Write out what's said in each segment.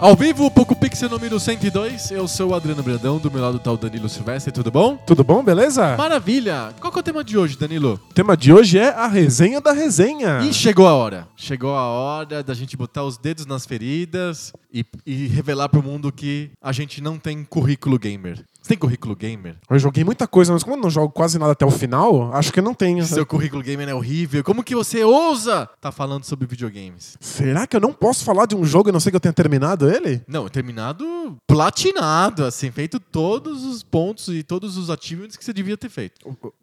Ao vivo, Poco Pixel número 102, eu sou o Adriano Brandão, do meu lado tá o Danilo Silvestre, tudo bom? Tudo bom, beleza? Maravilha! Qual que é o tema de hoje, Danilo? O tema de hoje é a resenha da resenha. E chegou a hora. Chegou a hora da gente botar os dedos nas feridas e, e revelar pro mundo que a gente não tem currículo gamer. Você tem currículo gamer? Eu joguei muita coisa, mas como eu não jogo quase nada até o final, acho que eu não tenho. Seu currículo gamer é horrível. Como que você ousa tá falando sobre videogames? Será que eu não posso falar de um jogo a não ser que eu tenha terminado ele? Não, terminado platinado, assim, feito todos os pontos e todos os achievements que você devia ter feito.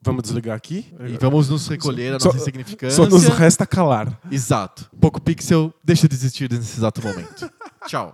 Vamos desligar aqui? E vamos nos recolher a É. Só- nossa significância. Só nos resta calar. Exato. Poco Pixel deixa de existir nesse exato momento. Tchau.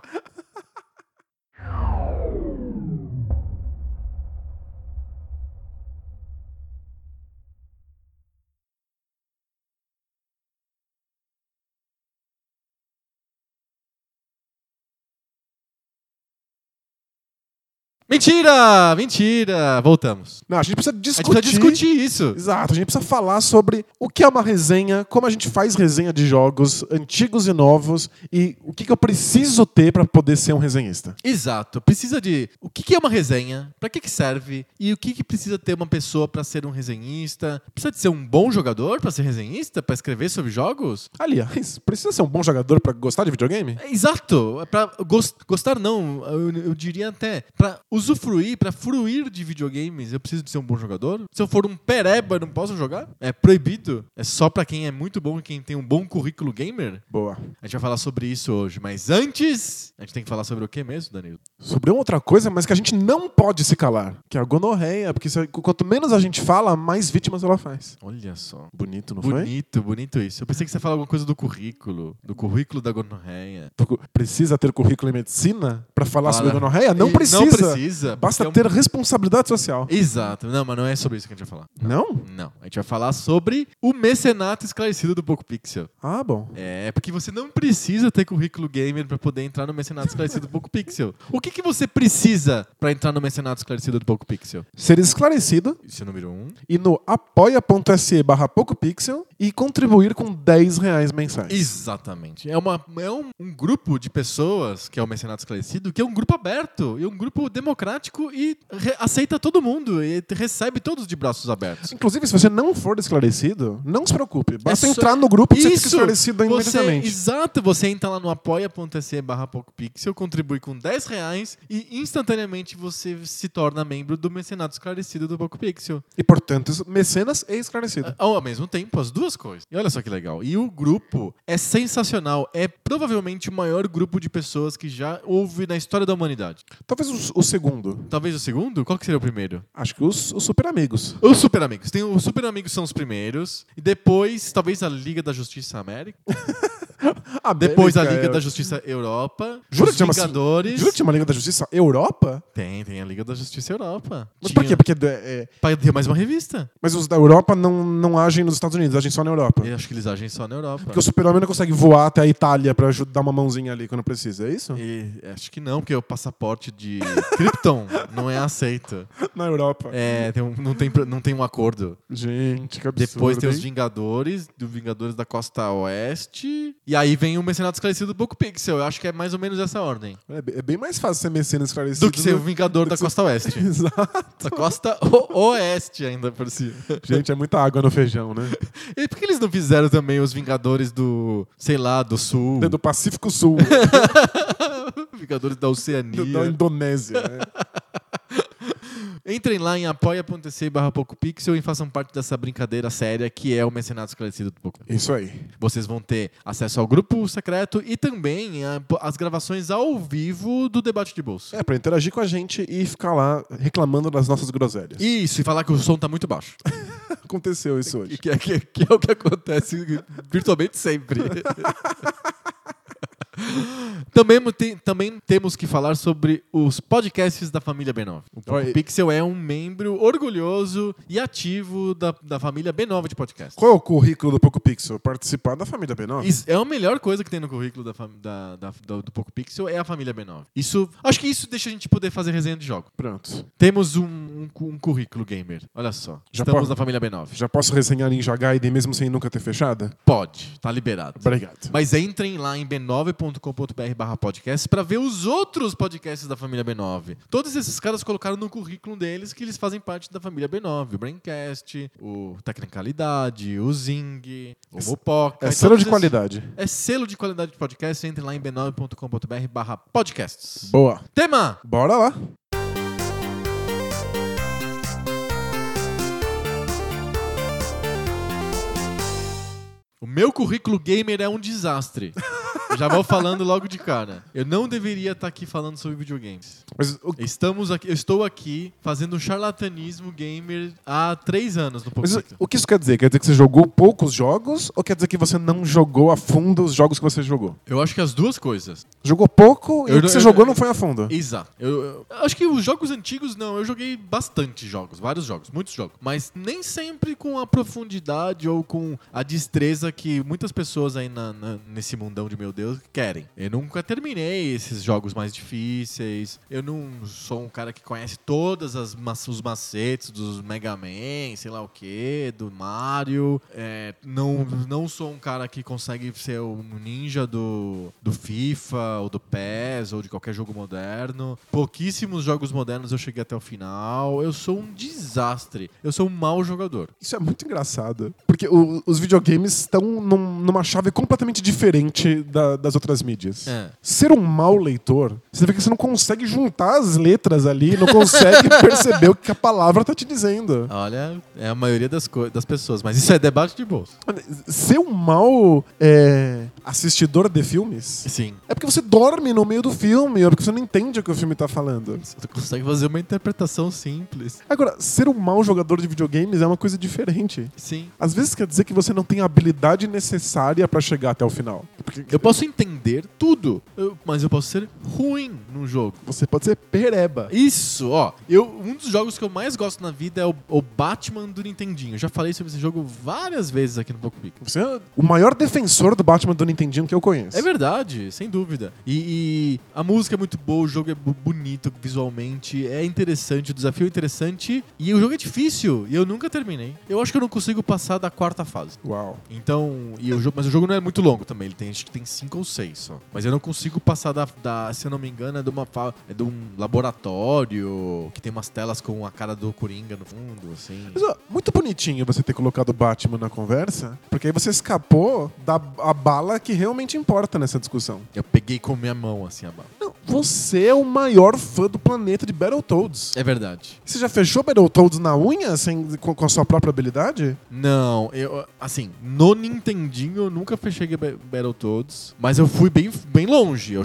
Mentira! Mentira! Voltamos. Não, a gente precisa A gente discutir. precisa discutir isso. Exato, a gente precisa falar sobre o que é uma resenha, como a gente faz resenha de jogos antigos e novos e o que, que eu preciso ter pra poder ser um resenhista. Exato. Precisa de o que que é uma resenha, pra que que serve e o que que precisa ter uma pessoa pra ser um resenhista. Precisa de ser um bom jogador pra ser resenhista, pra escrever sobre jogos. Aliás, precisa ser um bom jogador pra gostar de videogame? É, Exato. É Pra gos- gostar não, eu, eu diria até pra usufruir, pra fruir de videogames, eu preciso de ser um bom jogador. Se eu for um pereba, eu não posso jogar. É proibido. É só pra quem é muito bom e quem tem um bom currículo gamer. Boa. A gente vai falar sobre isso hoje, mas antes a gente tem que falar sobre o que mesmo, Danilo? Sobre uma outra coisa, mas que a gente não pode se calar, que é a gonorreia, porque se- quanto menos a gente fala, mais vítimas ela faz. Olha só. Bonito, não foi? bonito, bonito isso. Eu pensei que você ia falar alguma coisa do currículo, do currículo da gonorreia. Tu Precisa ter currículo em medicina pra falar Fala. sobre gonorreia? É, Não E- precisa. Não precisa. Basta porque é ter responsabilidade social. um- Exato. Não, mas não é sobre isso que a gente vai falar. Não? Não, a gente vai falar sobre o mecenato esclarecido do Poco Pixel. Ah, bom. É, porque você não precisa ter currículo gamer pra poder entrar no mecenato esclarecido do Poco Pixel. O que, que você precisa pra entrar no mecenato esclarecido do Poco Pixel? Ser esclarecido Isso é o número um. e no apoia.se barra PocoPixel e contribuir com 10 reais mensais. Exatamente. É, uma, é um, um grupo de pessoas, que é o Mecenato Esclarecido, que é um grupo aberto, e um grupo democrático e re- aceita todo mundo, e te- recebe todos de braços abertos. Inclusive, se você não for esclarecido, não se preocupe. Basta É só- entrar no grupo e você fica Isso! esclarecido Você, imediatamente. exato, você entra lá no apoia.se barra PocoPixel, contribui com 10 reais e instantaneamente você se torna membro do Mecenato Esclarecido do PocoPixel. E, portanto, mecenas e esclarecido. Ao mesmo tempo, as duas coisas. E olha só que legal. E o grupo é sensacional. É provavelmente o maior grupo de pessoas que já houve na história da humanidade. Talvez o, o segundo. Talvez o segundo? Qual que seria o primeiro? Acho que os, os super amigos. Os Super Amigos. Tem os Super Amigos são os primeiros. E depois, talvez a Liga da Justiça América. Ah, Depois a Liga da Justiça Europa. Jura os que chama-se- Vingadores. é. Juro que tinha uma Liga da Justiça Europa? Tem, tem a Liga da Justiça Europa. Mas Tinha- pra quê? Porque é, é, Pra ter mais uma revista. mas os da Europa não, não agem nos Estados Unidos, agem só na Europa. Eu acho que eles agem só na Europa. Porque o super-homem não consegue voar até a Itália pra ajudar uma mãozinha ali quando precisa, é isso? E acho que não, porque o passaporte de Krypton não é aceito. Na Europa. É, tem um- não, tem, pro- não tem um acordo. Gente, que absurdo. Depois tem os hein? Vingadores, do Vingadores da Costa Oeste. E aí vem o Mercenário Esclarecido do Poco Pixel. Eu acho que é mais ou menos essa ordem. É, be- é bem mais fácil ser mecena esclarecido. Do que ser o né? Vingador da Costa Oeste. Exato. Da Costa O- Oeste, ainda por cima. Gente, é muita água no feijão, né? E por que eles não fizeram também os Vingadores do, sei lá, do Sul? Do Pacífico Sul, né? Vingadores da do- da Oceania. Indonésia. né? Entrem lá em apoia.se barra PocoPixel e façam parte dessa brincadeira séria que é o Mecenato Esclarecido do Poco. Isso aí. Vocês vão ter acesso ao grupo secreto e também a- as gravações ao vivo do debate de bolso. É, pra interagir com a gente e ficar lá reclamando das nossas groselhas. Isso, e falar que o som tá muito baixo. aconteceu isso hoje. Que, que- que é o que acontece virtualmente sempre. também, mo- tem- também temos que falar sobre os podcasts da família B9. O Olha aí. Pixel é um membro orgulhoso e ativo da, da família B9 de podcast. Qual é o currículo do Poco Pixel? Participar da família B9? Isso é a melhor coisa que tem no currículo da, fam- da, da, da, do Poco Pixel é a família B9. Isso, acho que isso deixa a gente poder fazer resenha de jogo. Pronto. Temos um, um cu- um currículo gamer. Olha só. Já Estamos pode- na família B9. Já posso resenhar Ninja Gaiden mesmo sem nunca ter fechado? Pode, tá liberado. Obrigado. Mas entrem lá em b9.com.br barra podcast pra ver os outros podcasts da família B9. Todos esses caras colocaram no currículo deles que eles fazem parte da família B9. O Braincast, o Tecnicalidade, o Zing, o Mopoca. É e selo todos de esses- qualidade. É selo de qualidade de podcast. Entrem lá em b9.com.br barra podcasts. Boa. Tema! Bora lá. O meu currículo gamer é um desastre. Eu Já vou falando logo de cara. Eu não deveria estar aqui falando sobre videogames. Mas o, Estamos aqui, eu estou aqui fazendo um charlatanismo gamer há três anos no mas o- Pokémon. o que isso quer dizer? Quer dizer que você jogou poucos jogos ou quer dizer que você não jogou a fundo os jogos que você jogou? Eu acho que as duas coisas. Jogou pouco e Eu o que não- você eu- jogou não foi a fundo. Exato. Eu, eu- eu acho que os jogos antigos, não. Eu joguei bastante jogos, vários jogos, muitos jogos. Mas nem sempre com a profundidade ou com a destreza que muitas pessoas aí na- na- nesse mundão de meu Deus querem. Eu nunca terminei esses jogos mais difíceis. Eu não sou um cara que conhece todas as ma- os macetes dos Mega Man, sei lá o que, do Mario. É, não, não sou um cara que consegue ser um ninja do, do FIFA ou do PES ou de qualquer jogo moderno. Pouquíssimos jogos modernos eu cheguei até o final. Eu sou um desastre. Eu sou um mau jogador. Isso é muito engraçado. Porque o- os videogames estão num- numa chave completamente diferente da- das outras mídias. É. Ser um mau leitor significa que você não consegue juntar as letras ali, não consegue perceber o que a palavra tá te dizendo. Olha, é a maioria das, co- das pessoas, mas isso é debate de bolso. Ser um mau é, assistidor de filmes Sim. é porque você dorme no meio do filme, ou é porque você não entende o que o filme tá falando. Você consegue fazer uma interpretação simples. Agora, ser um mau jogador de videogames é uma coisa diferente. Sim. Às vezes quer dizer que você não tem a habilidade necessária pra chegar até o final. Porque Eu posso entender tudo, eu- mas eu posso ser ruim num jogo. Você pode ser pereba. Isso, ó. Eu, um dos jogos que eu mais gosto na vida é o, o Batman do Nintendinho. Eu já falei sobre esse jogo várias vezes aqui no Poco Pico. Você é o maior defensor do Batman do Nintendinho que eu conheço. É verdade, sem dúvida. E, e a música é muito boa, o jogo é bu- bonito visualmente, é interessante, o desafio é interessante. E o jogo é difícil, e eu nunca terminei. Eu acho que eu não consigo passar da quarta fase. Uau. Então, e o jogo, mas o jogo não é muito longo também, ele tem, acho que tem cinco ou seis só. Mas eu não consigo passar da, da- se eu não me engano, é de uma fa- é de um laboratório que tem umas telas com a cara do Coringa no fundo, assim. Mas, ó, muito bonitinho você ter colocado o Batman na conversa, porque aí você escapou da a bala que realmente importa nessa discussão. Eu peguei com minha mão assim a bala. Não, você é o maior fã do planeta de Battletoads. É verdade. Você já fechou Battletoads na unha sem, com, com a sua própria habilidade? Não, eu assim, no Nintendinho eu nunca fechei Ba- Battletoads, mas eu fui bem, bem longe. Eu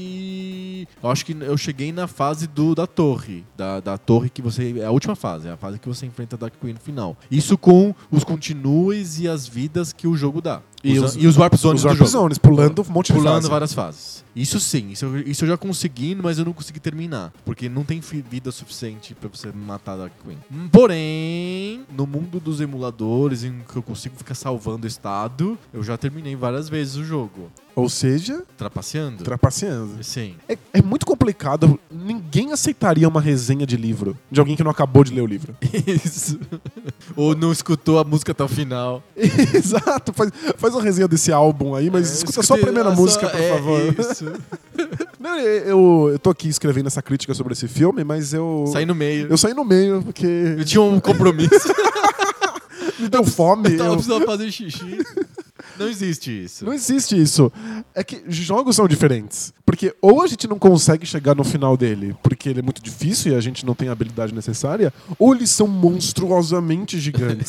cheguei, eu acho que eu cheguei na fase do da torre, da, da torre que você é a última fase, é a fase que você enfrenta a Dark Queen no final. Isso com os continues e as vidas que o jogo dá. E E os- os, e os warp zones Os do Warp jogo. Zones, pulando um monte Pulando de fase. várias fases. Tipo, Isso sim, isso, eu- isso eu já consegui, mas eu não consegui terminar. Porque não tem fi- vida suficiente pra você matar a Dark Queen. Hum, Porém, no mundo dos emuladores, em que eu consigo ficar salvando o estado, eu já terminei várias vezes o jogo. Ou seja, Trapaceando? trapaceando. Sim. É, é muito complicado. Ninguém aceitaria uma resenha de livro de alguém que não acabou de ler o livro. Isso. Ou não escutou a música até o final. Exato, faz, faz uma resenha desse álbum aí, mas escuta só a Escutei- primeira ah, só- música, por é, favor. Isso. Não, eu, eu, eu tô aqui escrevendo essa crítica sobre esse filme, mas eu. Saí no meio. Eu saí no meio, porque Eu tinha um compromisso. me deu fome. Eu tava eu- precisando fazer xixi. Não existe isso. Não existe isso. É que jogos são diferentes. Porque ou a gente não consegue chegar no final dele porque ele é muito difícil e a gente não tem a habilidade necessária, ou eles são monstruosamente gigantes.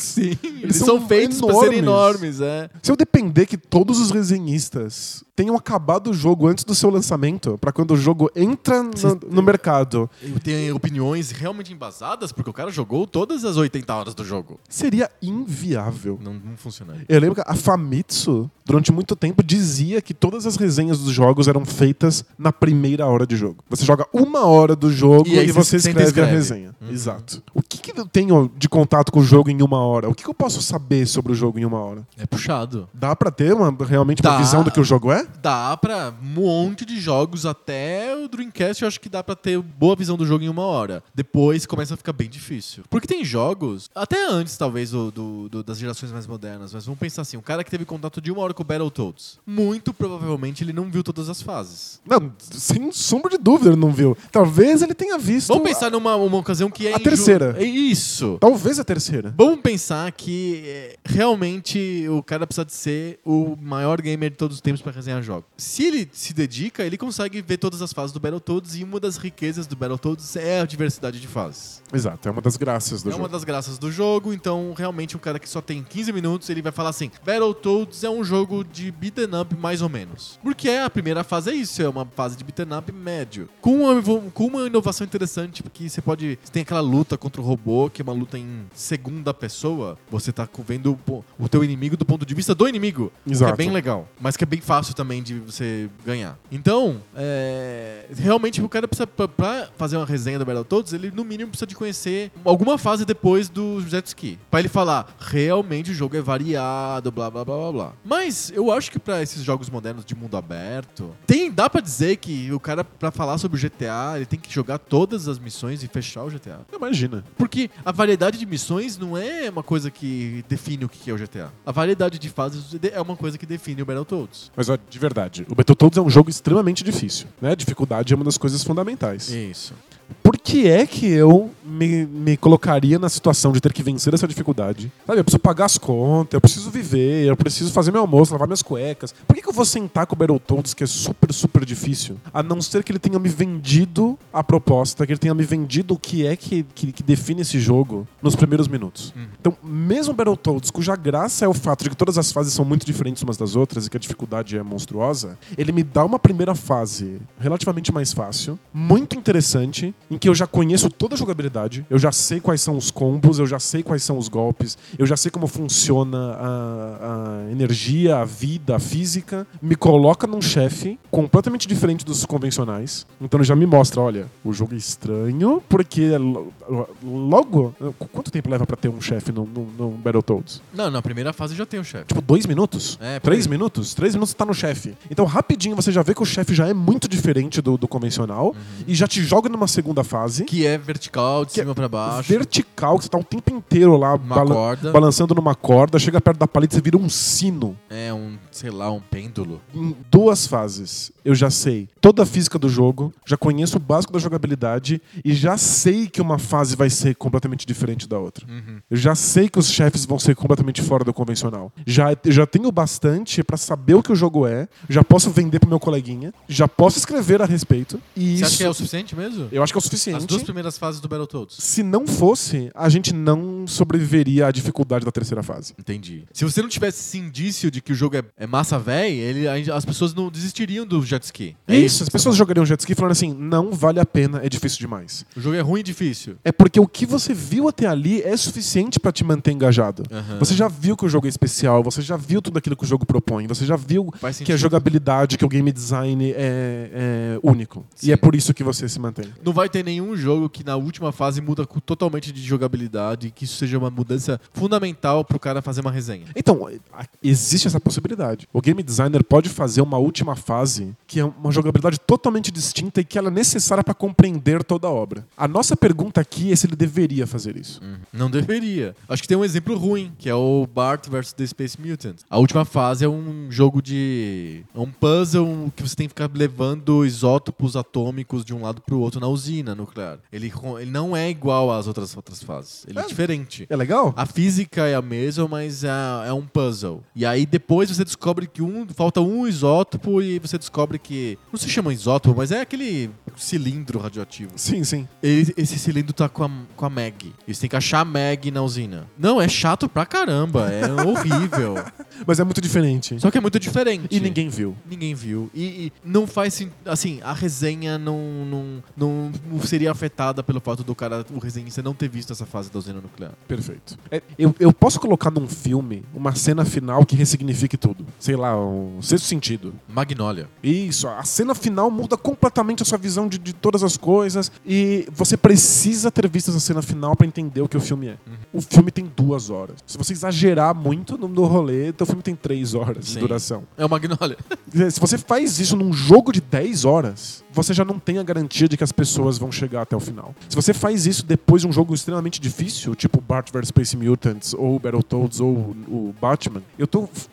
Sim, eles, são, feitos para serem enormes, é. Se eu depender que todos os resenhistas tenham acabado o jogo antes do seu lançamento, pra quando o jogo entra no, no mercado, Eu tenho opiniões realmente embasadas, porque o cara jogou todas as 80 horas do jogo. seria inviável. Não, não funcionaria. Eu lembro que a Famitsu, durante muito tempo, dizia que todas as resenhas dos jogos eram feitas na primeira hora de jogo. Você joga uma hora do jogo E e, aí você você senta e escreve, a escreve. Uhum. resenha. Exato. O que, que eu tenho de contato com o jogo em uma hora? O que, que eu posso saber sobre o jogo em uma hora? É puxado. Dá pra ter uma, realmente uma Dá. visão do que o jogo é? Dá pra um monte de jogos, até o Dreamcast eu acho que dá pra ter boa visão do jogo em uma hora. Depois começa a ficar bem difícil. Porque tem jogos, até antes talvez do, do- do- das gerações mais modernas, mas vamos pensar assim, um cara que teve contato de uma hora com o Battletoads, muito provavelmente ele não viu todas as fases. Não, sem sombra de dúvida ele não viu. Talvez ele tenha visto. Vamos pensar numa uma ocasião que é... a inju- terceira. É Isso. Talvez a terceira. Vamos pensar que é, realmente o cara precisa de ser o maior gamer de todos os tempos para resenhar jogos. Se ele se dedica, ele consegue ver todas as fases do Battletoads e uma das riquezas do Battletoads é a diversidade de fases. Exato, é uma das graças do é jogo. uma das graças do jogo, então realmente um cara que só tem 15 minutos, ele vai falar assim: Battletoads é um jogo de beaten up mais ou menos. Porque a primeira fase é isso, é uma fase de beaten up médio. Com uma, evo- com uma inovação interessante, porque você pode. Você tem aquela luta contra o robô, que é uma luta em segunda pessoa. Você tá co- vendo o po- o teu inimigo do ponto de vista do inimigo. Exato. Que é bem legal, mas que é bem fácil também de você ganhar. Então, é, realmente o cara precisa, pra, pra fazer uma resenha do Battletoads, ele no mínimo precisa de conhecer alguma fase depois do Jet Ski. Pra ele falar, realmente o jogo é variado, blá blá blá blá blá. Mas eu acho que pra esses jogos modernos de mundo aberto, tem, dá pra dizer que o cara, pra falar sobre o GTA, ele tem que jogar todas as missões e fechar o GTA. Imagina. Porque a variedade de missões não é uma coisa que define o que é o GTA. A variedade de fases do CD é uma coisa que define o Battletoads. Mas ó, de verdade, o Battletoads é um jogo extremamente difícil. Né? A dificuldade é uma das coisas fundamentais. Isso. Por que é que eu me, me colocaria na situação de ter que vencer essa dificuldade? Sabe, eu preciso pagar as contas, eu preciso viver, eu preciso fazer meu almoço, lavar minhas cuecas. Por que, que eu vou sentar com o Battletoads, que é super, super difícil? A não ser que ele tenha me vendido a proposta, que ele tenha me vendido o que é que, que, que define esse jogo nos primeiros minutos. Então, mesmo Battletoads, cuja graça é o fato de que todas as fases são muito diferentes umas das outras e que a dificuldade é monstruosa, ele me dá uma primeira fase relativamente mais fácil, muito interessante, em que eu já conheço toda a jogabilidade, eu já sei quais são os combos, eu já sei quais são os golpes, eu já sei como funciona a, a energia, a vida, a física, me coloca num chefe completamente diferente dos convencionais. Então ele já me mostra, olha, o jogo é estranho, porque é lo- lo- logo. Quanto tempo leva pra ter um chefe num, num, num Battletoads? Não, na primeira fase já tem o chefe. Tipo, dois minutos? É, por Três aí. minutos? Três minutos você tá no chefe. Então, rapidinho, você já vê que o chefe já é muito diferente do, do convencional e já te joga numa segunda fase. Uhum. Que é vertical, de Que é cima pra baixo. Vertical, que você tá o tempo inteiro lá Uma balan- corda. balançando numa corda, chega perto da paleta e você vira um sino É um, sei lá, um pêndulo. em duas fases. Eu já sei toda a física do jogo, já conheço o básico da jogabilidade e já sei que uma fase vai ser completamente diferente da outra. Eu já sei que os chefes vão ser completamente fora do convencional. Já, eu já tenho bastante pra saber o que o jogo é, já posso vender pro meu coleguinha, já posso escrever a respeito. E Você isso acha que é o suficiente mesmo? eu acho que é o suficiente. As duas primeiras fases do Battletoads. Se não fosse, a gente não sobreviveria à dificuldade da terceira fase. Entendi. Se você não tivesse esse indício de que o jogo é, é massa véi, ele, a- as pessoas não desistiriam do jet ski. É isso, isso. as pessoas jogariam jet ski falando assim: não vale a pena, é difícil demais. O jogo é ruim e difícil. É porque o que você viu até ali é suficiente pra te manter engajado. Aham. Você já viu que o jogo é especial, você já viu tudo aquilo que o jogo propõe, você já viu Faz que a sentido. jogabilidade, que o game design é, é único. Sim. E é por isso que você se mantém. Não vai ter nenhum jogo que na última fase muda cu- totalmente de jogabilidade e que isso seja uma mudança fundamental pro cara fazer uma resenha. Então, a- existe essa possibilidade. O game designer pode fazer uma última fase que é uma jogabilidade totalmente distinta e que ela é necessária pra compreender toda a obra. A nossa pergunta aqui é se ele deveria fazer isso. Não deveria. Acho que tem um exemplo ruim, que é o Bart vs The Space Mutant. A última fase é um jogo de. É um puzzle que você tem que ficar levando isótopos atômicos de um lado pro outro na usina. usina nuclear. Ele, ro- ele não é igual às outras, outras fases. Ele é, É. diferente. É legal? A física é a mesma, mas a- é um puzzle. E aí depois você descobre que um falta um isótopo e você descobre que não se chama isótopo, mas é aquele cilindro radioativo. Sim, sim. Ele- esse cilindro tá com a, com a Meg. Eles têm que achar a Meg na usina. Não, é chato pra caramba, é horrível. Mas é muito diferente. Só que é muito diferente. E ninguém viu. Ninguém viu. E, e não faz sen- assim, a resenha não, não, não, não seria afetada pelo fato do cara, o resenhista, não ter visto essa fase da usina nuclear. Perfeito. É, eu, eu posso colocar num filme uma cena final que ressignifique tudo. Sei lá, um sexto sentido. Magnolia. Isso, a cena final muda completamente a sua visão de, de todas as coisas e você precisa ter visto essa cena final pra entender o que o filme é. O filme tem duas horas. Se você exagerar muito no, no rolê, então o filme tem três horas Sim. de duração. É o Magnolia. Se você faz isso num jogo de 10 horas, você já não tem a garantia de que as pessoas vão chegar até o final. Se você faz isso depois de um jogo extremamente difícil, tipo Bart vs Space Mutants, ou Battletoads, ou o Batman, eu tô f-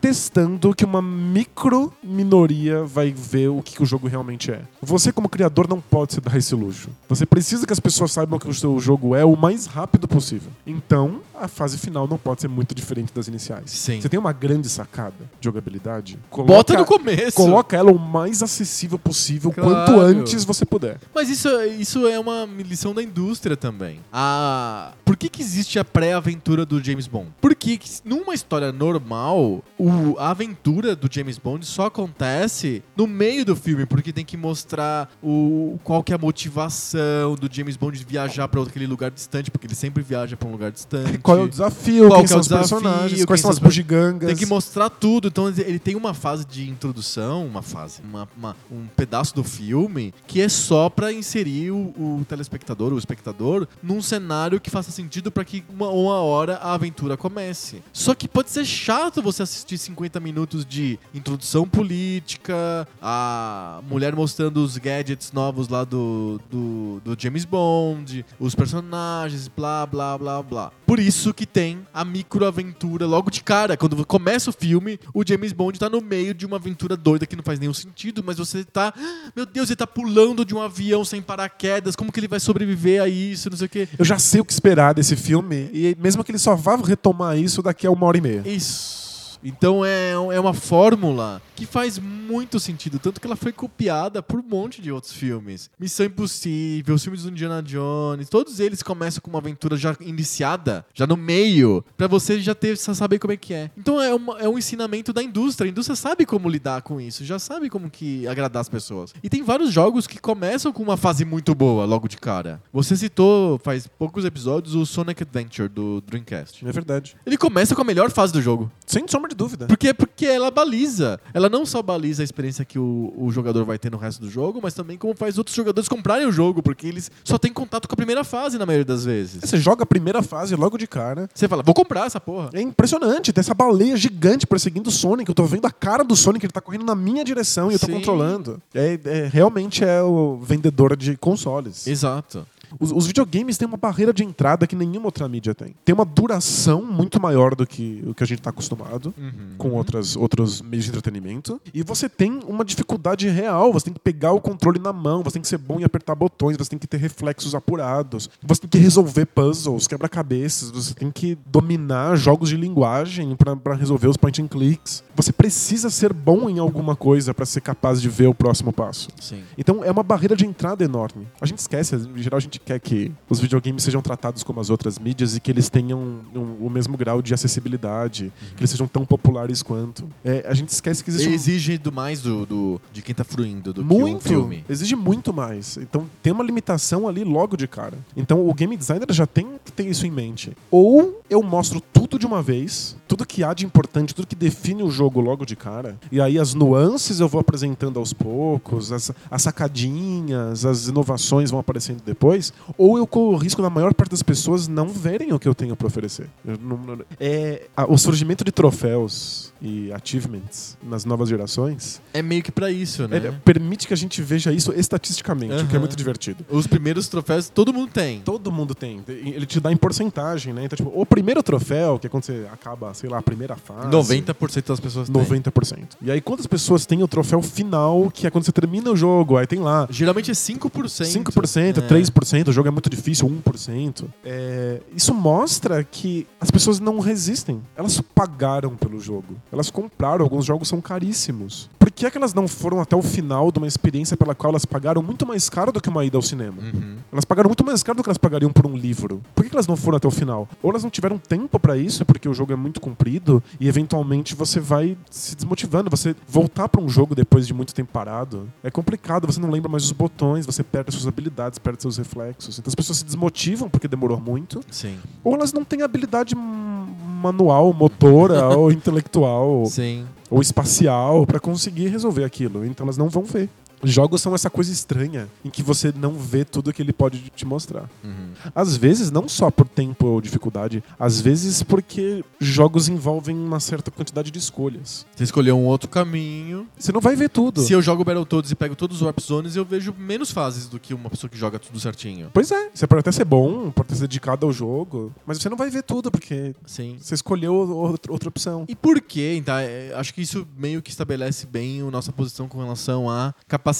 atestando que uma micro minoria vai ver o que que o jogo realmente é. Você, como criador, não pode se dar esse luxo. Você precisa que as pessoas saibam que o seu jogo é o mais rápido possível. Então, a fase final não pode ser muito diferente das iniciais. Sim. Você tem uma grande sacada de jogabilidade? Coloca- Bota no começo. Coloca ela o mais acessível possível, Claro. quanto antes você puder. Mas isso, isso é uma lição da indústria também. A... Por que, que existe a pré-aventura do James Bond? Porque que s- numa história normal, o- a aventura do James Bond só acontece no meio do filme, porque tem que mostrar o, qual que é a motivação do James Bond de viajar pra aquele lugar distante, porque ele sempre viaja pra um lugar distante. Qual é o desafio? Qual que quem é são o os desafio, personagens? quem Quais são são as os- bugigangas? Tem que mostrar tudo. Então ele- ele tem uma fase de introdução, uma fase, uma- uma- um pedaço do filme que é só pra inserir o, o telespectador, o espectador, num cenário que faça sentido pra que uma, uma hora a aventura comece. Só que pode ser chato você assistir 50 minutos de introdução política, a mulher mostrando os gadgets novos lá do, do, do James Bond, os personagens, blá, blá, blá, blá. Por isso que tem a microaventura logo de cara. Quando começa o filme, o James Bond tá no meio de uma aventura doida que não faz nenhum sentido, mas você tá. "Ah, Meu Deus, ele tá pulando de um avião sem paraquedas. Como que ele vai sobreviver a isso? Não sei o quê. Eu já sei o que esperar desse filme, e mesmo que ele só vá retomar isso daqui a uma hora e meia. Isso. Então é, é uma fórmula que faz muito sentido, tanto que ela foi copiada por um monte de outros filmes. Missão Impossível, os filmes do Indiana Jones, todos eles começam com uma aventura já iniciada, já no meio, pra você já ter sa- saber como é que é. Então é, uma- é um ensinamento da indústria, a indústria sabe como lidar com isso, já sabe como que agradar as pessoas. E tem vários jogos que começam com uma fase muito boa logo de cara. Você citou faz poucos episódios o Sonic Adventure do Dreamcast. É verdade. Ele começa com a melhor fase do jogo. Sem sombra de dúvida. Porque, porque ela baliza. Ela não só baliza a experiência que o, o jogador vai ter no resto do jogo, mas também como faz outros jogadores comprarem o jogo, porque eles só têm contato com a primeira fase na maioria das vezes. Você joga a primeira fase logo de cara. Você fala, vou comprar essa porra. É impressionante, tem essa baleia gigante perseguindo o Sonic. Eu tô vendo a cara do Sonic, ele tá correndo na minha direção e eu tô Sim. controlando. É, é- realmente é o vendedor de consoles. Exato. Os, os videogames têm uma barreira de entrada que nenhuma outra mídia tem. Tem uma duração muito maior do que o que a gente está acostumado com outras, outros meios de entretenimento. E você tem uma dificuldade real. Você tem que pegar o controle na mão, você tem que ser bom em apertar botões, você tem que ter reflexos apurados, você tem que resolver puzzles, quebra-cabeças, você tem que dominar jogos de linguagem para resolver os point and clicks. Você precisa ser bom em alguma coisa para ser capaz de ver o próximo passo. Sim. Então é uma barreira de entrada enorme. A gente esquece, em geral a gente quer que os videogames sejam tratados como as outras mídias e que eles tenham um- o mesmo grau de acessibilidade, que eles sejam tão populares quanto. É, a gente esquece que existe Ele um- exige do mais do, do- de quem tá fruindo do que um muito, filme. exige muito mais. Então tem uma limitação ali logo de cara. Então o game designer já tem que ter isso em mente. Ou eu mostro tudo de uma vez, tudo que há de importante, tudo que define o jogo logo de cara. E aí as nuances eu vou apresentando aos poucos, as, as sacadinhas, as inovações vão aparecendo depois. Ou eu corro o risco da maior parte das pessoas não verem o que eu tenho pra oferecer. Eu não- não- é, a- o surgimento de troféus e achievements nas novas gerações É meio que pra isso, né? ele permite que a gente veja isso estatisticamente, o que é Aham. muito divertido. Os primeiros troféus todo mundo tem. Todo mundo tem. Ele te dá em porcentagem, né? Então, tipo, o primeiro troféu que é quando você acaba, sei lá, a primeira fase. 90% das pessoas têm. 90%. E aí, quantas pessoas têm o troféu final, que é quando você termina o jogo? Aí tem lá Geralmente é 5%. 5%, É. 3%, o jogo é muito difícil, 1%. É, isso mostra que as pessoas não resistem. Elas pagaram pelo jogo. Elas compraram, alguns jogos são caríssimos. Por que, é que elas não foram até o final de uma experiência pela qual elas pagaram muito mais caro do que uma ida ao cinema? Uhum. Elas pagaram muito mais caro do que elas pagariam por um livro. Por que que elas não foram até o final? Ou elas não tiveram tempo pra isso, porque o jogo é muito comprido, e eventualmente você vai se desmotivando. Você voltar pra um jogo depois de muito tempo parado é complicado, você não lembra mais os botões, você perde suas habilidades, perde seus reflexos. Então as pessoas se desmotivam porque demorou muito, Sim. ou elas não têm habilidade hum, manual, motora, ou intelectual, Sim. ou espacial pra conseguir resolver aquilo. Então elas não vão ver. Jogos são essa coisa estranha em que você não vê tudo que ele pode te mostrar. Uhum. Às vezes, não só por tempo ou dificuldade, às vezes porque jogos envolvem uma certa quantidade de escolhas. Você escolheu um outro caminho. Você não vai ver tudo. Se eu jogo Battletoads e pego todos os Warp Zones, eu vejo menos fases do que uma pessoa que joga tudo certinho. Pois é, você pode até ser bom, pode ser dedicado ao jogo, mas você não vai ver tudo porque Sim. você escolheu outro- outra opção. E por quê? Então, é, acho que isso meio que estabelece bem a nossa posição com relação à capacidade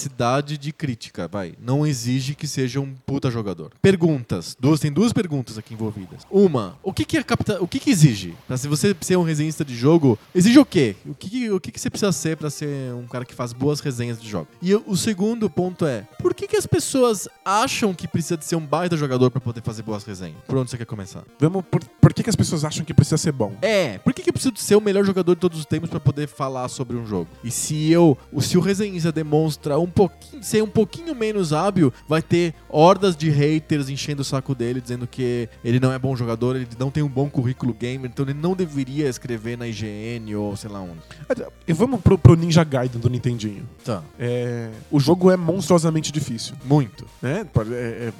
de crítica, vai. Não exige que seja um puta jogador. Perguntas. Duas, tem duas perguntas aqui envolvidas. Uma, o que que, a capta, o que, que exige? Pra se você ser um resenhista de jogo, exige o quê? O que, que- o que, que você precisa ser pra ser um cara que faz boas resenhas de jogo? E o o segundo ponto é, por que, que as pessoas acham que precisa de ser um baita jogador pra poder fazer boas resenhas? Por onde você quer começar? Vamos, por, por que, que as pessoas acham que precisa ser bom? É, por que, que eu preciso ser o melhor jogador de todos os tempos pra poder falar sobre um jogo? E se eu, o- se o resenhista demonstra um pouquinho, ser um pouquinho menos hábil, vai ter hordas de haters enchendo o saco dele, dizendo que ele não é bom jogador, ele não tem um bom currículo gamer, então ele não deveria escrever na IGN ou sei lá onde. E vamos pro, pro Ninja Gaiden do Nintendinho. Tá. É, o jogo é monstruosamente difícil. Muito. né? Pode- É, é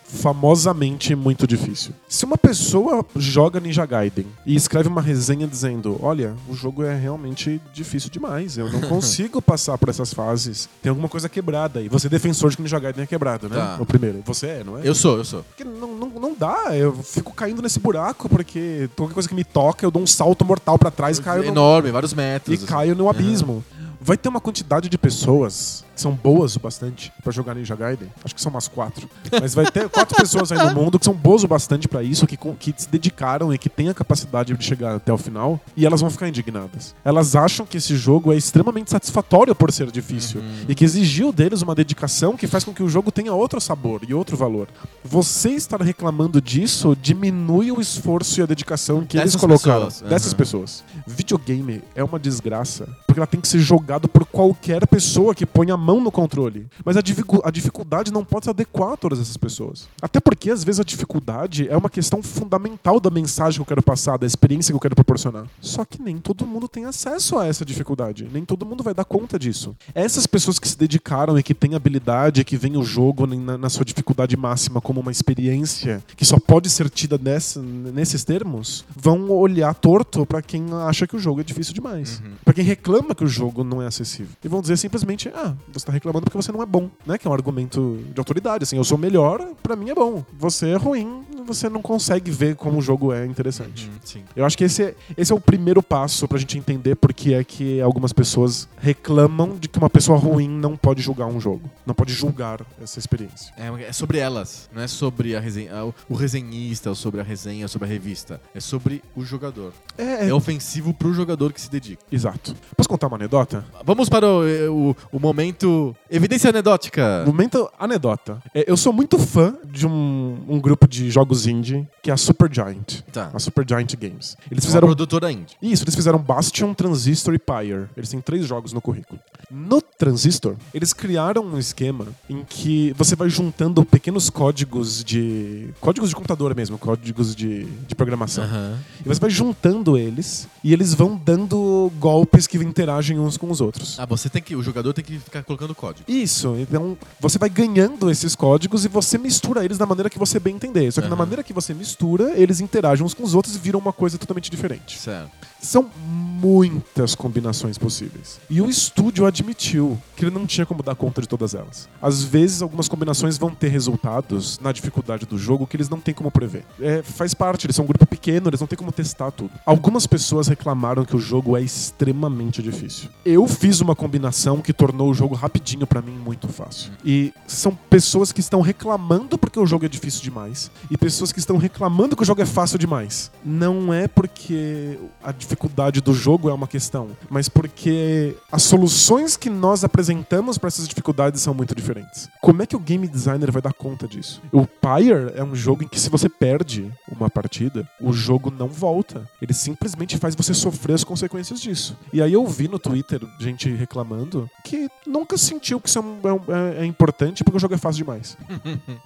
famosamente muito difícil. Se uma pessoa joga Ninja Gaiden e escreve uma resenha dizendo: Olha, o jogo é realmente difícil demais, eu não consigo passar por essas fases, tem alguma coisa quebrada. aí. você é defensor de que Ninja Gaiden é quebrado, né? Tá. O primeiro. Você é, não é? Eu sou, eu sou. Porque não, não, não dá, eu fico caindo nesse buraco porque qualquer coisa que me toca, eu dou um salto mortal pra trás e caio no Enorme, vários e metros. assim. caio no abismo. Vai ter uma quantidade de pessoas que são boas o bastante pra jogar Ninja Gaiden. Acho que são umas quatro. Mas vai ter quatro pessoas aí no mundo que são boas o bastante pra isso, que, com- que se dedicaram e que têm a capacidade de chegar até o final. E elas vão ficar indignadas. Elas acham que esse jogo é extremamente satisfatório por ser difícil. E que exigiu deles uma dedicação que faz com que o jogo tenha outro sabor e outro valor. Você estar reclamando disso diminui o esforço e a dedicação que Dessas eles colocaram. pessoas. Dessas Aham. pessoas pessoas. Videogame é uma desgraça, porque ela tem que ser jogado por qualquer pessoa que põe a mão no controle. Mas a, dificu- a dificuldade não pode se adequar a todas essas pessoas. Até porque, às vezes, a dificuldade é uma questão fundamental da mensagem que eu quero passar, da experiência que eu quero proporcionar. Só que nem todo mundo tem acesso a essa dificuldade. Nem todo mundo vai dar conta disso. Essas pessoas que se dedicaram e que têm habilidade, que veem o jogo na, na sua dificuldade máxima como uma experiência que só pode ser tida nessa- nesses termos, vão olhar torto pra quem acha que o jogo é difícil demais. Pra quem reclama que o jogo não é acessível. E vão dizer simplesmente: "Ah, você tá reclamando porque você não é bom", né? Que é um argumento de autoridade, assim, eu sou melhor, pra mim é bom. Você é ruim, você não consegue ver como o jogo é interessante. Hum, Sim. Eu acho que esse é, esse é o primeiro passo pra gente entender por que é que algumas pessoas reclamam de que uma pessoa ruim não pode julgar um jogo, não pode julgar essa experiência. É, é sobre elas, não é sobre a resenha, a- o resenhista, ou sobre a resenha, ou sobre a revista. É sobre o jogador. É, É ofensivo pro jogador que se dedica. exato. Posso contar uma anedota? Vamos para o, eh, o- o momento evidência anedótica. Momento anedota. É, eu sou muito fã de um, um grupo de jogos indie que é a Supergiant, Tá. a Supergiant Games. Eles Fizeram... fizeram produtora indie. Isso, eles fizeram Bastion, Transistor e Pyre. Eles têm três jogos no currículo. No Transistor, eles criaram um esquema em que você vai juntando pequenos códigos de. códigos de computador mesmo, códigos de, de programação. E você vai juntando eles e eles vão dando golpes que interagem uns com os outros. Ah, você tem que. O jogador tem que ficar colocando código. Isso, então você vai ganhando esses códigos e você mistura eles da maneira que você bem entender. Só que na Aham. maneira que você mistura, eles interagem uns com os outros e viram uma coisa totalmente diferente. Certo. São muitas combinações possíveis. E o estúdio admitiu que ele não tinha como dar conta de todas elas. Às vezes, algumas combinações vão ter resultados na dificuldade do jogo que eles não têm como prever. É, faz parte, eles são um grupo pequeno, eles não têm como testar tudo. Algumas pessoas reclamaram que o jogo é extremamente difícil. Eu fiz uma combinação que tornou o jogo rapidinho pra mim muito fácil. E são pessoas que estão reclamando porque o jogo é difícil demais e pessoas que estão reclamando que o jogo é fácil demais. Não é porque a dificuldade do jogo é uma questão, mas porque as soluções que nós apresentamos para essas dificuldades são muito diferentes. Como é que o game designer vai dar conta disso? O Pyre é um jogo em que se você perde uma partida, o jogo não volta. Ele simplesmente faz você sofrer as consequências disso. E aí eu vi no Twitter gente reclamando que nunca sentiu que isso é, um- é um- é- é importante porque o jogo é fácil demais.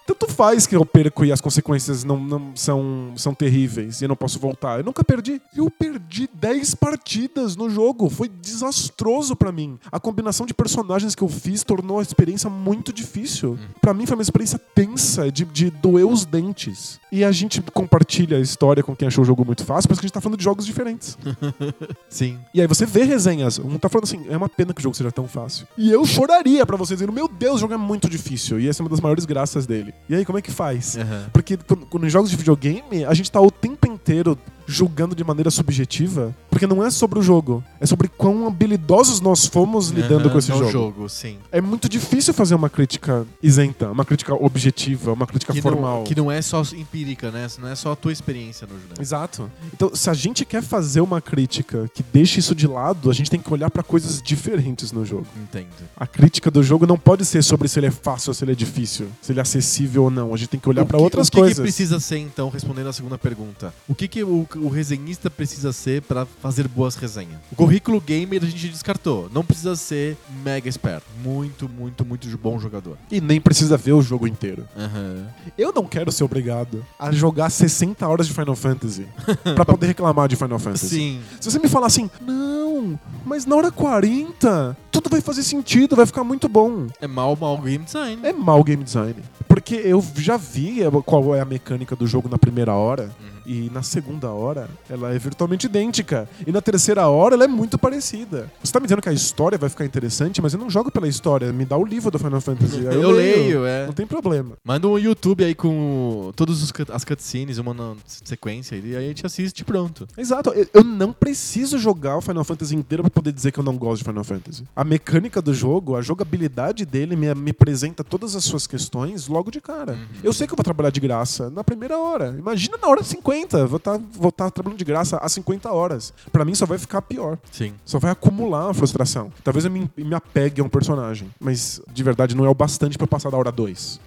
Tanto Então, faz que eu perco e as consequências não, não são, são terríveis e eu não posso voltar. Eu nunca perdi. Eu perdi 10 partidas no jogo. Foi desastroso pra mim. A combinação de personagens que eu fiz tornou a experiência muito difícil. Pra mim foi uma experiência tensa, de, de doer os dentes. E a gente compartilha a história com quem achou o jogo muito fácil, porque a gente tá falando de jogos diferentes. Sim. E aí você vê resenhas. Um tá falando assim, é uma pena que o jogo seja tão fácil. E eu choraria pra você dizendo, meu Deus, o jogo é muito difícil. E essa é uma das maiores graças dele. E aí, como é que faz? Aham. Porque quando, quando em jogos de videogame, a gente tá o tempo inteiro julgando de maneira subjetiva, porque não é sobre o jogo, é sobre quão habilidosos nós fomos lidando Aham, com esse é um jogo. jogo, sim. É muito difícil fazer uma crítica isenta, uma crítica objetiva, uma crítica Que formal. não, que não é só empírica, né? Não é só a tua experiência no jogo. Exato. Então, se a gente quer fazer uma crítica que deixe isso de lado, a gente tem que olhar pra coisas diferentes no jogo. Entendo. A crítica do jogo não pode ser sobre se ele é fácil ou se ele é difícil, se ele é acessível ou não. A gente tem que olhar O pra que- outras o que coisas. que precisa ser, então, respondendo a segunda pergunta? O que, que o, o resenhista precisa ser pra fazer boas resenhas? O currículo gamer a gente descartou. Não precisa ser mega esperto. Muito, muito, muito jo- bom jogador. E nem precisa ver o jogo inteiro. Aham. Eu não quero ser obrigado a jogar 60 horas de Final Fantasy pra poder reclamar de Final Fantasy. Sim. Se você me falar assim, não, mas na hora 40 tudo vai fazer sentido, vai ficar muito bom. É mal, mal game design. É mau game design. Porque eu já vi qual é a mecânica do jogo na primeira hora. Uhum. E na segunda hora, ela é virtualmente idêntica. E na terceira hora, ela é muito parecida. Você tá me dizendo que a história vai ficar interessante, mas eu não jogo pela história. Me dá o livro do Final Fantasy. Aí Eu leio, é. Não tem problema. Manda um YouTube aí com todas as cutscenes, uma na sequência, e aí a gente assiste e pronto. Exato. Eu, eu não preciso jogar o Final Fantasy inteiro pra poder dizer que eu não gosto de Final Fantasy. A mecânica do jogo, a jogabilidade dele me, me apresenta todas as suas questões logo de cara. Eu sei que eu vou trabalhar de graça na primeira hora. Imagina na hora 50. Vou estar vou tá trabalhando de graça há 50 horas. Pra mim só vai ficar pior. Sim. Só vai acumular a frustração. Talvez eu me, me apegue a um personagem, mas de verdade não é o bastante pra passar da hora 2.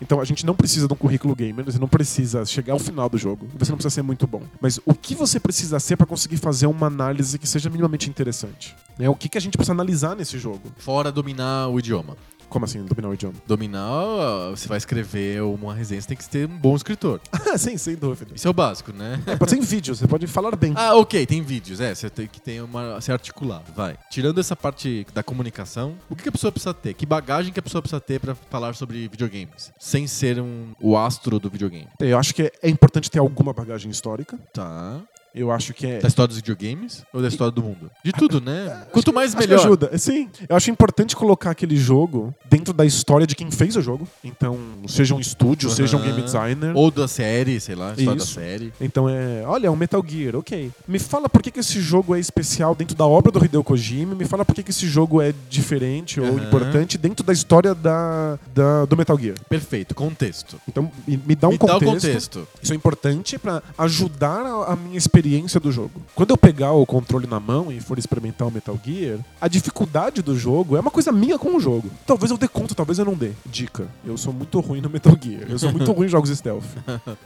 Então a gente não precisa de um currículo gamer, você não precisa chegar ao final do jogo, você não precisa ser muito bom. Mas o que você precisa ser pra conseguir fazer uma análise que seja minimamente interessante? Né? O que, que a gente precisa analisar nesse jogo? Fora dominar o idioma. Como assim, dominar o idioma? Dominar, ó, você vai escrever uma resenha, você tem que ser um bom escritor. Ah, sim, sem dúvida. Isso é o básico, né? É, pode ser em vídeo, você pode falar bem. Ah, ok, tem vídeos, é, você tem que ter uma, ser articulado, vai. Tirando essa parte da comunicação, o que que a pessoa precisa ter? Que bagagem que a pessoa precisa ter pra falar sobre videogames? Sem ser um, o astro do videogame. Eu acho que é- é importante ter alguma bagagem histórica. Tá. Eu acho que é. Da história dos videogames ou da história do mundo? De tudo, né? Quanto mais, Acho que melhor. ajuda. Sim. Eu acho importante colocar aquele jogo dentro da história de quem fez o jogo. Então, seja um estúdio, Aham. seja um game designer. Ou da série, sei lá, história Isso. da série. Então é, olha, é um Metal Gear, ok. Me fala por que, que esse jogo é especial dentro da obra do Hideo Kojima, me fala por que, que esse jogo é diferente ou Aham. importante dentro da história da, da- do Metal Gear. Perfeito, contexto. Então me, me dá um Me dá contexto. o contexto. Isso é importante pra ajudar a, a minha experiência do jogo. Quando eu pegar o controle na mão e for experimentar o Metal Gear, a dificuldade do jogo é uma coisa minha com o jogo. Talvez eu dê conta, talvez eu não dê. Dica: eu sou muito ruim no Metal Gear. Eu sou muito ruim em jogos stealth.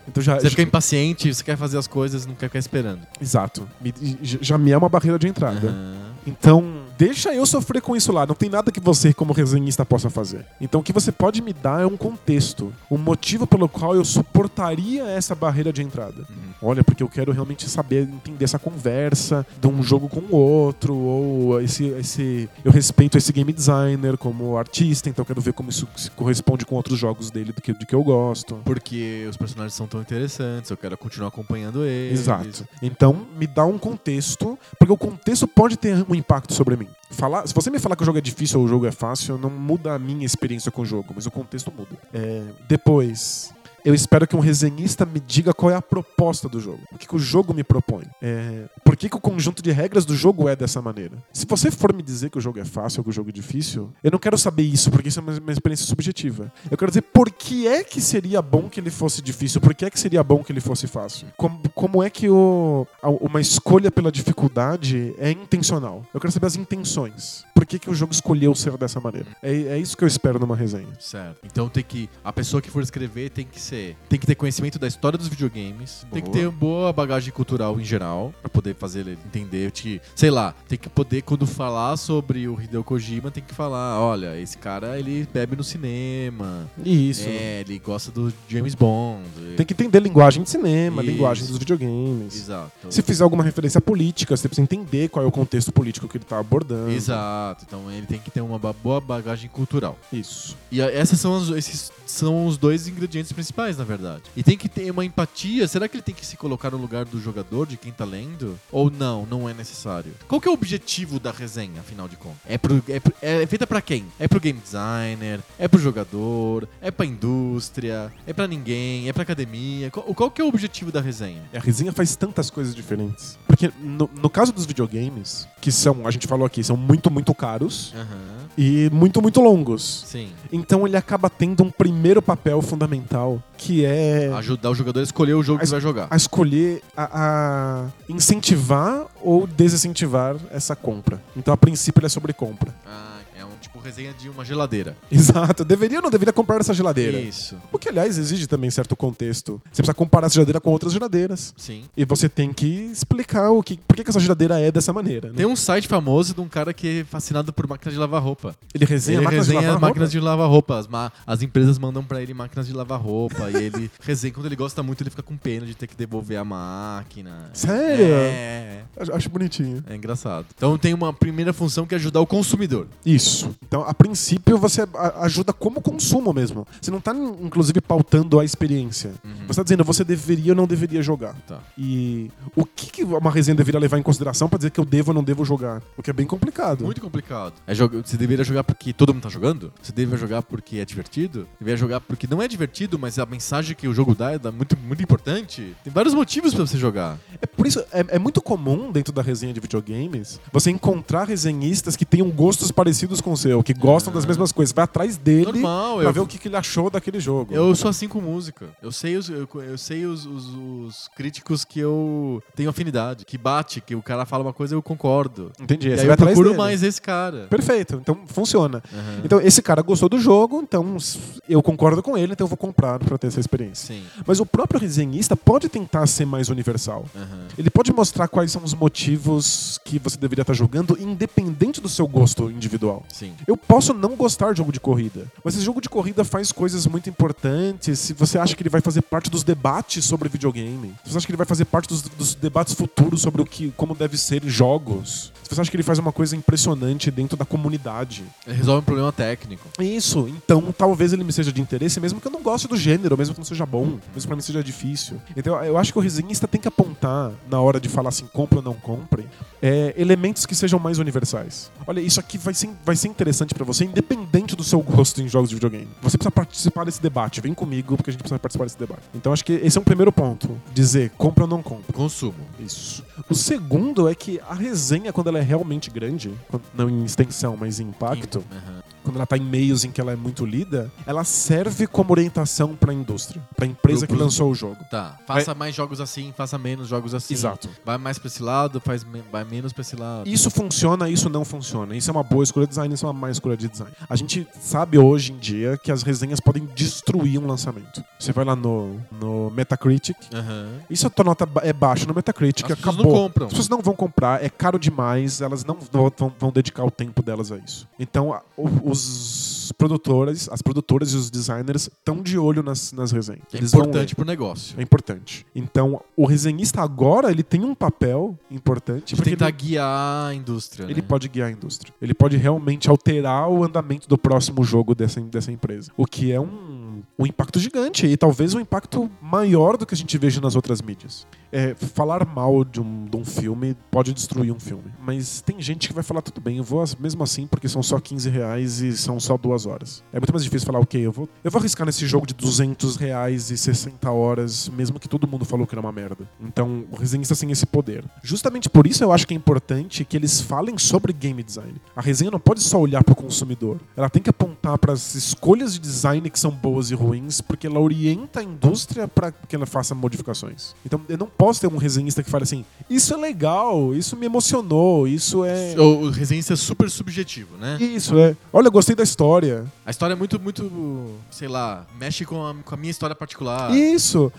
Então já, Você já- fica impaciente, você quer fazer as coisas, não quer ficar esperando. exato. Me- j- já me é uma barreira de entrada. Aham. Então, Deixa eu sofrer com isso lá. Não tem nada que você, como resenhista, possa fazer. Então o que você pode me dar é um contexto, um motivo pelo qual eu suportaria essa barreira de entrada. Olha, porque eu quero realmente saber entender essa conversa de um jogo com o outro, ou esse, esse. Eu respeito esse game designer como artista, então eu quero ver como isso se corresponde com outros jogos dele do que, do que eu gosto. Porque os personagens são tão interessantes, eu quero continuar acompanhando eles. Exato. Então, me dá um contexto, porque o contexto pode ter um impacto sobre mim. Falar, se você me falar que o jogo é difícil ou o jogo é fácil, não muda a minha experiência com o jogo, mas o contexto muda. É, depois. Eu espero que um resenhista me diga qual é a proposta do jogo. O que, que o jogo me propõe. É, por que, que o conjunto de regras do jogo é dessa maneira? Se você for me dizer que o jogo é fácil ou que o jogo é difícil, eu não quero saber isso, porque isso é uma, uma experiência subjetiva. Eu quero dizer por que é que seria bom que ele fosse difícil, por que é que seria bom que ele fosse fácil. Como, como é que o, a- uma escolha pela dificuldade é intencional? Eu quero saber as intenções. Por que, que o jogo escolheu ser dessa maneira? É, é isso que eu espero numa resenha. Certo. Então tem que. A pessoa que for escrever tem que ser. Tem que ter conhecimento da história dos videogames. Tem que Boa. ter uma boa bagagem cultural em geral. Pra poder fazer ele entender. Que, sei lá, tem que poder, quando falar sobre o Hideo Kojima, tem que falar: olha, esse cara ele bebe no cinema. Isso. É, ele gosta do James Bond. Tem que entender linguagem de cinema, Isso. linguagem dos videogames. Exato. Então- Se fizer alguma referência política, você precisa entender qual é o contexto político que ele tá abordando. Exato. Então ele tem que ter uma ba- boa bagagem cultural. Isso. E a- essas são as- esses são os dois ingredientes principais, na verdade. E tem que ter uma empatia. Será que ele tem que se colocar no lugar do jogador, de quem tá lendo? Ou não, não é necessário? Qual que é o objetivo da resenha, afinal de contas? É, pro, é, pro- é feita pra quem? É pro game designer? É pro jogador? É pra indústria? É pra ninguém? É pra academia? Qual, qual que é o objetivo da resenha? A resenha faz tantas coisas diferentes. Porque no, no caso dos videogames, que são, a gente falou aqui, são muito, muito caros Aham. e muito, muito longos. Sim. Então ele acaba tendo um primeiro papel fundamental, que é Ajudar o jogador a escolher o jogo As- que vai jogar. a escolher, a, a incentivar ou desincentivar essa compra. Então a princípio ele é sobre compra. Ah, é um tipo resenha de uma geladeira. Exato. Deveria ou não deveria comprar essa geladeira? Isso. O que, aliás, exige também certo contexto. Você precisa comparar essa geladeira com outras geladeiras. Sim. E você tem que explicar o que, por que, que essa geladeira é dessa maneira. Né? Tem um site famoso de um cara que é fascinado por máquinas de lavar roupa. Ele resenha ele máquinas resenha de lavar máquinas roupa. de lavar roupa. As, ma- as empresas mandam pra ele máquinas de lavar roupa. e ele resenha. Quando ele gosta muito, ele fica com pena de ter que devolver a máquina. Sério? É. Eu Acho bonitinho. É engraçado. Então tem uma primeira função que é ajudar o consumidor. Isso. Então, a princípio, você a- ajuda como consumo mesmo. Você não tá, inclusive, pautando a experiência. Você tá dizendo, você deveria ou não deveria jogar. Uhum. Tá. E o que, que uma resenha deveria levar em consideração pra dizer que eu devo ou não devo jogar? O que é bem complicado. Muito complicado. É jogo- você deveria jogar porque todo mundo tá jogando? Você deveria jogar porque é divertido? Deveria jogar porque não é divertido, mas a mensagem que o jogo dá é da- muito, muito importante? Tem vários motivos pra você jogar. É por isso, é, é muito comum dentro da resenha de videogames você encontrar resenhistas que tenham gostos parecidos com o seu, que gostam das mesmas coisas. Vai atrás dele É. Normal, pra eu- ver o que, que ele achou daquele jogo. Eu sou assim com música. Eu sei os, eu, co- eu sei os, os- os críticos que eu tenho afinidade, que bate, que o cara fala uma coisa e eu concordo. Entendi. E você aí vai eu atrás procuro dele. mais esse cara. Perfeito, então funciona. Aham. Então, esse cara gostou do jogo, então s- eu concordo com ele, então eu vou comprar pra ter essa experiência. Sim. É. Mas o próprio resenhista pode tentar ser mais universal. Aham. Ele pode mostrar quais são os motivos que você deveria estar jogando, independente do seu gosto individual. Sim. Eu posso não gostar de jogo de corrida, mas esse jogo de corrida faz coisas muito importantes. Se você acha que ele vai fazer parte dos debates sobre videogame, se você acha que ele vai fazer parte dos, dos debates futuros sobre o que, como deve ser jogos, se você acha que ele faz uma coisa impressionante dentro da comunidade, Ele resolve um problema técnico. isso. Então, talvez ele me seja de interesse, mesmo que eu não goste do gênero, mesmo que não seja bom, mesmo que pra mim seja difícil. Então, eu acho que o resenhista tem que apontar, na hora de falar assim, compre ou não compre, é, elementos que sejam mais universais. Olha, isso aqui vai ser, vai ser interessante pra você, independente do seu gosto em jogos de videogame. Você precisa participar desse debate. Vem comigo, porque a gente precisa participar desse debate. Então, acho que esse é um primeiro ponto. Dizer, compra ou não compra. Consumo. Isso. O segundo é que a resenha, quando ela é realmente grande, quando- não em extensão, mas em impacto, Aham. quando ela tá em meios em que ela é muito lida, ela serve como orientação pra indústria, pra empresa que Pro- pro- lançou o jogo. Tá. Faça mais jogos assim, faça menos jogos assim. Exato. Vai mais pra esse lado, faz me- vai menos pra esse lado. Isso funciona, isso não funciona. Isso é uma boa escolha de design, isso é uma má escolha de design. A gente sabe hoje em dia que as resenhas podem destruir um lançamento. Você vai lá no, no Metacritic, Aham. isso a tua nota ba- é baixa no Metacritic, As pessoas acabou. compram. As pessoas não vão comprar, é caro demais, elas não vão, vão- vão dedicar o tempo delas a isso. Então, a- o- os produtores, as produtoras e os designers estão de olho nas, nas resenhas. É Eles vão importante pro negócio. ler. É importante. Então, o resenhista agora, ele tem um papel importante. Tipo, porque tentar ele- guiar a indústria. ele né? pode guiar a indústria. Ele pode realmente alterar o andamento do próximo jogo dessa, dessa empresa. O que é um, um impacto gigante e talvez um impacto maior do que a gente veja nas outras mídias. É, falar mal de um, de um filme pode destruir um filme. Mas tem gente que vai falar tudo bem, eu vou as- mesmo assim porque são só 15 reais e são só duas horas. É muito mais difícil falar, ok, eu vou, eu vou arriscar nesse jogo de 200 reais e 60 horas, mesmo que todo mundo falou que era uma merda. Então, o resenhista tem esse poder. Justamente por isso eu acho que é importante que eles falem sobre game design. A resenha não pode só olhar para o consumidor. Ela tem que apontar para as escolhas de design que são boas e ruins, porque ela orienta a indústria para que ela faça modificações. Então, eu não posso ter um resenhista que fale assim: isso é legal, isso me emocionou, isso é. O, o resenhista é super subjetivo, né? Isso, é. Olha, eu gostei da história. A história é muito, muito, sei lá, mexe com a, com a minha história Ah. particular. Isso.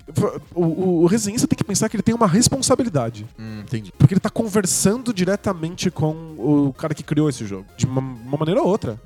O, o, o resenhista tem que pensar que ele tem uma responsabilidade. Hum, entendi. Porque ele tá conversando diretamente com o cara que criou esse jogo. De uma, uma maneira ou outra.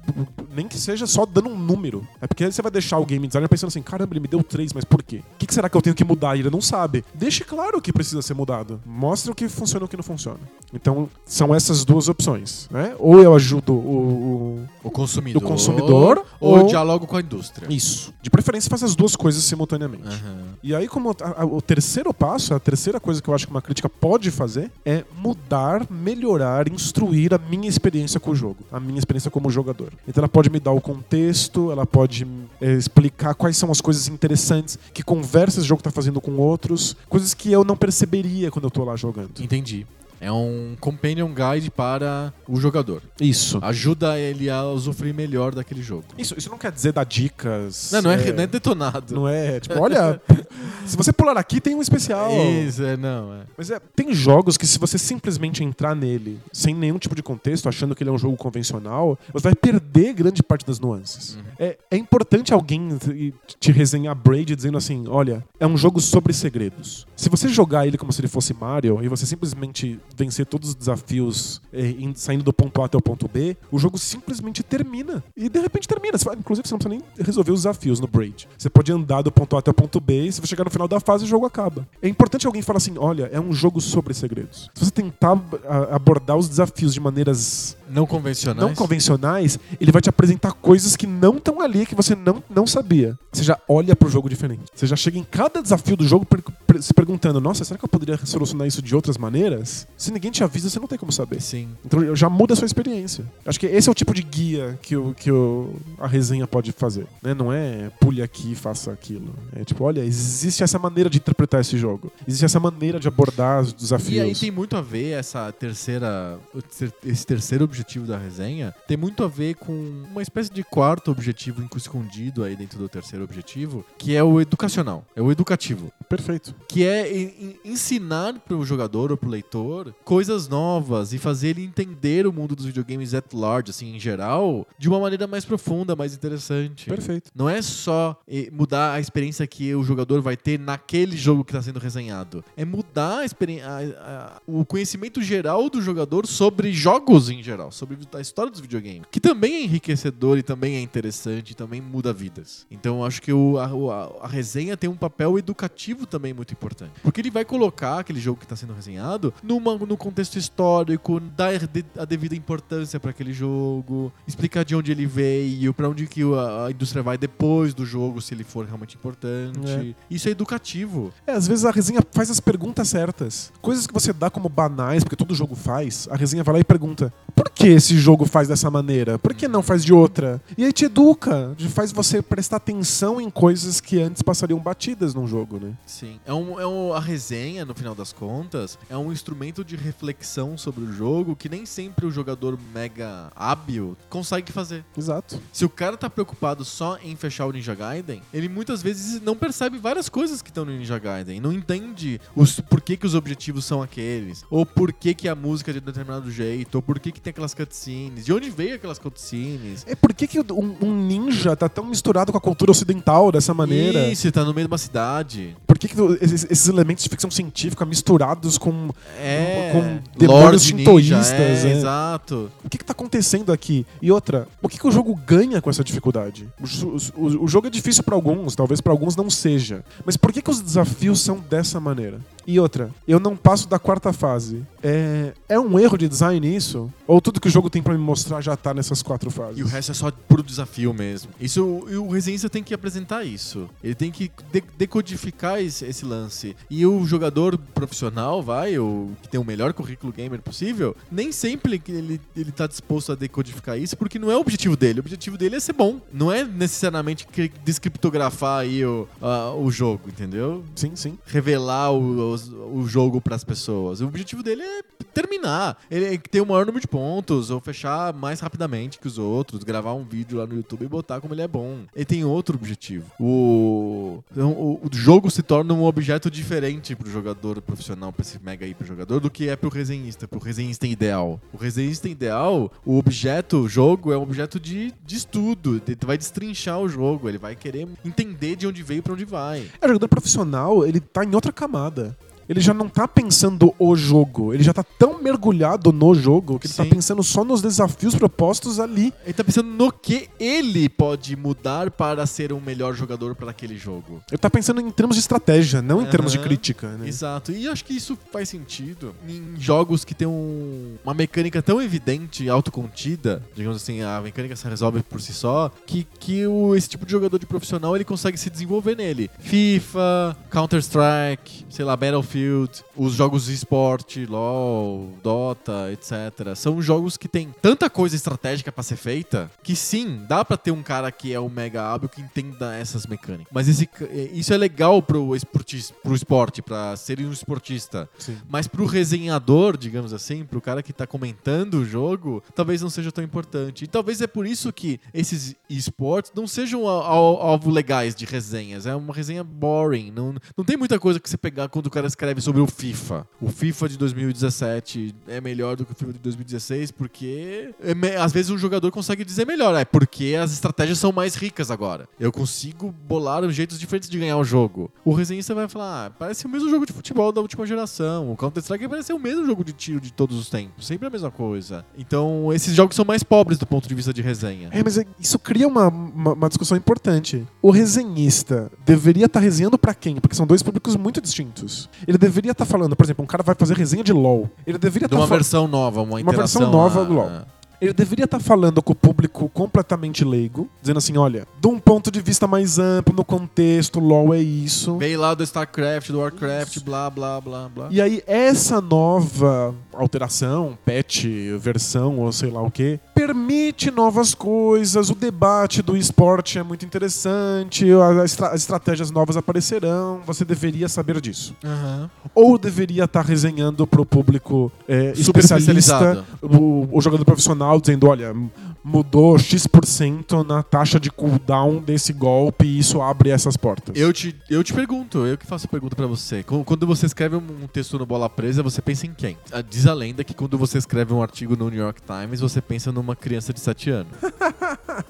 Nem que seja só dando um número. É porque aí você vai deixar o game designer pensando assim: caramba, ele me deu três, mas por quê? O que que será que eu tenho que mudar? E ele não sabe. Deixe claro o que precisa ser mudado. Mostre o que funciona e o que não funciona. Então, são essas duas opções, né? Ou eu ajudo o- o, O consumidor. Do consumidor Ou, ou- diálogo com a indústria. isso. De preferência, faça as duas coisas simultaneamente. Aham. E aí, como a- a- o terceiro passo, a terceira coisa que eu acho que uma crítica pode fazer é mudar, melhorar, instruir a minha experiência com o jogo, a minha experiência como jogador. Então, ela pode me dar o contexto, ela pode eh, explicar quais são as coisas interessantes, que conversas o jogo tá fazendo com outros, coisas que eu não perceberia quando eu tô lá jogando. Entendi. É um companion guide para o jogador. Isso. Ajuda ele a usufruir melhor daquele jogo. Isso, isso não quer dizer dar dicas. Não, não é, eh, não é detonado. Não é, tipo, olha, se você pular aqui tem um especial. Isso, é, não. É. Mas é, tem jogos que se você simplesmente entrar nele sem nenhum tipo de contexto, achando que ele é um jogo convencional, você vai perder grande parte das nuances. É, é importante alguém te- te resenhar Braid dizendo assim, olha, é um jogo sobre segredos. Se você jogar ele como se ele fosse Mario e você simplesmente vencer todos os desafios eh, indo- saindo do ponto A até o ponto B, o jogo simplesmente termina. E de repente termina. Você fala, Inclusive você não precisa nem resolver os desafios no Braid. Você pode andar do ponto A até o ponto B e se você chegar no final da fase, o jogo acaba. É importante alguém falar assim, olha, é um jogo sobre segredos. Se você tentar a- abordar os desafios de maneiras Não convencionais. não convencionais, ele vai te apresentar coisas que não estão ali, que você não, não sabia. Você já olha pro jogo diferente. Você já chega em cada desafio do jogo per- per- se perguntando: nossa, será que eu poderia solucionar isso de outras maneiras? Se ninguém te avisa, você não tem como saber. Sim. Então já muda a sua experiência. Acho que esse é o tipo de guia que, o, que o, a resenha pode fazer. né? Não é pule aqui, faça aquilo. É tipo, olha, existe essa maneira de interpretar esse jogo. Existe essa maneira de abordar os desafios. E aí tem muito a ver essa terceira, o ter- esse terceiro objetivo da resenha, tem muito a ver com uma espécie de quarto objetivo escondido aí dentro do terceiro objetivo, que é o educacional, é o educativo, Perfeito. que é en- en- ensinar pro jogador ou pro leitor coisas novas e fazer ele entender o mundo dos videogames at large, assim, em geral, de uma maneira mais profunda, mais interessante. Perfeito. Não é só eh, mudar a experiência que o jogador vai ter naquele jogo que está sendo resenhado. É mudar a experi- a- a- o conhecimento geral do jogador sobre jogos em geral, sobre a história dos videogames. Que também é enriquecedor e também é interessante e também muda vidas. Então eu acho que o- a, o- a- a resenha tem um papel educativo também muito importante. Porque ele vai colocar aquele jogo que está sendo resenhado numa, no contexto histórico, dar de- a devida importância para aquele jogo, explicar de onde ele veio, para onde que o- a, a indústria vai depois do jogo, se ele for realmente importante. Isso é educativo. É, às vezes a resenha faz as perguntas certas. Coisas que você dá como banais, porque todo jogo faz, a resenha vai lá e pergunta: por que esse jogo faz dessa maneira? Por que não faz de outra? E aí te educa, te faz você prestar atenção em coisas que antes passariam batidas num jogo, né? Sim. É um, é um- a resenha, no final das contas, é um instrumento de reflexão sobre o jogo que nem sempre o jogador mega hábil consegue fazer. Exato. Se o cara tá preocupado só em fechar o Ninja Gaiden, ele muitas vezes não percebe várias coisas que estão no Ninja Gaiden. Não entende os, por que, que os objetivos são aqueles, ou por que, que a música é de determinado jeito, ou por que, que tem aquelas cutscenes, de onde veio aquelas cutscenes. É por que, que um, um ninja tá tão misturado com a cultura ocidental dessa maneira? Isso, tá no meio de uma cidade. Por que, que esses, esses elementos de ficção científica misturados com, É. com demônios Lorde ninja, shintoístas? é, é? Exato. O que, que tá acontecendo aqui? E outra, o que, que o jogo ganha com essa dificuldade? O, ju- o- o jogo é difícil pra alguns, talvez pra alguns não seja. Mas por que, que os desafios são dessa maneira? E outra, eu não passo da quarta fase. É, é um erro de design isso? Ou tudo que o jogo tem pra me mostrar já tá nessas quatro fases? E o resto é só puro desafio mesmo. Isso, e o Resença tem que apresentar isso. Ele tem que de- decodificar esse, esse lance. E o jogador profissional, vai, o que tem o melhor currículo gamer possível, nem sempre que ele, ele tá disposto a decodificar isso, porque não é o objetivo dele. O objetivo dele é ser bom. Não é necessariamente cri- descriptografar aí o, a- o jogo, entendeu? Sim, sim. revelar o, os- o jogo pras pessoas. O objetivo dele é terminar. Ele é ter o maior número de pontos, ou fechar mais rapidamente que os outros, gravar um vídeo lá no YouTube e botar como ele é bom. Ele tem outro objetivo. O, então, o, o jogo se torna um objeto diferente pro jogador profissional, pra esse mega hiper jogador, do que é pro resenhista, pro resenhista ideal. O resenhista ideal, o objeto, o jogo, é um objeto de, de estudo. Ele vai destrinchar o jogo, ele vai querer entender de onde veio e pra onde vai. É, o jogador profissional, ele tá em outra camada. Ele já não tá pensando o jogo. Ele já tá tão mergulhado no jogo que ele Sim. tá pensando só nos desafios propostos ali. Ele tá pensando no que ele pode mudar para ser um melhor jogador para aquele jogo. Ele tá pensando em termos de estratégia, não em termos de Aham. crítica, né? Exato. E acho que isso faz sentido em jogos que tem um- uma mecânica tão evidente, autocontida, digamos assim, a mecânica se resolve por si só, que, que o- esse tipo de jogador de profissional ele consegue se desenvolver nele. FIFA, Counter-Strike, sei lá, Battlefield, os jogos de esporte, LoL, Dota, etc. São jogos que tem tanta coisa estratégica pra ser feita que sim, dá pra ter um cara que é o mega hábil que entenda essas mecânicas. Mas esse ca- eh, isso é legal pro, esportis, pro esporte, pra ser um esportista. Sim. Mas pro resenhador, digamos assim, pro cara que tá comentando o jogo, talvez não seja tão importante. E talvez é por isso que esses esportes não sejam al- al- alvo legais de resenhas. É uma resenha boring. Não, não tem muita coisa que você pegar quando o cara escreve sobre o FIFA. O FIFA de 2017 é melhor do que o FIFA de 2016 porque é me- às vezes um jogador consegue dizer melhor. É porque as estratégias são mais ricas agora. Eu consigo bolar jeitos diferentes de ganhar o jogo. O resenhista vai falar, ah, parece o mesmo jogo de futebol da última geração. O Counter-Strike parece o mesmo jogo de tiro de todos os tempos. Sempre a mesma coisa. Então, esses jogos são mais pobres do ponto de vista de resenha. É, mas é- isso cria uma, uma, uma discussão importante. O resenhista deveria estar resenhando pra quem? Porque são dois públicos muito distintos. Ele deveria estar falando, por exemplo, um cara vai fazer resenha de LoL. Ele deveria De estar uma versão nova, uma Uma versão interação. nova ah, do LoL. ah. Ele deveria estar falando com o público completamente leigo, dizendo assim, olha, de um ponto de vista mais amplo, no contexto, LoL é isso. Bem lá do StarCraft, do WarCraft, blá, blá, blá, blá. E aí, essa nova alteração, patch, versão ou sei lá o que, permite novas coisas, o debate do esporte é muito interessante, a- a estra- as estratégias novas aparecerão, você deveria saber disso. Aham. Ou deveria estar resenhando pro público é, Super especialista, especializado. o, o jogador profissional, dizendo: olha, m- mudou X% na taxa de cooldown desse golpe e isso abre essas portas. Eu te, eu te pergunto, eu que faço a pergunta pra você. Qu- Quando você escreve um um texto no Bola Presa, você pensa em quem? Ah, Diz a lenda que quando você escreve um artigo no New York Times, você pensa numa criança de 7 anos.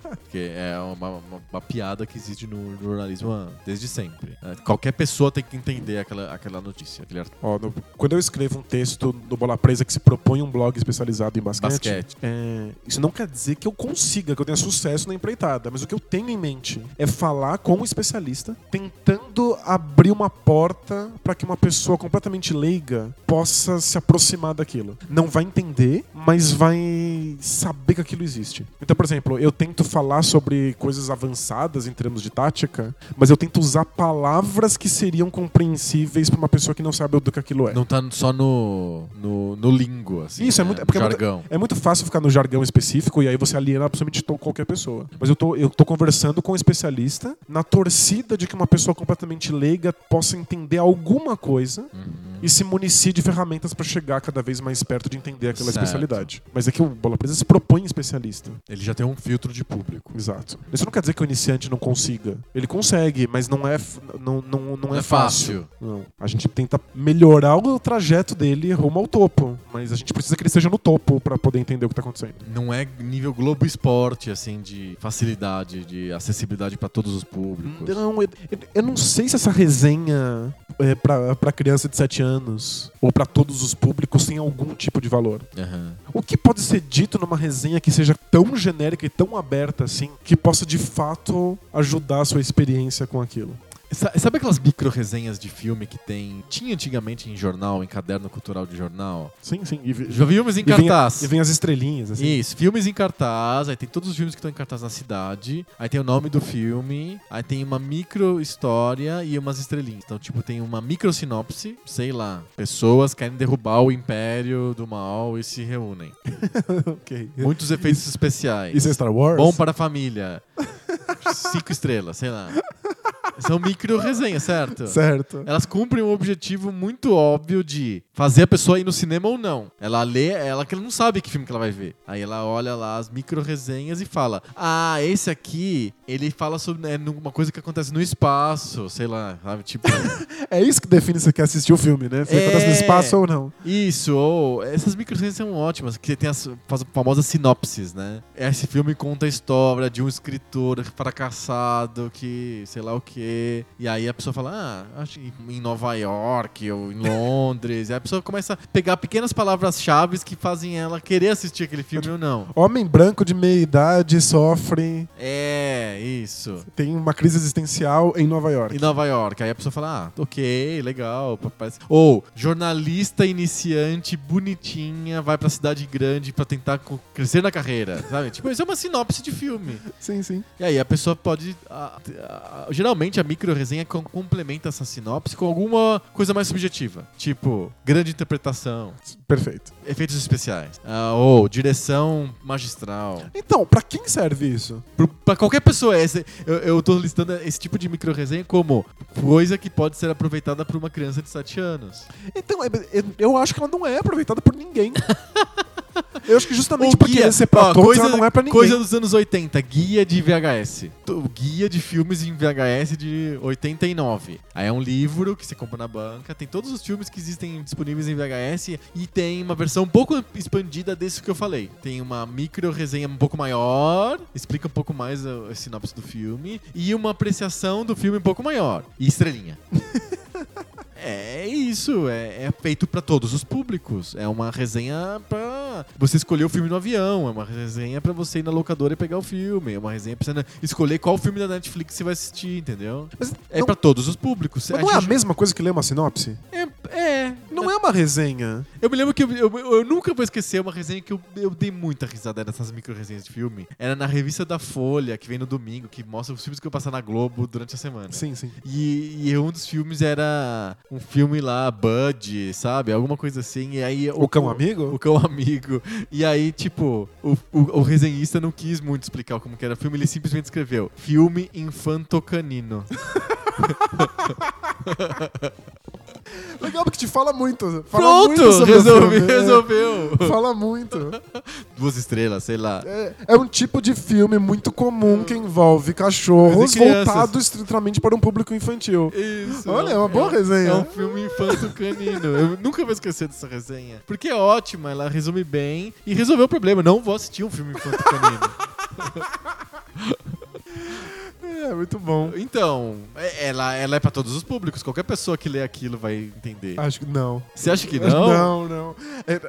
Porque é uma, uma- uma piada que existe no jornalismo há- desde sempre. Ah, Qualquer pessoa tem que entender aquela, aquela notícia, aquele artigo. Ó, no- quando eu escrevo um texto do Bola Presa que se propõe um blog especializado em basquete, Basquete. é, isso não quer dizer que eu consiga, que eu tenha sucesso na empreitada, mas o que eu tenho em mente é falar com um especialista, tentando abrir uma porta para que uma pessoa completamente leiga possa se aproximar daquilo. Não vai entender, mas vai saber que aquilo existe. Então, por exemplo, eu tento falar sobre coisas avançadas em termos de tática, mas eu tento usar palavras que seriam compreensíveis para uma pessoa que não sabe do que aquilo é. Não tá só no, no, no lingo, assim. Isso, é né? muito- No porque é muito- jargão. É muito fácil ficar no jargão específico e aí você aliena absolutamente to- qualquer pessoa. Mas eu tô, eu tô conversando com um especialista na torcida de que uma pessoa completamente leiga possa entender alguma coisa Uhum. e se municie de ferramentas pra chegar cada vez mais perto de entender aquela Certo. especialidade. Mas é que o Bola Presa se propõe especialista. Ele já tem um filtro de público. Exato. Isso não quer dizer que o iniciante não consiga. Ele consegue, mas não é, f- não, não, não, é, fácil. Não. A gente tenta melhorar o trajeto dele rumo ao topo. Mas a gente precisa que ele esteja no topo pra poder entender o que tá acontecendo. Não é nível Globo Esporte, assim, de facilidade, de acessibilidade pra todos os públicos. Não, eu, eu- eu não sei se essa resenha é, pra, pra criança de 7 anos ou pra todos os públicos tem algum tipo de valor. Aham. O que pode ser dito numa resenha que seja tão genérica e tão aberta assim que possa de fato ajudar a sua experiência com aquilo? Sa- Sabe aquelas micro-resenhas de filme que tem... Tinha antigamente em jornal, em caderno cultural de jornal? Sim, sim. E, vi- Já filmes em e vem, cartaz. e vem as estrelinhas, assim. Isso, filmes em cartaz, aí tem todos os filmes que estão em cartaz na cidade, aí tem o nome do filme, aí tem uma micro história e umas estrelinhas. Então, tipo, tem uma micro sinopse, sei lá, pessoas querem derrubar o império do mal e se reúnem. Ok. Muitos efeitos especiais. Isso é Star Wars? Bom para a família. Cinco estrelas, sei lá. São micro resenhas, certo? Certo. Elas cumprem um objetivo muito óbvio de fazer a pessoa ir no cinema ou não. Ela lê, ela que ela não sabe que filme que ela vai ver. Aí ela olha lá as micro resenhas e fala: Ah, esse aqui, ele fala sobre né, uma coisa que acontece no espaço, sei lá, sabe? Tipo, É isso que define se você quer assistir o filme, né? Se É. acontece no espaço ou não. isso, ou. Essas micro resenhas são ótimas, que tem as faz- famosas sinopses, né? Esse filme conta a história de um escritor fracassado que, sei lá o quê. E aí a pessoa fala, ah, acho que em Nova York ou em Londres. e aí a pessoa começa a pegar pequenas palavras-chave que fazem ela querer assistir aquele filme ou não. Homem branco de meia idade sofre, É, isso. tem uma crise existencial em Nova York. Em Nova York. Aí a pessoa fala, ah, ok, legal. pa- parece- Ou jornalista iniciante, bonitinha, vai pra cidade grande pra tentar co- crescer na carreira. Sabe? Tipo, isso é uma sinopse de filme. Sim, sim. E aí a pessoa pode. a- a- geralmente a micro resenha com- complementa essa sinopse com alguma coisa mais subjetiva. Tipo, grande interpretação, Perfeito. efeitos especiais. ah, ou direção magistral. Então, pra quem serve isso? Pro- Pra qualquer pessoa, esse, eu, eu tô listando esse tipo de micro-resenha como coisa que pode ser aproveitada por uma criança de 7 anos. Então, é- é- eu acho que ela não é aproveitada por ninguém. eu acho que justamente Ou porque querer ser pra ó, todos, ela não é pra ninguém. Coisa dos anos 80, guia de VHS. O guia de filmes em VHS de 89. Aí é um livro que você compra na banca, tem todos os filmes que existem disponíveis em VHS e tem uma versão um pouco expandida desse que eu falei. Tem uma micro-resenha um pouco maior, explica um pouco mais a, a sinopse do filme e uma apreciação do filme um pouco maior. E estrelinha. É isso, é, é feito pra todos os públicos. É uma resenha pra você escolher o filme no avião, é uma resenha pra você ir na locadora e pegar o filme, é uma resenha pra você na- escolher qual filme da Netflix você vai assistir, entendeu? Mas É não- pra todos os públicos. mas A não é a gente- mesma coisa que ler uma sinopse? É, é. Não é uma resenha. Eu me lembro que eu, eu- eu nunca vou esquecer uma resenha que eu, eu dei muita risada nessas micro-resenhas de filme. Era na revista da Folha, que vem no domingo, que mostra os filmes que eu passar na Globo durante a semana. Sim, sim. E, e um dos filmes era um filme lá, Bud, sabe? Alguma coisa assim. E aí, O cão amigo? O cão amigo. E aí, tipo, o, o, o resenhista não quis muito explicar como que era o filme, ele simplesmente escreveu: Filme infantocanino. Legal, porque te fala muito. Fala Pronto! muito sobre o Resolvi, filme, é. resolveu! Fala muito. Duas estrelas, sei lá. É, é um tipo de filme muito comum que envolve cachorros E crianças. voltados estritamente para um público infantil. Isso. Olha, é uma um- boa resenha. É um filme infanto canino. Eu nunca vou esquecer dessa resenha. Porque é ótima, ela resume bem e resolveu o problema. Não vou assistir um filme infanto canino. É, muito bom. Então, é- ela, ela é pra todos os públicos. Qualquer pessoa que lê aquilo vai entender. Acho que não. Você acha que não? Ah, Não, não. É,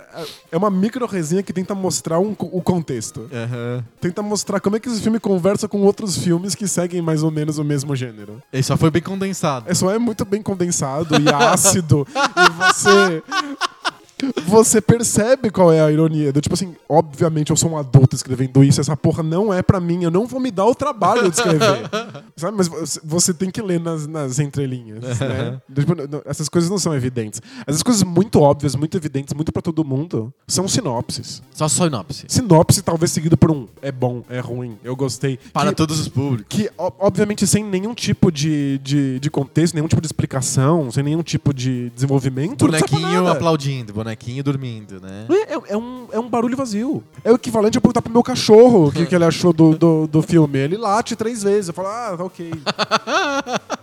é uma micro resenha que tenta mostrar um co- o contexto. Aham. Tenta mostrar como é que esse filme conversa com outros filmes que seguem mais ou menos o mesmo gênero. Ele só foi bem condensado. É só é muito bem condensado e ácido. e você. você percebe qual é a ironia. Do, tipo assim, obviamente eu sou um adulto escrevendo isso, essa porra não é pra mim, eu não vou me dar o trabalho de escrever. Sabe? Mas você- você tem que ler nas, nas entrelinhas, né? Do, tipo, não- essas coisas não são evidentes. Essas coisas muito óbvias, muito evidentes, muito pra todo mundo, são sinopses. Só sinopse. Sinopse talvez seguido por um é bom, é ruim, eu gostei. Para que, todos os públicos. que, o- obviamente, sem nenhum tipo de, de, de contexto, nenhum tipo de explicação, sem nenhum tipo de desenvolvimento. não serve pra Bonequinho nada. aplaudindo, bonequinho dormindo, né? Não é- É, é um, é um barulho vazio. É o equivalente a perguntar pro meu cachorro o que, que ele achou do, do, do filme. Ele late três vezes. Eu falo, ah, tá ok.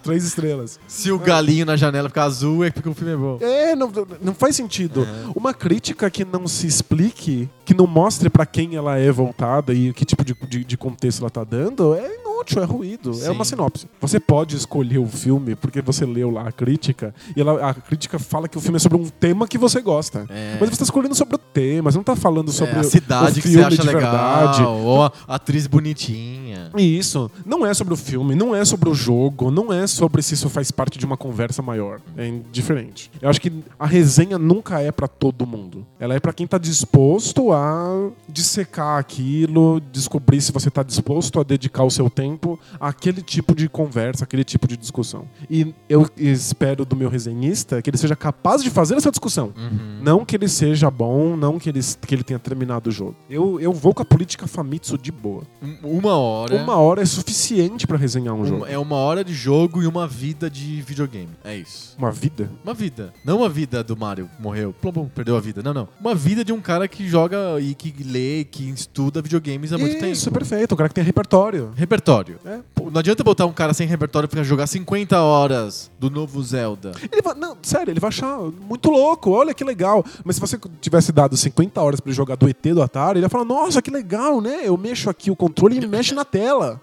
três estrelas. Se o galinho na janela ficar azul, é porque o filme é bom. É, não, não faz sentido. Uma crítica que não se explique, que não mostre pra quem ela é voltada e que tipo de, de, de contexto ela tá dando, é inútil, é ruído. É Sim. uma sinopse. Você pode escolher o filme porque você leu lá a crítica e ela- a crítica fala que o filme é sobre um tema que você gosta. É. Mas você tá escolhendo sobre o tema, você não tá falando sobre é, a o- cidade o que filme você acha de verdade. legal, ou a atriz bonitinha. E isso não é sobre o filme, não é sobre o jogo, não é sobre se isso faz parte de uma conversa maior. É diferente. Eu acho que a resenha nunca é pra todo mundo. Ela é pra quem tá disposto a dissecar aquilo, descobrir se você tá disposto a dedicar o seu tempo àquele tipo de conversa, aquele tipo de discussão. E eu espero do meu resenhista que ele seja capaz de fazer essa discussão. Não que ele seja bom, não que ele, que ele tenha terminado o jogo. Eu, eu vou com a política Famitsu de boa. Um- Uma hora. Uma hora é suficiente pra resenhar um um- jogo. é uma hora de jogo e uma vida de videogame. É isso. Uma vida? Uma vida. Não uma vida do Mario, morreu, plum, plum, perdeu a vida. Não, não. Uma vida de um cara que joga e que lê, que estuda videogames há muito Isso, tempo. perfeito. O cara que tem repertório. Repertório. É. Pô, Não adianta botar um cara sem repertório pra jogar 50 horas do novo Zelda. Ele vai- não, sério, ele vai achar muito louco, olha que legal. Mas se você tivesse dado 50 horas pra ele jogar do ET do Atari, ele ia falar, nossa, que legal, né? Eu mexo aqui o controle e ele mexe na tela.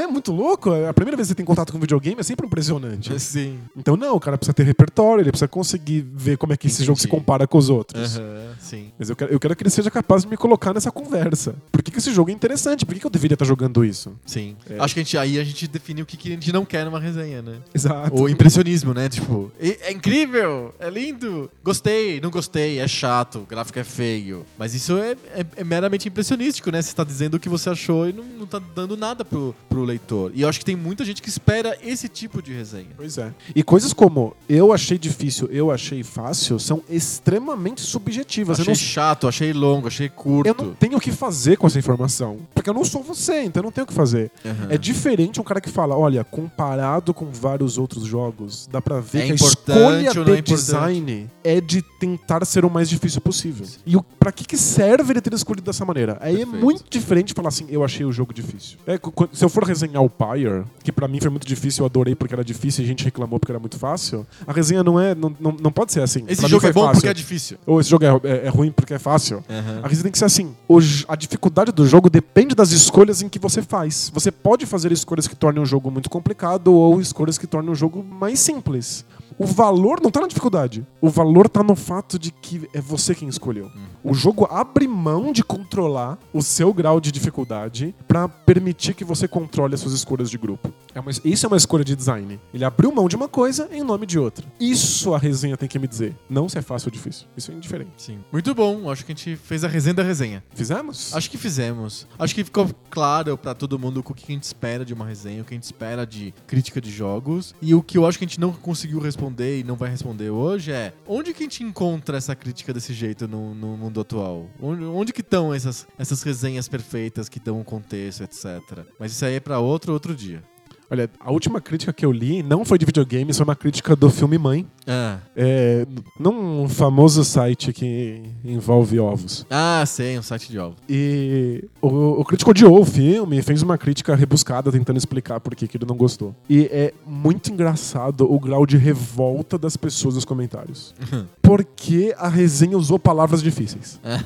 é muito louco. A primeira vez que você tem contato com um videogame é sempre impressionante. Sim. Então não, o cara precisa ter repertório, ele precisa conseguir ver como é que esse jogo se Entendi. compara com os outros. Aham, sim. Mas eu quero, eu quero que ele seja capaz de me colocar nessa conversa. Por que, que esse jogo é interessante? Por que, que eu deveria estar jogando isso? Sim. É. Acho que a gente, aí a gente definiu o que, que a gente não quer numa resenha, né? Exato. Ou impressionismo, né? Tipo, "E- é incrível, é lindo, gostei, não gostei, é chato, o gráfico é feio. Mas isso é, é- é meramente impressionístico, né? Você tá dizendo o que você achou e não, não tá dando nada pro, pro leitor. E eu acho que tem muita gente que espera esse tipo de resenha. Pois é. E coisas como eu achei difícil, eu achei fácil, são extremamente subjetivas. Eu achei não, chato, achei longo, achei eu curto. não tenho o que fazer com essa informação. Porque eu não sou você, então eu não tenho o que fazer. Aham. É diferente um cara que fala, olha, comparado com vários outros jogos, dá pra ver É que a importante escolha ou de não é importante? design é de tentar ser o mais difícil possível. E o, pra que, que serve ele ter escolhido dessa maneira? Aí é Perfeito. muito diferente falar assim, eu achei o jogo difícil. É, cu- cu- se eu for resenhar o Pyre, que pra mim foi muito difícil, eu adorei porque era difícil e a gente reclamou porque era muito fácil, a resenha não é, não, não, não pode ser assim. Esse Pra mim jogo foi é bom fácil. porque é difícil. Ou esse jogo é, é- é ruim porque é fácil. Aham. A resenha tem que ser assim. o j- a dificuldade do jogo depende das escolhas em que você faz. Você pode fazer escolhas que tornem o jogo muito complicado ou escolhas que tornem o jogo mais simples. O valor não tá na dificuldade. O valor tá no fato de que é você quem escolheu. O jogo abre mão de controlar o seu grau de dificuldade pra permitir que você controle as suas escolhas de grupo. É uma es- isso é uma escolha de design. Ele abriu mão de uma coisa em nome de outra. Isso a resenha tem que me dizer. Não se é fácil ou difícil. Isso é indiferente. Sim. Muito bom, acho que a gente fez a resenha da resenha. Fizemos? Acho que fizemos. Acho que ficou claro pra todo mundo o que a gente espera de uma resenha, o que a gente espera de crítica de jogos. E o que eu acho que a gente não conseguiu responder e não vai responder hoje é onde que a gente encontra essa crítica desse jeito no, no mundo atual? Onde, onde que estão essas, essas resenhas perfeitas que dão o contexto, etc. Mas isso aí é pra outro outro dia. Olha, a última crítica que eu li não foi de videogames, foi uma crítica do filme Mãe. Ah, É, num famoso site que envolve ovos. ah sei, um site de alvo. E o, o crítico odiou o filme, fez uma crítica rebuscada tentando explicar por que que ele não gostou. E é muito engraçado o grau de revolta das pessoas nos Uhum. comentários. Porque a resenha usou palavras difíceis.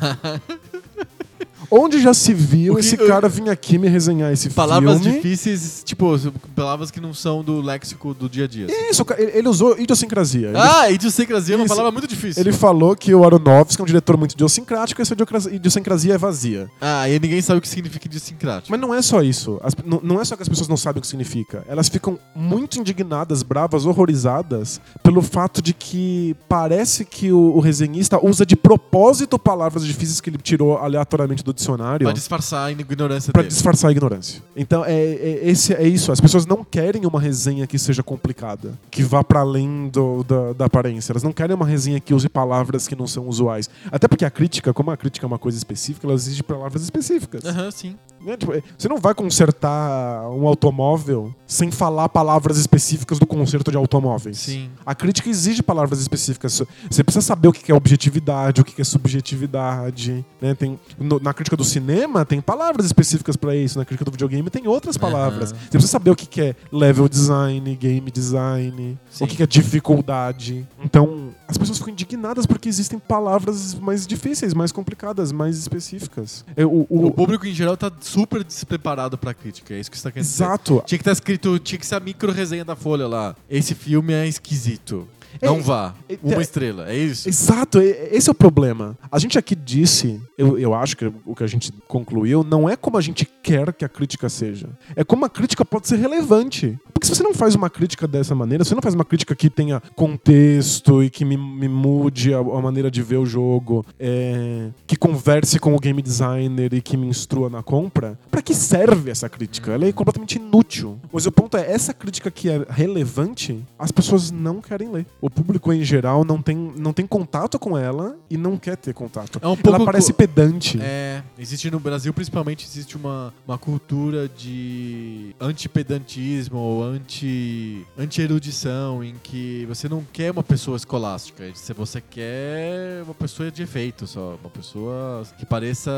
Onde já se O viu que- esse cara vir aqui me resenhar esse Palavras filme? difíceis, tipo, palavras que não são do léxico do dia a dia. assim. Isso, cara, ele ele usou idiosincrasia. Ele, Ah, idiosincrasia é uma Isso. palavra muito difícil. ele falou que o Aronofsky é um diretor muito idiosincrático e essa idiocra- idiosincrasia é vazia. Ah, e ninguém sabe o que significa idiosincrático. Mas não é só isso. As- não, não é só que as pessoas não sabem o que significa. Elas ficam muito indignadas, bravas, horrorizadas pelo fato de que parece que o, o resenhista usa de propósito palavras difíceis que ele tirou aleatoriamente do dicionário. Pra disfarçar a ignorância Pra dele. disfarçar a ignorância. Então, é, é- esse, é isso. As pessoas não querem uma resenha que seja complicada, que vá pra além do- da, da aparência. Elas não querem uma resenha que use palavras que não são usuais. Até porque a crítica, como a crítica é uma coisa específica, ela exige palavras específicas. Aham, sim. Né? Tipo, é, você não vai consertar um automóvel sem falar palavras específicas do conserto de automóveis. Sim. A crítica exige palavras específicas. Você precisa saber o que é objetividade, o que é subjetividade. né? Tem, no- na crítica do cinema tem palavras específicas pra isso. Na crítica do videogame tem outras palavras. Aham. Você precisa saber o que é level design, game design, Sim. o que é dificuldade. Então, as pessoas ficam indignadas porque existem palavras mais difíceis, mais complicadas, mais específicas. É, o- o- O público em geral tá super despreparado pra crítica, é isso que você tá querendo dizer. Exato. Tinha que estar escrito, tinha que ser a micro resenha da Folha lá. Esse filme é esquisito. Não É, vá. é, Uma é, estrela, é isso? Exato, e- esse é o problema. A gente aqui disse, eu, eu acho que o que a gente concluiu, não é como a gente quer que a crítica seja. É como a crítica pode ser relevante. Porque se você não faz uma crítica dessa maneira, se você não faz uma crítica que tenha contexto e que me, me mude a, a maneira de ver o jogo, é, que converse com o game designer e que me instrua na compra, pra que serve essa crítica? Ela é completamente inútil. Mas o ponto é, essa crítica que é relevante, as pessoas não querem ler. O público em geral não tem, não tem contato com ela e não quer ter contato. É um pouco ela parece co- pedante. É, existe no Brasil, principalmente, existe uma, uma cultura de antipedantismo ou anti, anti-erudição, em que você não quer uma pessoa escolástica, se você quer uma pessoa de efeito só, uma pessoa que pareça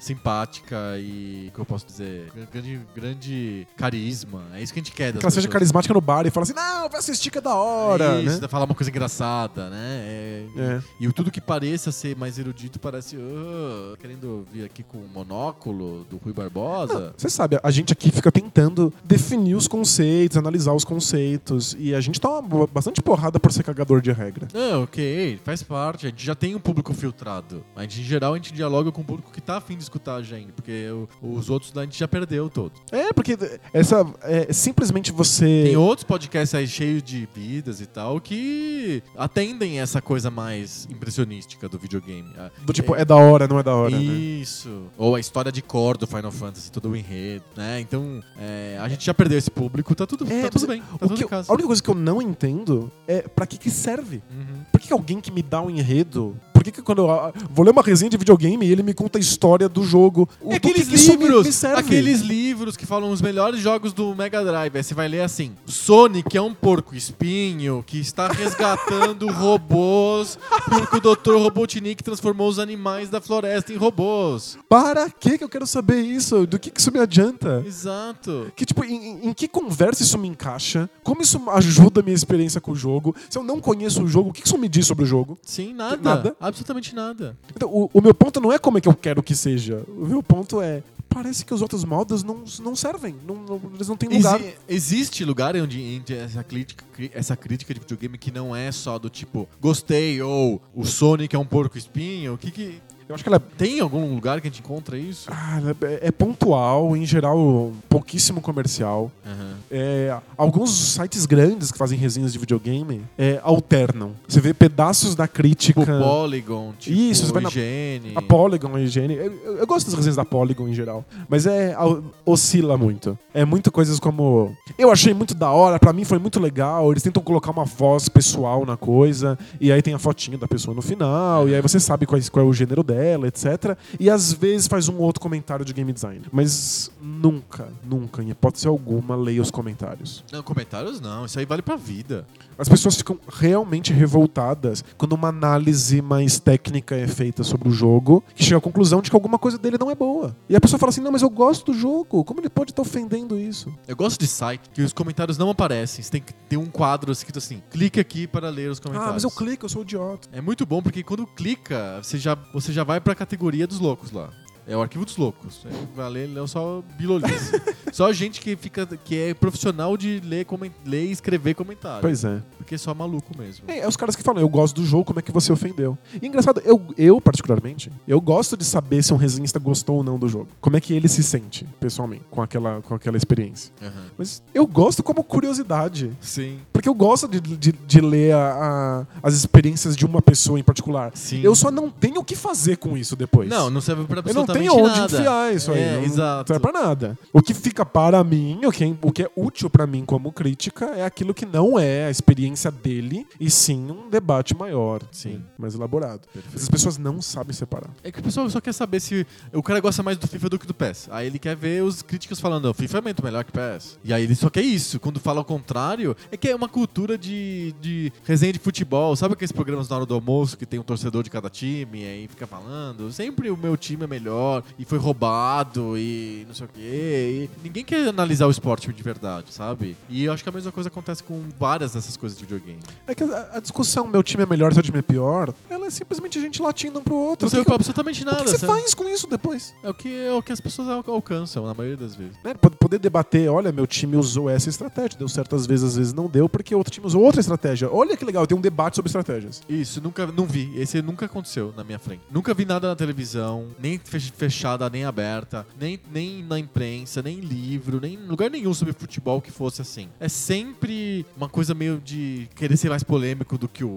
simpática e, que eu posso dizer, grande, grande carisma. É isso que a gente quer das Que ela seja pessoas. carismática no bar e fala assim, não, vai assistir que é da hora. É né? isso, falar uma coisa engraçada, né? É- É. e o tudo que pareça ser mais erudito parece. "Ah, querendo vir aqui com o monóculo do Rui Barbosa. Você sabe, a gente aqui fica tentando definir os conceitos, analisar os conceitos, e a gente toma bo- bastante porrada por ser cagador de regra. Não, ok, faz parte. A gente já tem um público filtrado. A gente, em geral, a gente dialoga com o público que tá afim de escutar a gente, porque o- os outros da gente já perdeu todos. É, porque essa é simplesmente Tem você outros podcasts aí cheios de vidas e tal que atendem essa coisa mais impressionística do videogame. A- do tipo é da hora, não é da hora, né? Isso. Ou a história de cor do Final Fantasy, todo o enredo, né? Então, é, a gente já perdeu esse público, tá tudo, É, tá tudo bem, tá O tudo que em eu- casa. a única coisa que eu não entendo é pra que que serve? Uhum. Por que que alguém que me dá um enredo? Por que, que quando eu ah, vou ler uma resenha de videogame e ele me conta a história do jogo? O- E do É aqueles que que isso me- livros, me serve? aqueles livros que falam os melhores jogos do Mega Drive. Aí você vai ler assim: Sonic é um porco espinho que está resgatando robôs, porque o Dr. Robotnik transformou os animais da floresta em robôs. Para que que eu quero saber isso? Do que que isso me adianta? Exato. Que, tipo, em, em- em que conversa isso me encaixa? Como isso ajuda a minha experiência com o jogo? Se eu não conheço o jogo, o que que isso me diz sobre o jogo? Sim, nada. Nada. Absolutamente nada. Então, o, o meu ponto não é como é que eu quero que seja. O meu ponto é. Parece que os outros modos não, não servem. Não, não- eles não têm um lugar. Exi- existe lugar onde onde essa crítica, cri- essa crítica de videogame que não é só do tipo gostei ou o Sonic é um porco espinho? O que que Eu acho que ela é, tem algum lugar que a gente encontra isso? ah, ela é- é pontual, em geral, pouquíssimo comercial. Aham. É, alguns sites grandes que fazem resenhas de videogame é, alternam. Você vê pedaços da crítica. Tipo Polygon, tipo Isso, você vai na- IGN. A Polygon, a higiene. Eu, eu- eu gosto das resenhas da Polygon em geral. Mas é. au- oscila muito. É muito coisas como. Eu achei muito da hora, pra mim foi muito legal. Eles tentam colocar uma voz pessoal na coisa. E aí tem a fotinha da pessoa no final. E aí você sabe quais- qual, é o gênero dela, etc. E às vezes faz um outro comentário de game design. Mas nunca, nunca, em hipótese alguma, leia os comentários. Não, comentários não, isso aí vale pra vida. As pessoas ficam realmente revoltadas quando uma análise mais técnica é feita sobre o jogo, que chega à conclusão de que alguma coisa dele não é boa. E a pessoa fala assim: não, mas eu gosto do jogo, como ele pode estar ofendendo isso? Eu gosto de site que os comentários não aparecem. Você tem que ter um quadro escrito assim: clique aqui para ler os comentários. Ah, mas eu clico, eu sou idiota. É muito bom porque quando clica, você já, você já vai pra categoria dos loucos lá. É o arquivo dos loucos. É, vai ler não só bilolice. só gente que, fica, que é profissional de ler, comen- ler e escrever comentário. Pois é. Porque é só maluco mesmo. É, é os caras que falam, eu gosto do jogo, como é que você ofendeu? E engraçado, eu, eu particularmente, eu gosto de saber se um resenhista gostou ou não do jogo. Como é que ele se sente, pessoalmente, com aquela, com aquela experiência. Aham. Mas eu gosto como curiosidade. Sim. Porque eu gosto de, de, de ler a- a- as experiências de uma pessoa em particular. Sim. Eu só não tenho o que fazer com isso depois. Não, não serve pra Eu não absolutamente tenho onde nada. enfiar isso aí. É, não exato. serve pra nada. O que fica para mim, o que, é, o que é útil pra mim como crítica, é aquilo que não é a experiência dele, e sim um debate maior. Sim. Mais elaborado. As pessoas não sabem separar. É que o pessoal só quer saber se o cara gosta mais do FIFA do que do PES. Aí ele quer ver os críticos falando, "Ó, FIFA é muito melhor que PES. E aí ele só quer isso. Quando fala o contrário, é que é uma cultura de, de resenha de futebol. Sabe aqueles programas na hora do almoço que tem um torcedor de cada time e aí fica falando? Sempre o meu time é melhor e foi roubado e não sei o quê. E ninguém quer analisar o esporte de verdade, sabe? E eu acho que a mesma coisa acontece com várias dessas coisas de videogame. É que a, a discussão, meu time é melhor, seu time é pior, ela é simplesmente gente latindo um pro outro. Não O serve que que- pra absolutamente o nada. que que você sabe? faz com isso depois? É o que, é o que as pessoas al- alcançam, na maioria das vezes. né, pod- poder debater, olha, meu time usou essa estratégia, deu certo às vezes, às vezes não deu, porque outro time usou outra estratégia. Olha que legal, tem um debate sobre estratégias. Isso, nunca, não vi. Esse nunca aconteceu na minha frente. Nunca vi nada na televisão, nem fech- fechada, nem aberta, nem, nem na imprensa, nem em livro, nem em lugar nenhum sobre futebol que fosse assim. É sempre uma coisa meio de querer ser mais polêmico do que o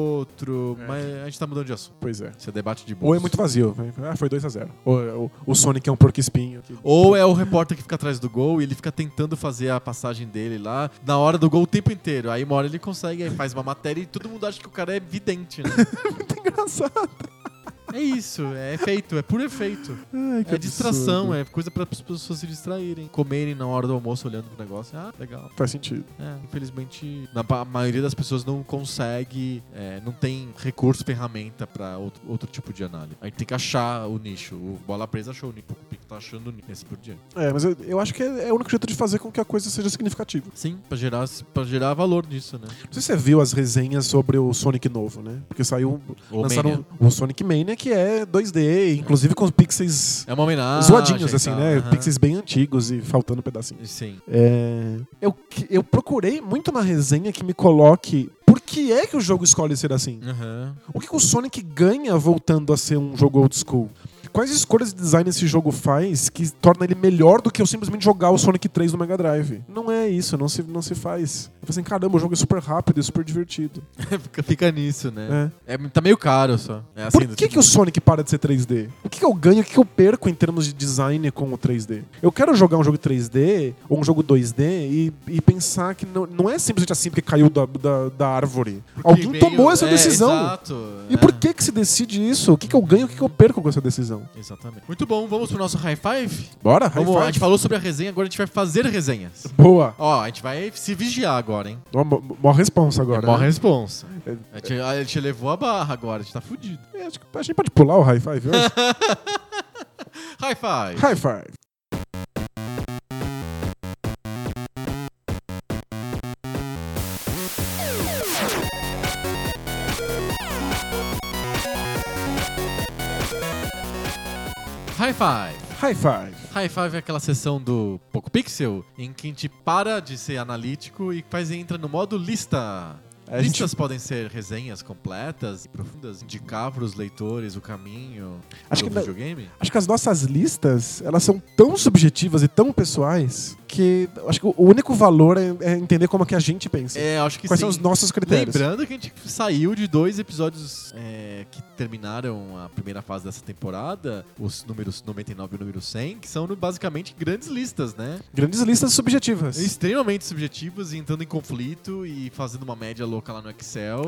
outro, mas a gente tá mudando de assunto. Pois é. Isso é debate de bolso. Ou é muito vazio. né? Ah, foi 2x0. Ou é o- o Sonic é um porco espinho. Ou é o repórter que fica atrás do gol e ele fica tentando fazer a passagem dele lá na hora do gol o tempo inteiro. Aí uma hora ele consegue, aí faz uma matéria e todo mundo acha que o cara é vidente, né? Muito engraçado. É isso, é efeito, é puro efeito. Ai, que É distração, absurdo. é coisa para as pessoas se distraírem, comerem na hora do almoço olhando pro negócio. Ah, legal. Faz sentido. É, infelizmente, na pa- a maioria das pessoas não consegue, é, não tem recurso, ferramenta para outro, outro tipo de análise. A gente tem que achar o nicho. O Bola Presa achou o nicho, o Pico tá achando o nicho, esse por diante. É, mas eu, eu acho que é, é o único jeito de fazer com que a coisa seja significativa. Sim, para gerar, pra gerar valor nisso, né? Não sei se você viu as resenhas sobre o Sonic novo, né? Porque saiu. O lançaram Mania. o Sonic Mania, que é 2D, inclusive com os pixels É uma homenagem. zoadinhos, e assim, tal, né? tá, aham. Pixels bem antigos e faltando um pedacinho. Sim. É, eu, que- eu procurei muito uma resenha que me coloque por que é que o jogo escolhe ser assim. Aham. O que, que o Sonic ganha voltando a ser um jogo old school? Quais escolhas de design esse jogo faz que torna ele melhor do que eu simplesmente jogar o Sonic 3 no Mega Drive? Não é isso, não se, não se faz. Eu falei assim, caramba, o jogo é super rápido e super divertido. Fica- Fica nisso, né? né? É. tá meio caro só. É assim, Por que, que o Sonic para de ser 3D? O que, que eu ganho, o que, que eu perco em termos de design com o 3D? Eu quero jogar um jogo 3D ou um jogo 2D e, e pensar que não, não é simplesmente assim porque caiu da, da, da árvore. Alguém veio- tomou essa é, decisão. Exato. E é. por que que se decide isso? O que, que eu ganho, o que, que eu perco com essa decisão? Exatamente. Muito bom, vamos pro nosso high five? Bora, Vamos, high A gente five. falou sobre a resenha, agora a gente vai fazer resenhas. Boa. Ó, a gente vai se vigiar agora, hein? Ó, mó- Mó responsa agora. é mó né? responsa. É- A gente, a gente levou a barra agora, a gente tá fudido. é, acho que a gente pode pular o high five hoje. High five. high five. High five. High five. High five é aquela sessão do Poco Pixel em que a gente para de ser analítico e faz entra no modo lista. A gente- Listas podem ser resenhas completas e profundas, indicar para os leitores o caminho Acho do que na- videogame. Acho que as nossas listas, elas são tão subjetivas e tão pessoais que eu acho que o único valor é, é entender como é que a gente pensa. É, acho que Quais sim. são os nossos critérios. Lembrando que a gente saiu de dois episódios é, que terminaram a primeira fase dessa temporada, os números 99 e o número 100, que são no- basicamente grandes listas, né? Grandes listas subjetivas. Extremamente subjetivas, e entrando em conflito e fazendo uma média louca lá no Excel.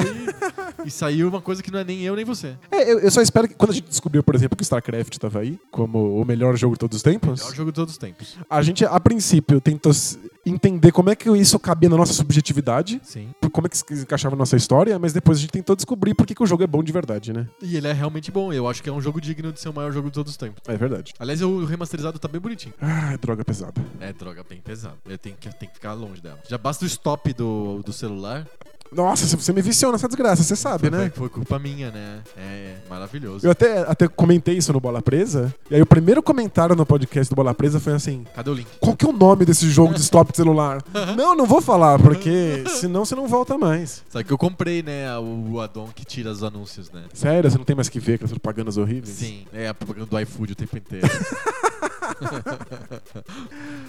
E, e saiu uma coisa que não é nem eu nem você. É, eu, eu só espero que quando a gente descobriu, por exemplo, que StarCraft estava aí como o melhor jogo de todos os tempos, É o jogo de todos os tempos. a gente, a princípio, tentou se- entender como é que isso cabia na nossa subjetividade, Sim. por como é que se encaixava na nossa história, mas depois a gente tentou descobrir por que, que o jogo é bom de verdade, né? E ele é realmente bom. Eu acho que é um jogo digno de ser o maior jogo de todos os tempos. É verdade. Aliás, o remasterizado tá bem bonitinho. Ah, droga pesada. É, droga, bem pesado. Eu tenho que, tenho que ficar longe dela. Já basta o stop do, do celular. Nossa, você me viciou nessa desgraça, você sabe, Foi, né? foi culpa minha, né? É, maravilhoso. Eu até, até comentei isso no Bola Presa, e aí o primeiro comentário no podcast do Bola Presa foi assim: Cadê o link? qual que é o nome desse jogo de stop de celular? não, não vou falar, porque senão você não volta mais. Sabe que eu comprei, né, o, o addon que tira os anúncios, né? Sério, você não tem mais que ver aquelas propagandas horríveis? Sim, é a propaganda do iFood o tempo inteiro.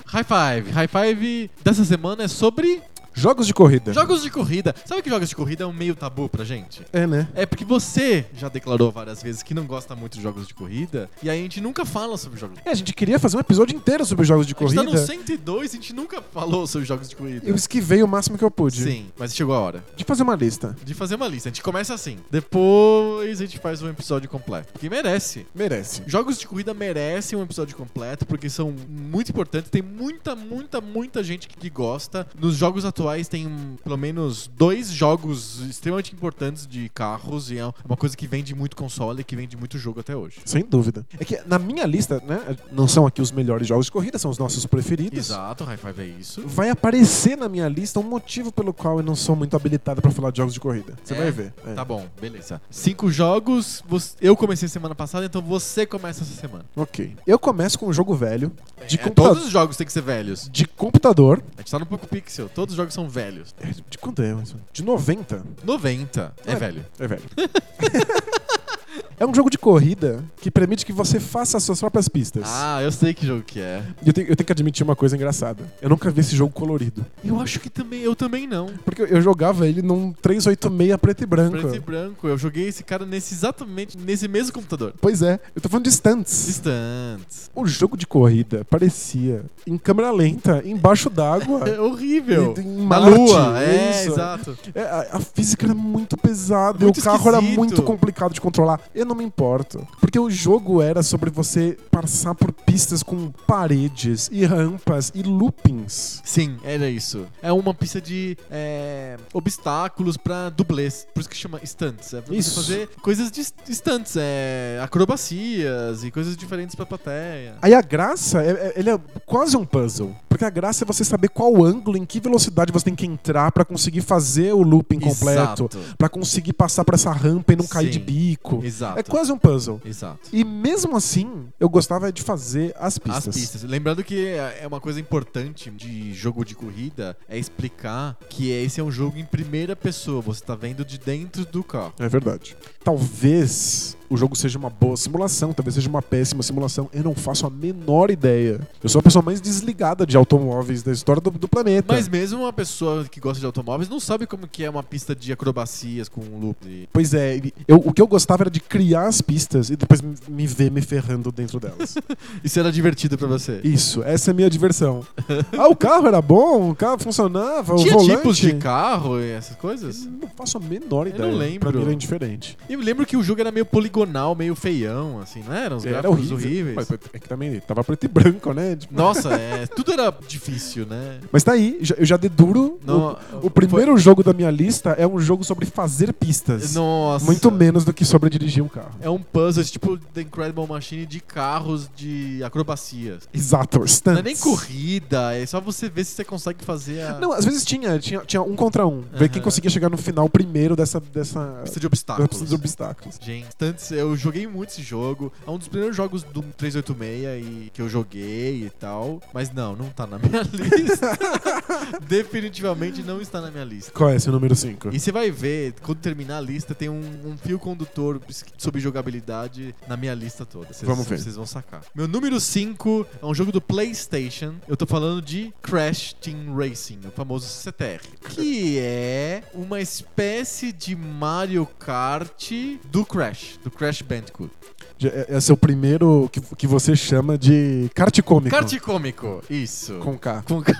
high Five. High Five dessa semana é sobre Jogos de corrida. jogos de corrida. Sabe que jogos de corrida é um meio tabu pra gente? É, né? É porque você já declarou várias vezes que não gosta muito de jogos de corrida e aí a gente nunca fala sobre jogos de É, a gente queria fazer um episódio inteiro sobre jogos de corrida. corrida. A gente tá no 102 e a gente nunca falou sobre jogos de corrida. Eu esquivei o máximo que eu pude. Sim, mas chegou a hora De fazer uma lista. de fazer uma lista. A gente começa assim, depois a gente faz um episódio completo. Porque merece. Merece. Jogos de corrida merecem um episódio completo porque são muito importantes. Tem muita, muita, muita gente que que gosta. Nos jogos atuais tem hum, pelo menos dois jogos extremamente importantes de carros e é uma coisa que vende muito console e que vende muito jogo até hoje. Sem dúvida. É que na minha lista, né? Não são aqui os melhores jogos de corrida, são os nossos preferidos. Exato, High Five é isso. Vai aparecer na minha lista um motivo pelo qual eu não sou muito habilitado pra falar de jogos de corrida. Você É? vai ver. É. Tá bom, beleza. Cinco jogos, você- eu comecei semana passada, então você começa essa semana. Ok. Eu começo com um jogo velho, de, É, computa- Todos os jogos têm que ser velhos. de computador. A gente tá no Poco Pixel, todos os jogos são velhos. É, De quando é? isso? De 90. 90 é, É. velho. É velho. é um jogo de corrida que permite que você faça as suas próprias pistas. Ah, eu sei que jogo que é. E eu tenho, eu tenho que admitir uma coisa engraçada. Eu nunca vi esse jogo colorido. Eu acho que também, eu também não. Porque eu- eu jogava ele num 386 preto e branco. Preto e branco, eu joguei esse cara nesse exatamente nesse mesmo computador. Pois é, eu tô falando de stunts. Distante. O jogo de corrida parecia em câmera lenta, embaixo d'água. É horrível. E- em Na um Marte, lua, é, isso. exato. É, a, a física era muito pesada, Muito e o carro era esquisito. muito complicado de controlar. Eu não me importo. Porque o jogo era sobre você passar por pistas com paredes e rampas e loopings. Sim, era isso. É uma pista de é, obstáculos pra dublês. Por isso que chama stunts. É pra Isso. você fazer coisas de de stunts, é, acrobacias e coisas diferentes pra plateia. Aí a graça, é, é- ele é quase um puzzle. Porque a graça é você saber qual ângulo, em que velocidade você tem que entrar pra conseguir fazer o looping completo. Exato. Pra conseguir passar por essa rampa e não cair Sim. de bico. Exato. É quase um puzzle. Exato. E mesmo assim, eu gostava de fazer as pistas. As pistas. Lembrando que é uma coisa importante de jogo de corrida é explicar que esse é um jogo em primeira pessoa. Você tá vendo de dentro do carro. É verdade. Talvez o jogo seja uma boa simulação, talvez seja uma péssima simulação. Eu não faço a menor ideia. Eu sou a pessoa mais desligada de automóveis da história do, do planeta. Mas mesmo uma pessoa que gosta de automóveis não sabe como que é uma pista de acrobacias com um loop. de- Pois é, e eu- o que eu gostava era de criar as pistas e depois me- me ver me ferrando dentro delas. Isso era divertido pra você. Isso, essa é a minha diversão. Ah, o carro era bom, o carro funcionava, Tinha o volante... tipos de carro e essas coisas? Eu Não faço a menor Eu ideia. não lembro. Pra mim era indiferente. E Eu lembro que o jogo era meio poligonal, meio feião, assim, não eram? Os Era gráficos horrível. horríveis. Mas é que também tava preto e branco, né? Tipo, Nossa, é, tudo era difícil, né? Mas tá aí, já- eu já deduro. Não, o, o primeiro jogo da minha lista é um jogo sobre fazer pistas. Nossa. Muito menos do que sobre dirigir um carro. É um puzzle tipo The Incredible Machine de carros de acrobacias. Exato, stunts. Não é nem corrida, é só você ver se você consegue fazer a Não, às vezes tinha, tinha, tinha um contra um. Ver Aham. quem conseguia chegar no final primeiro dessa. dessa pista de dessa obstáculos. pista de obstáculos. Gente, tantos, eu joguei muito esse jogo. É um dos primeiros jogos do 386 e, que eu joguei e tal. Mas não, não tá na minha lista. Definitivamente não está na minha lista. Qual é esse número 5? E você vai ver, quando terminar a lista, tem um, um fio condutor sobre jogabilidade na minha lista toda. Vocês- Vamos ver. Vocês vão sacar. Meu número 5 é um jogo do PlayStation. Eu tô falando de Crash Team Racing, o famoso CTR. Que é uma espécie de Mario Kart do Crash, do Crash Bandicoot. Já- é- Esse é o primeiro que, que você chama de kart cômico. Kart cômico, isso. com K. Com K.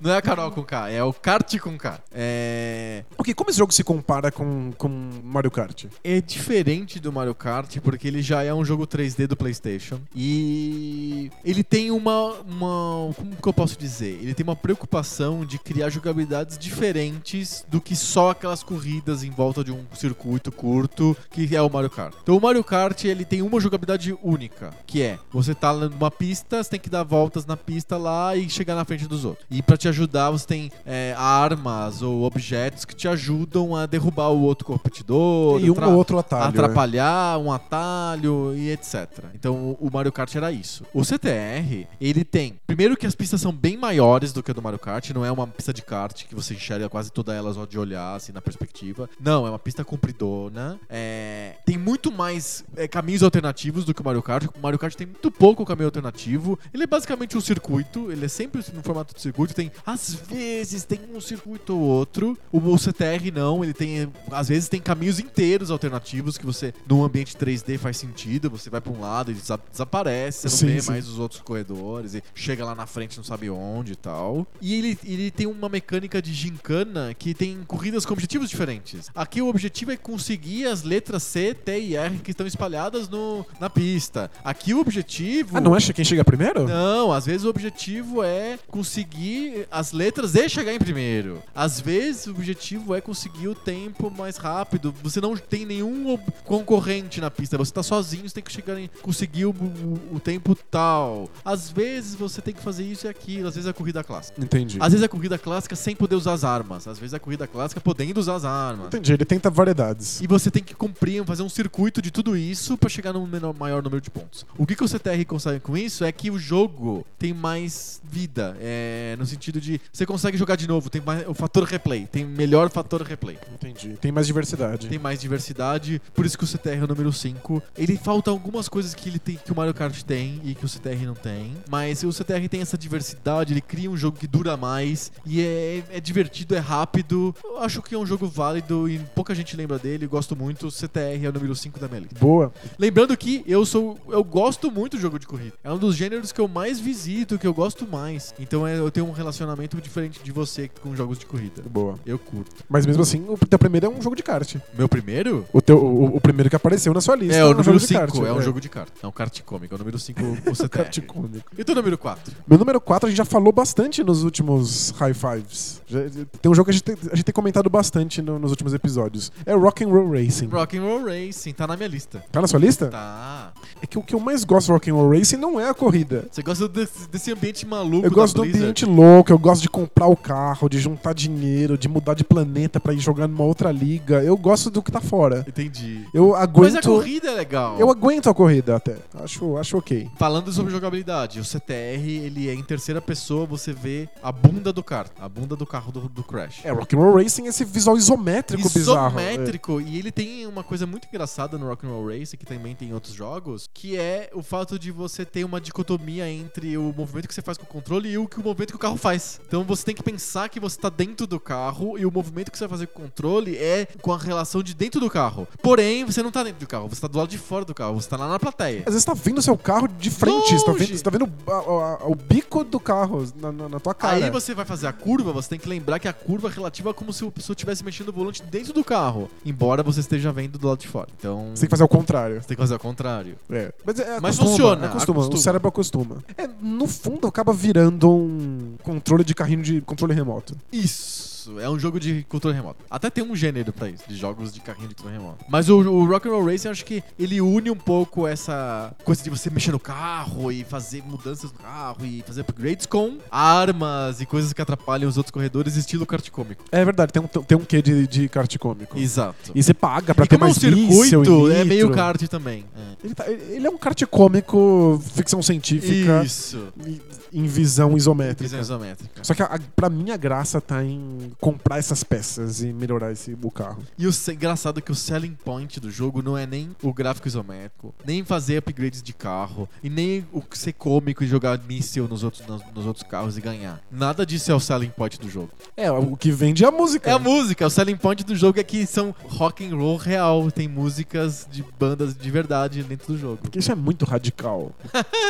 Não é a Carol com K, é o kart com K. É... Ok, como esse jogo se compara com, com Mario Kart? é diferente do Mario Kart porque ele já é um jogo 3D do PlayStation e ele tem uma, uma como que eu posso dizer? Ele tem uma preocupação de criar jogabilidades diferentes do que só aquelas corridas em volta de um circuito curto que é o Mario Kart. Então o Mario Kart ele tem uma jogabilidade única que é você tá numa pista, você tem que dar voltas na pista lá e chegar na frente dos outros. E pra te ajudar você tem é, armas ou objetos que te ajudam a derrubar o outro competidor, e um tra- ou outro atalho. né? atrapalhar, um atalho e etc. Então o o Mario Kart era isso. O CTR, ele tem. Primeiro que as pistas são bem maiores do que a do Mario Kart, não é uma pista de kart que você enxerga quase toda ela só de olhar, assim, na perspectiva. Não, é uma pista compridona. É, Tem muito mais é, caminhos alternativos do que o Mario Kart. O Mario Kart tem muito pouco caminho alternativo. Ele é basicamente um circuito, ele é sempre no formato de circuito. Tem, às vezes, tem um circuito ou outro. O, o CTR não, ele tem, às vezes, tem caminhos inteiros alternativos que você, num ambiente 3D, faz sentido. Você vai pra um lado e desa- desaparece, você não Sim, vê sim. mais os outros corredores e chega lá na frente, não sabe onde e tal. E ele, ele tem uma mecânica de gincana que tem corridas com objetivos diferentes. Aqui o objetivo é conseguir as letras C, T e R que estão espalhadas no, na pista. Aqui o objetivo. Ah, não é quem chega primeiro? Não, às vezes o objetivo é conseguir as letras e chegar em primeiro. Às vezes o objetivo é conseguir o tempo mais rápido. Você não tem nenhum ob- concorrente na pista, você tá sozinho, você tem que chegar em conseguir o, o- o tempo tal. Às vezes você tem que fazer isso e aquilo, às vezes é a corrida clássica. Entendi. Às vezes é a corrida clássica sem poder usar as armas, às vezes é a corrida clássica podendo usar as armas. Entendi, ele tenta variedades. E você tem que cumprir, fazer um circuito de tudo isso pra chegar num menor, maior número de pontos. O que, que o CTR consegue com isso é que o jogo tem mais vida. é, no sentido de você consegue jogar de novo, tem mais, o fator replay, tem melhor fator replay. Entendi. Tem mais diversidade. Tem mais diversidade, por isso que o CTR é o número 5. Ele falta algumas coisas que ele tem que o Mario Kart tem e que o CTR não tem. Mas o CTR tem essa diversidade, ele cria um jogo que dura mais e é, é divertido, é rápido. Eu acho que é um jogo válido e pouca gente lembra dele. Gosto muito. O CTR é o número 5 da minha lista. Boa. Lembrando que eu sou. Eu gosto muito de jogo de corrida. É um dos gêneros que eu mais visito, que eu gosto mais. Então é- eu tenho um relacionamento diferente de você com jogos de corrida. Boa. Eu curto. Mas mesmo assim, o teu primeiro é um jogo de kart. Meu primeiro? O, teu, o, o primeiro que apareceu na sua lista. É, o um número jogo de kart, 5 é um jogo É, de carta. É um kart cômico. É o número 5 o kart CTR. cômico. E o teu número 4? Meu número 4 a gente já falou bastante nos últimos high fives. Já- tem um jogo que a gente tem, a gente tem comentado bastante no- nos últimos episódios. É Rock'n'Roll Racing. Rock'n'Roll Racing. Tá na minha lista. Tá na sua lista? Tá. É que o que eu mais gosto do Rock'n'Roll Racing não é a corrida. Você gosta desse, desse ambiente maluco Eu gosto da do Blizzard? ambiente louco, eu gosto de comprar o carro, de juntar dinheiro, de mudar de planeta pra ir jogar numa outra liga. Eu gosto do que tá fora. Entendi. Eu Mas a aguento. corrida é legal. Eu aguento a corrida até. Acho, acho ok. Falando sobre jogabilidade, o CTR, ele é em terceira pessoa, você vê a bunda do carro, a bunda do carro do, do Crash. É, Rock'n'Roll Racing é esse visual isométrico bizarro. é. Isométrico, e ele tem uma coisa muito engraçada no Rock'n'Roll Race, que também tem em outros jogos, que é o fato de você ter uma dicotomia entre o movimento que você faz com o controle e o, que, o movimento que o carro faz. Então você tem que pensar que você tá dentro do carro e o movimento que você vai fazer com o controle é com a relação de dentro do carro. Porém, você não tá dentro do carro, você tá do lado de fora do carro, você tá lá na plateia. Às vezes tá vendo o seu carro de frente, você tá Longe. vendo, você tá vendo a- a- a- o bico do carro na, na- na tua cara. Aí você vai fazer a curva, você tem que lembrar que a curva é relativa a como se a pessoa estivesse mexendo o volante dentro do carro, embora você esteja vendo do lado de fora. Então, Você tem que fazer ao contrário. você tem que fazer ao contrário. É. Mas, é, Mas acostuma, funciona, Acostuma, acostuma. O cérebro acostuma. É, no fundo, acaba virando um controle de carrinho de controle remoto. Isso, é um jogo de controle remoto. Até tem um gênero pra isso, de jogos de carrinho de controle remoto. Mas o, o Rock'n'Roll Racing, eu acho que ele une um pouco essa coisa de você mexer no carro e fazer mudanças no carro e fazer upgrades com armas e coisas que atrapalham os outros corredores, estilo kart cômico. É verdade, tem um, tem um quê de, de kart cômico. Exato. E você paga pra E ter como é um mais míssil circuito, e é meio nitro. kart também. É. Ele, tá- ele- ele é um kart cômico, ficção científica, Isso. em- em visão isométrica. Visão isométrica. Só que a, a, pra mim a graça tá em comprar essas peças e melhorar esse, o carro. E o se- engraçado é que o selling point do jogo não é nem o gráfico isométrico, nem fazer upgrades de carro, e nem o que ser cômico e jogar míssil nos outros, nos, nos outros carros e ganhar. Nada disso é o selling point do jogo. É, o que vende é a música. É a música, o selling point do jogo é que são rock and roll real, tem músicas de bandas de verdade dentro do jogo. Porque isso é muito radical.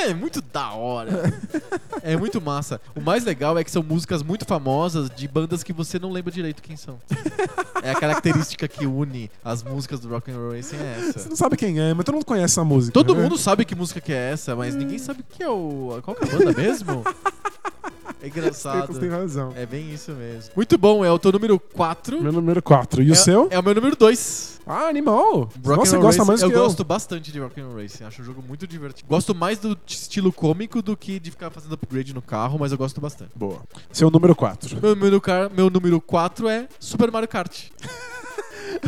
É muito da hora. é muito massa. O mais legal é que são músicas muito famosas de bandas que você não lembra direito quem são. é a característica que une as músicas do Rock and Roll Racing é Você essa. não sabe quem é, mas todo mundo conhece essa música. Todo né? mundo sabe que música que é essa, mas ninguém sabe que é o qual que é a banda mesmo. É Você tem engraçado. razão. É bem isso mesmo. Muito bom, é o teu número 4. Meu número 4. E o seu? É o meu número 2. Ah, animal. Rock Nossa, and você Roll gosta Racing. mais do eu que eu. gosto bastante de Rock'n'Roll Racing, acho o jogo muito divertido. Gosto mais do t- estilo cômico do que de ficar fazendo upgrade no carro, mas eu gosto bastante. Boa. Seu número 4. Meu número, car- meu número 4 é Super Mario Kart.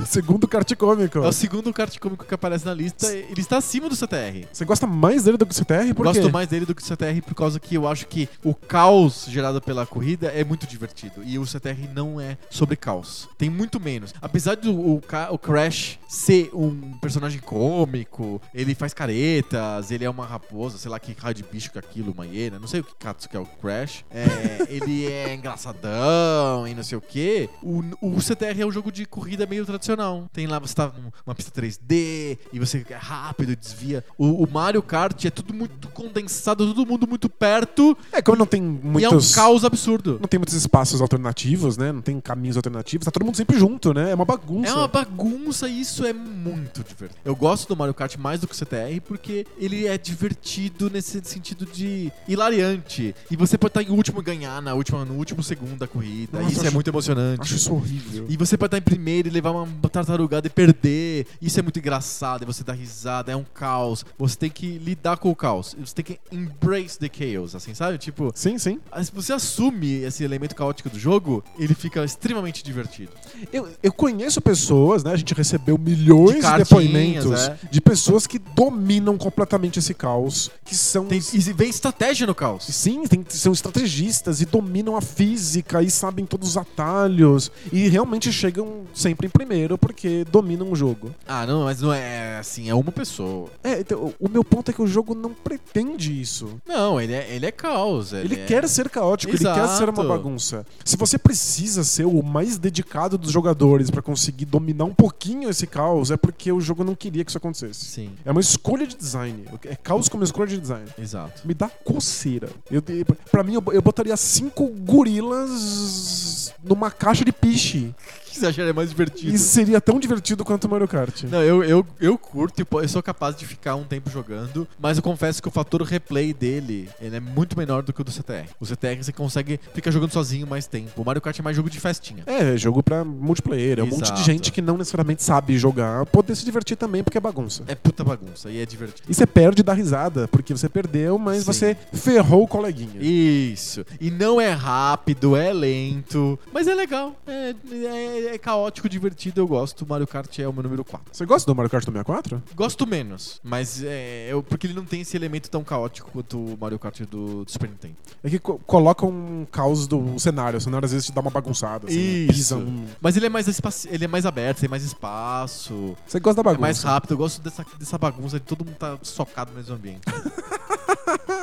Segundo kart cômico. É o segundo kart cômico que aparece na lista. e Ele está acima do CTR. Você gosta mais dele do que o CTR? Por Gosto quê? mais dele do que o CTR por causa que eu acho que o caos gerado pela corrida é muito divertido. E o CTR não é sobre caos. Tem muito menos. Apesar do o, Ca- o Crash ser um personagem cômico, ele faz caretas, ele é uma raposa, sei lá que raio de bicho que é aquilo, uma hiena, não sei o que Katsu que é o Crash. É, ele é engraçadão e não sei o que. O, o CTR é um jogo de corrida meio tradicional. Tem lá, você tá numa pista 3D e você é rápido, desvia. O, o Mario Kart é tudo muito condensado, todo mundo muito perto É, como não tem e é um muitos... caos absurdo. Não tem muitos espaços alternativos, né? Não tem caminhos alternativos. Tá todo mundo sempre junto, né? É uma bagunça. É uma bagunça e isso é muito divertido. Eu gosto do Mario Kart mais do que o CTR porque ele é divertido nesse sentido de hilariante. E você pode estar em último e ganhar na última, no último segundo da corrida. Nossa, isso é acho- muito emocionante. Acho isso horrível. E você pode estar em primeiro e levar uma tartarugada e perder. Isso é muito engraçado, e você dá risada, é um caos. Você tem que lidar com o caos. Você tem que embrace the chaos, assim, sabe? Tipo, Sim, sim. se você assume esse elemento caótico do jogo, ele fica extremamente divertido. Eu, eu conheço pessoas, né? A gente recebeu milhões de, De cartinhas, depoimentos é. de pessoas que dominam completamente esse caos, que são Tem, e vem estratégia no caos. Sim, tem- são estrategistas e dominam a física e sabem todos os atalhos e realmente chegam sempre em primeiro porque dominam o jogo. Ah, não, mas não é assim, é uma pessoa. É, então, o meu ponto é que o jogo não pretende isso. Não, ele é, ele é caos. Ele é- quer ser caótico, ele quer Exato. ser uma bagunça. Se você precisa ser o mais dedicado dos jogadores pra conseguir dominar um pouquinho esse caos, é porque o jogo não queria que isso acontecesse. Sim, É uma escolha de design. É caos como escolha de design. exato. Me dá coceira. Eu, eu- pra mim, eu, eu botaria cinco gorilas numa caixa de piche. O que você acharia mais divertido? E seria tão divertido quanto o Mario Kart. Tipo- Não, eu, eu, eu curto, e po- eu sou capaz de ficar um tempo jogando, mas eu confesso que o fator replay dele ele é muito menor do que o do CTR. O CTR você consegue ficar jogando sozinho mais tempo. O Mario Kart é mais jogo de festinha. É, é jogo pra multiplayer. É um monte de Exato. gente que não necessariamente sabe jogar poder se divertir também, porque é bagunça. É puta bagunça e é divertido. E você perde da risada, porque você perdeu, mas Sim. você ferrou o coleguinha. Isso. E não é rápido, é lento, mas é legal. É, é- é caótico, divertido, eu gosto. Mario Kart é o meu número 4. Você gosta do Mario Kart do 64? Gosto menos, mas é, eu, porque ele não tem esse elemento tão caótico quanto o Mario Kart do, do Super Nintendo. É que co coloca um caos do um cenário. O cenário às vezes te dá uma bagunçada. Assim, Isso. pisa um- Mas ele é mais, espaço, ele é mais aberto, tem mais espaço. Você gosta da É bagunça. mais rápido, eu gosto dessa, dessa bagunça de todo mundo tá socado no mesmo ambiente.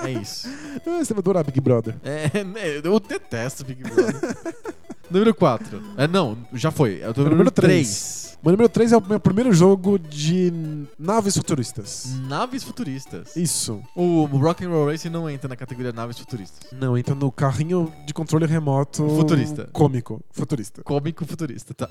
é isso. Ah, você vai adorar Big Brother. É, né, eu detesto Big Brother. número 4. É, não, já foi. É o número, Número três. três. Meu número 3 é o meu primeiro jogo de naves futuristas. Naves futuristas. Isso. O Rock'n'Roll Racing não entra na categoria naves futuristas. Não, então no carrinho de controle remoto. Futurista. Cômico. Futurista. Cômico futurista, tá?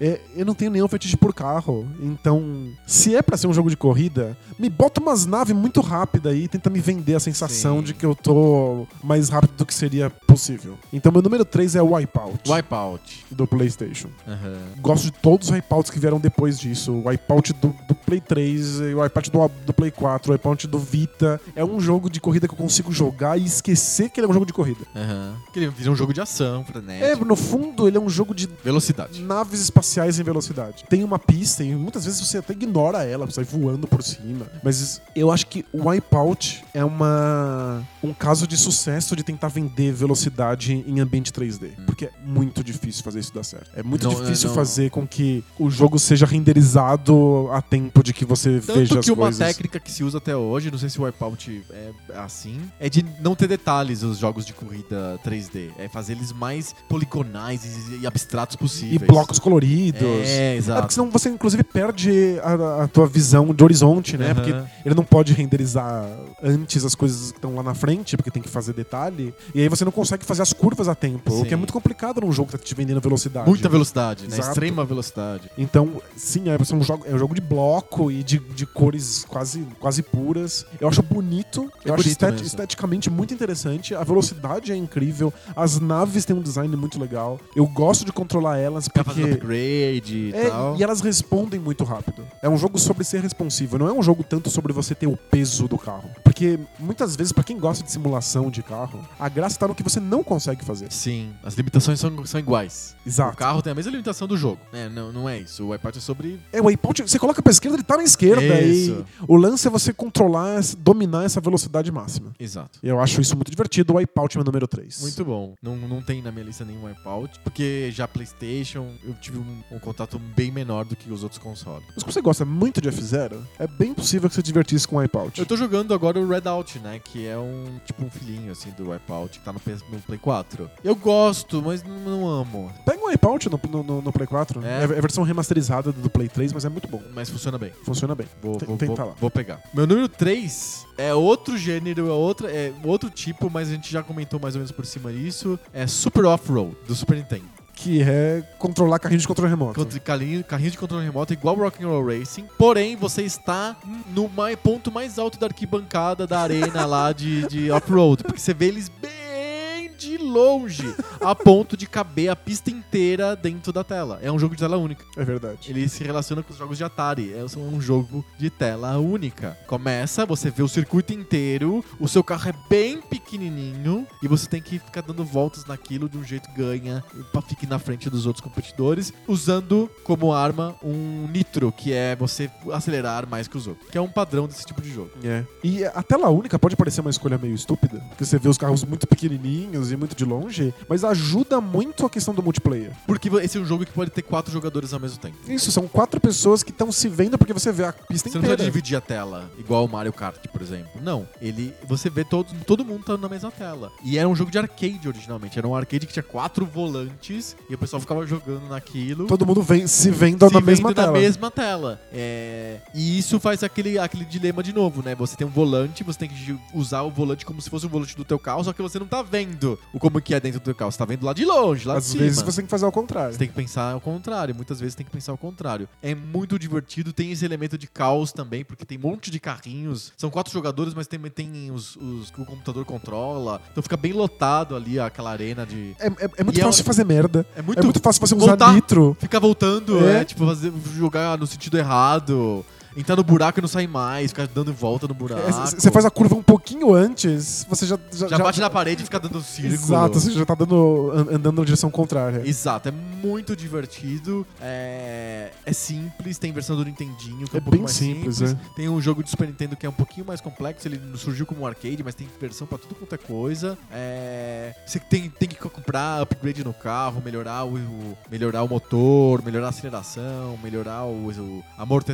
É, eu não tenho nenhum fetiche por carro. Então, se é pra ser um jogo de corrida, me bota umas naves muito rápida aí e tenta me vender a sensação Sim. de que eu tô mais rápido do que seria possível. Então, meu número 3 é o Wipeout. Wipeout. Do PlayStation. Aham. Gosto de todos os wipeouts que vieram depois disso. O wipeout do, do Play 3, e o wipeout do, do Play 4, o wipeout do Vita. É um jogo de corrida que eu consigo jogar e esquecer que ele é um jogo de corrida. Aham. Que ele vira um jogo de ação, É, frenético. no fundo, ele é um jogo de Velocidade. naves espaciais em velocidade. Tem uma pista e muitas vezes você até ignora ela, você vai voando por cima. Mas eu acho que o Wipeout é uma um caso de sucesso de tentar vender velocidade em ambiente 3D, porque é muito difícil fazer isso dar certo. É muito Não, difícil não. fazer com que o jogo seja renderizado a tempo de que você veja Tanto as que uma coisas. técnica que se usa até hoje, não sei se o Wipeout é assim, é de não ter detalhes os jogos de corrida 3D. É fazer eles mais poligonais e, e abstratos E possíveis. blocos coloridos. É, É, porque exato. senão você, inclusive, perde a, a tua visão de horizonte, né? Aham. Porque ele não pode renderizar antes as coisas que estão lá na frente, porque tem que fazer detalhe. E aí você não consegue fazer as curvas a tempo, o que Sim. é muito complicado num jogo que tá te vendendo velocidade. Muita velocidade, né? Exato. Extrema velocidade. Então, sim, é é um jogo, é um jogo de bloco e de, de cores quase, quase puras. Eu acho bonito, É eu acho bonito estet- mesmo. esteticamente muito interessante. A velocidade é incrível, as naves têm um design muito legal. Eu gosto de controlar elas Ficar fazendo porque. upgrade e É, tal. e elas respondem muito rápido. É um jogo sobre ser responsivo, não é um jogo tanto sobre você ter o peso do carro. Porque muitas vezes, pra quem gosta de simulação de carro, a graça tá no que você não consegue fazer. Sim, as limitações são, são iguais. O Exato. carro tem a mesma limitação do jogo. É, não, não é isso. O Wipeout é sobre. É, o waypoint, você coloca pra esquerda, ele tá na esquerda. Isso. E o lance é você controlar, essa- dominar essa velocidade máxima. Exato. Eu acho isso muito divertido. O Wipeout é meu número 3. Muito bom. Não, não tem na minha lista nenhum Wipeout, porque já PlayStation eu tive um, um contato bem menor do que os outros consoles. Mas como você gosta muito de F-Zero, é bem possível que você se divertisse com o Wipeout. Eu tô jogando agora o Redout, né? Que é um tipo um filhinho assim do Wipeout que tá no, PS no Play 4. Eu gosto, mas não, não amo. Pega o Wipeout no, no- no- no Play 4. É. É. a versão remasterizada do Play 3, mas é muito bom. Mas funciona bem. Funciona bem. Vou, Tem- vou, tem que vou, tá lá. vou pegar. Meu número 3 é outro gênero, é, outra, é outro tipo, mas a gente já comentou mais ou menos por cima disso. É Super Off-Road, do Super Nintendo. que é controlar carrinho de controle remoto. Contra- Carrinho, carrinho de controle remoto igual Rock'n'Roll Racing, porém você está no mai- ponto mais alto da arquibancada da arena lá de, de off-road, porque você vê eles bem de longe, a ponto de caber a pista inteira dentro da tela. É um jogo de tela única. É verdade. Ele se relaciona com os jogos de Atari. É um jogo de tela única. Começa, você vê o circuito inteiro, o seu carro é bem pequenininho e você tem que ficar dando voltas naquilo de um jeito que ganha pra ficar na frente dos outros competidores, usando como arma um nitro, que é você acelerar mais que os outros, que é um padrão desse tipo de jogo. É. E a tela única pode parecer uma escolha meio estúpida, porque você vê os carros muito pequenininhos e muito de longe, mas ajuda muito a questão do multiplayer. Porque esse é um jogo que pode ter quatro jogadores ao mesmo tempo. Isso, são quatro pessoas que estão se vendo porque você vê a pista Você não inteira. precisa dividir a tela, igual o Mario Kart, por exemplo. Não. Ele. Você vê todo, todo mundo tá na mesma tela. E era um jogo de arcade originalmente. Era um arcade que tinha quatro volantes e o pessoal ficava jogando naquilo. Todo mundo vem, se vendo se na vendo mesma na tela. mesma tela. É, E isso faz aquele, aquele dilema de novo, né? Você tem um volante, você tem que ju- usar o volante como se fosse o volante do teu carro, só que você não tá vendo o como que é dentro do teu carro. Você tá vendo lá de longe, lá Às de cima. vezes você tem que fazer ao contrário. Você tem que pensar ao contrário. Muitas vezes tem que pensar ao contrário. É muito divertido. Tem esse elemento de caos também, porque tem um monte de carrinhos. São quatro jogadores, mas tem, tem os, os que o computador controla. Então fica bem lotado ali aquela arena de. É, é- é muito E é fácil um- fazer merda. É é muito. muito fácil você usar voltar- nitro. Fica voltando, É. é. tipo, fazer, jogar no sentido errado. Entrar no buraco e não sair mais, ficar dando volta no buraco. É, c- Você faz a curva um pouquinho antes, você já... Já, Ah, Já bate na parede e fica dando círculo. Exato, você já tá dando, an- andando na direção contrária. Exato, é muito divertido. É, é simples, tem versão do Nintendinho que é, É um pouco bem mais simples, simples. Tem um jogo de Super Nintendo que é um pouquinho mais complexo. Ele surgiu como um arcade, mas tem versão pra tudo quanto é coisa. É, você tem, tem que comprar upgrade no carro, melhorar o, o- melhorar o motor, melhorar a aceleração, melhorar o, o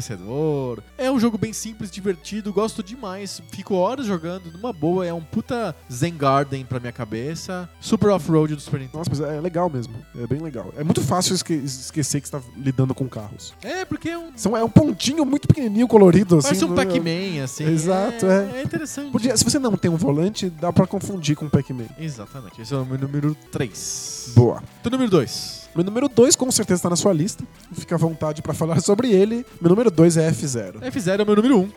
amortecedor. É um jogo bem simples, divertido, gosto demais. Fico horas jogando, numa boa. É um puta Zen Garden pra minha cabeça. Super Off-Road do Super Nintendo. Nossa, mas é legal mesmo. É bem legal. É muito fácil esque- esquecer que você tá lidando com carros. É, porque é um São, é um pontinho muito pequenininho, colorido, assim. Parece um não- Pac-Man, assim. Exato, É interessante. Podia- se você não tem um volante, dá pra confundir com o Pac-Man. Exatamente. Esse é o meu número 3. Boa. Teu número 2. Meu número 2 com certeza tá na sua lista. Fica à vontade pra falar sobre ele. Meu número 2 é F0. F0 é o meu número 1. Um.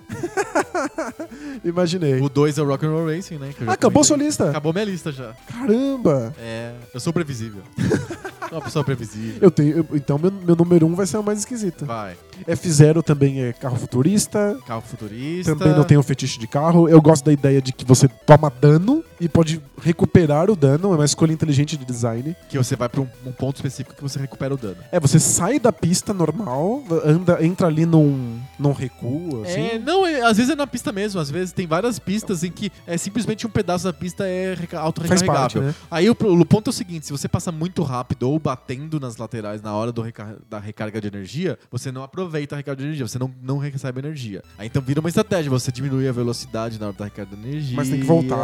Imaginei. O 2 é o Rock'n'Roll Racing, né? que eu já Ah, acabou comentei. sua lista? Acabou minha lista já. Caramba! É, eu sou previsível. Uma pessoa previsível. Eu tenho, eu- então meu, meu número um vai ser o mais esquisito. Vai. F0 também é carro futurista. Carro futurista. Também não tenho fetiche de carro. Eu gosto da ideia de que você toma dano e pode recuperar o dano. É uma escolha inteligente de design. Que você vai pra um, um ponto específico que você recupera o dano. É, você sai da pista normal, anda, entra ali num, num recuo, assim. É, não, é- às vezes é na pista mesmo. Às vezes tem várias pistas em que é simplesmente um pedaço da pista é reca- Faz parte, autorrecarregável. né? Aí o, pro- o ponto é o seguinte: se você passa muito rápido ou batendo nas laterais na hora do recar- da recarga de energia, você não aproveita a recarga de energia, você não, não recebe energia. Aí então vira uma estratégia, você diminui a velocidade na hora da recarga de energia. Mas tem que voltar.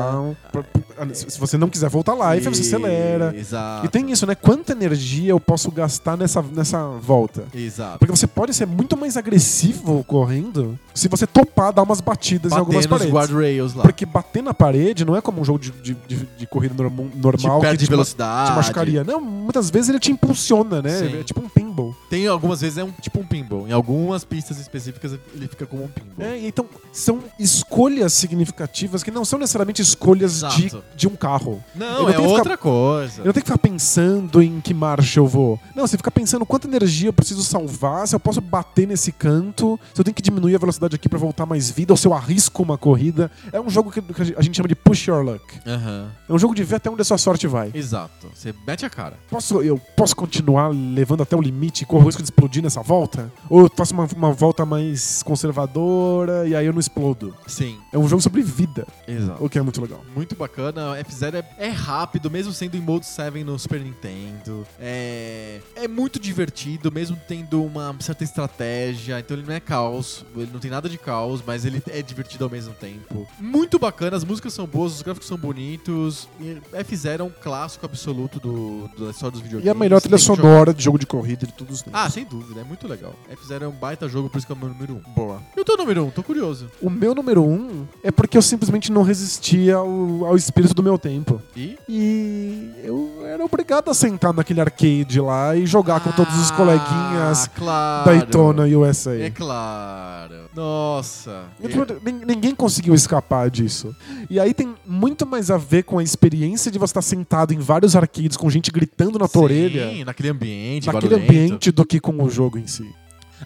pra- pra- se se você não quiser voltar lá, aí você acelera. Exato. E tem isso, né? Quanta energia eu posso gastar nessa, nessa volta? Exato. Porque você pode ser muito mais agressivo correndo se você topar dar umas batidas em algumas Bater nos paredes. guardrails lá. Porque bater na parede não é como um jogo de, de, de- de corrida norm- te normal perde é que te, ma- velocidade. te machucaria. Não, muitas vezes ele te impulsiona, né? Sim. É tipo um pinball. Tem algumas vezes é um tipo um pinball. Em algumas pistas específicas ele fica como um pinball. É, então, são escolhas significativas que não são necessariamente escolhas de, Exato. de um carro. Eu Não, não é tenho que outra ficar- coisa. Eu não tenho que ficar pensando em que marcha eu vou. Não, você fica pensando quanta energia eu preciso salvar, se eu posso bater nesse canto, se eu tenho que diminuir a velocidade aqui pra voltar mais vida, ou se eu arrisco uma corrida. É um jogo que que a gente chama de push your luck. Aham. É um jogo de ver até onde a sua sorte vai. Exato. Você mete a cara. Posso, eu posso continuar levando até o limite e corro o risco de explodir nessa volta? Ou eu faço uma, uma volta mais conservadora e aí eu não explodo? Sim, É um jogo sobre vida, exato. o que é muito legal. Muito bacana, F0 é, é rápido, mesmo sendo em Mode 7 no Super Nintendo. É, é muito divertido, mesmo tendo uma certa estratégia. Então ele não é caos, ele não tem nada de caos, mas ele é divertido ao mesmo tempo. Muito bacana, as músicas são boas, os gráficos são bonitos. E F0 é um clássico absoluto do, do- da história dos videogames. E a melhor trilha Tem que jogar. sonora de jogo de corrida de todos os tempos. Ah, sem dúvida, é muito legal. F0 é um baita jogo, por isso que é o meu número 1. Um. boa. E o teu número 1, um, tô curioso. O meu número um é porque eu simplesmente não resistia ao, ao espírito do meu tempo. E. E eu era obrigado a sentar naquele arcade lá e jogar com todos os coleguinhas Ah, claro. Daytona e USA. É claro. Nossa. É. Eu, tipo, nin- Ninguém conseguiu escapar disso. E aí tem muito mais a ver com a experiência de você estar sentado em vários arcades com gente gritando na tua orelha, Sim, naquele ambiente. naquele barulhento. ambiente, do que com o jogo em si.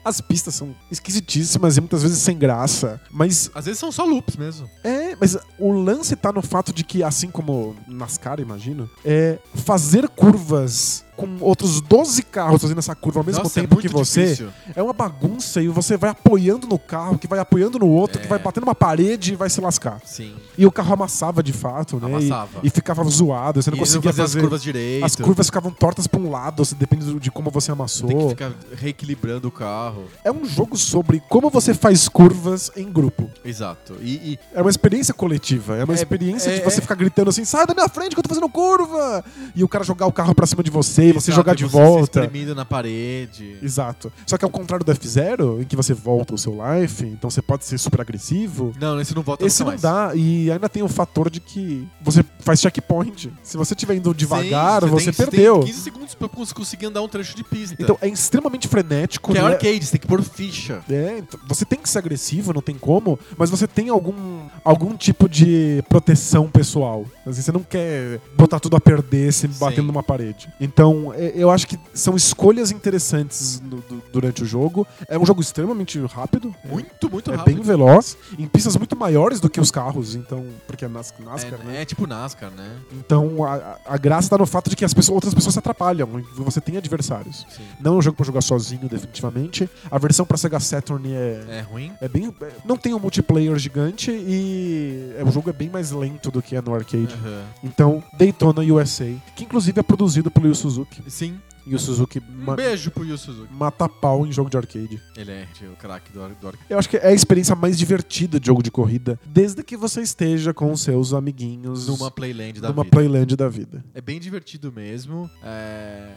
As pistas são esquisitíssimas e muitas vezes sem graça, mas Às vezes são só loops mesmo. É, mas o lance tá no fato de que, assim como NASCAR, imagino, é fazer curvas com outros 12 carros fazendo essa curva ao mesmo Nossa, é tempo muito que você difícil. é uma bagunça e você vai apoiando no carro, que vai apoiando no outro, É. que vai batendo uma parede e vai se lascar. Sim. E o carro amassava de fato, né? E- Amassava. E, ficava zoado, você não E eles conseguia faziam fazer. as curvas direito. As curvas ficavam tortas pra um lado, assim, depende do- de como você amassou. Tem que ficar reequilibrando o carro. É um jogo sobre como você faz curvas em grupo. Exato. E, e É uma experiência coletiva, é uma É, experiência é, de você é. ficar gritando assim, sai da minha frente que eu tô fazendo curva! E o cara jogar o carro pra cima de você e você exato, jogar e de você Se volta. espremindo na parede. Exato. Só que ao contrário do F0, em que você volta o seu life, então você pode ser super agressivo. Não, esse não volta Esse nunca não mais. dá, e ainda tem o fator de que você faz checkpoint. Se você estiver indo devagar, Sim, você, tem- perdeu. Tem 15 segundos pra cons- conseguir andar um trecho de pista. Então é extremamente frenético. que é né? arcade, você tem que pôr ficha. É, então, você tem que ser agressivo, não tem como, mas você tem algum, algum tipo de proteção pessoal. Assim, você não quer botar tudo a perder se batendo numa parede. Então, é, eu acho que são escolhas interessantes no- du- durante o jogo. É um jogo extremamente rápido. é- Muito, muito é, rápido. bem veloz, em pistas muito maiores do que os carros, então, porque é nas- NASCAR, é, né? é tipo NASCAR, né? Então, a, a- a graça tá no fato de que as pessoas, outras pessoas se atrapalham, e você tem adversários. Sim. Não é um jogo pra jogar sozinho, definitivamente. A versão pra Sega Saturn é, É ruim? é bem. é- Não tem um multiplayer gigante e é, o jogo é bem mais lento do que é no arcade. Aham. Então, Daytona USA, que inclusive é produzido pelo Yu Suzuki. Sim. Yu Suzuki Um ma beijo pro Yu Suzuki. mata pau em jogo de arcade. Ele é o craque do, ar- do arcade. Eu acho que é a experiência mais divertida de jogo de corrida, desde que você esteja com os seus amiguinhos Numa Playland da numa vida. playland da vida. É bem divertido mesmo. É,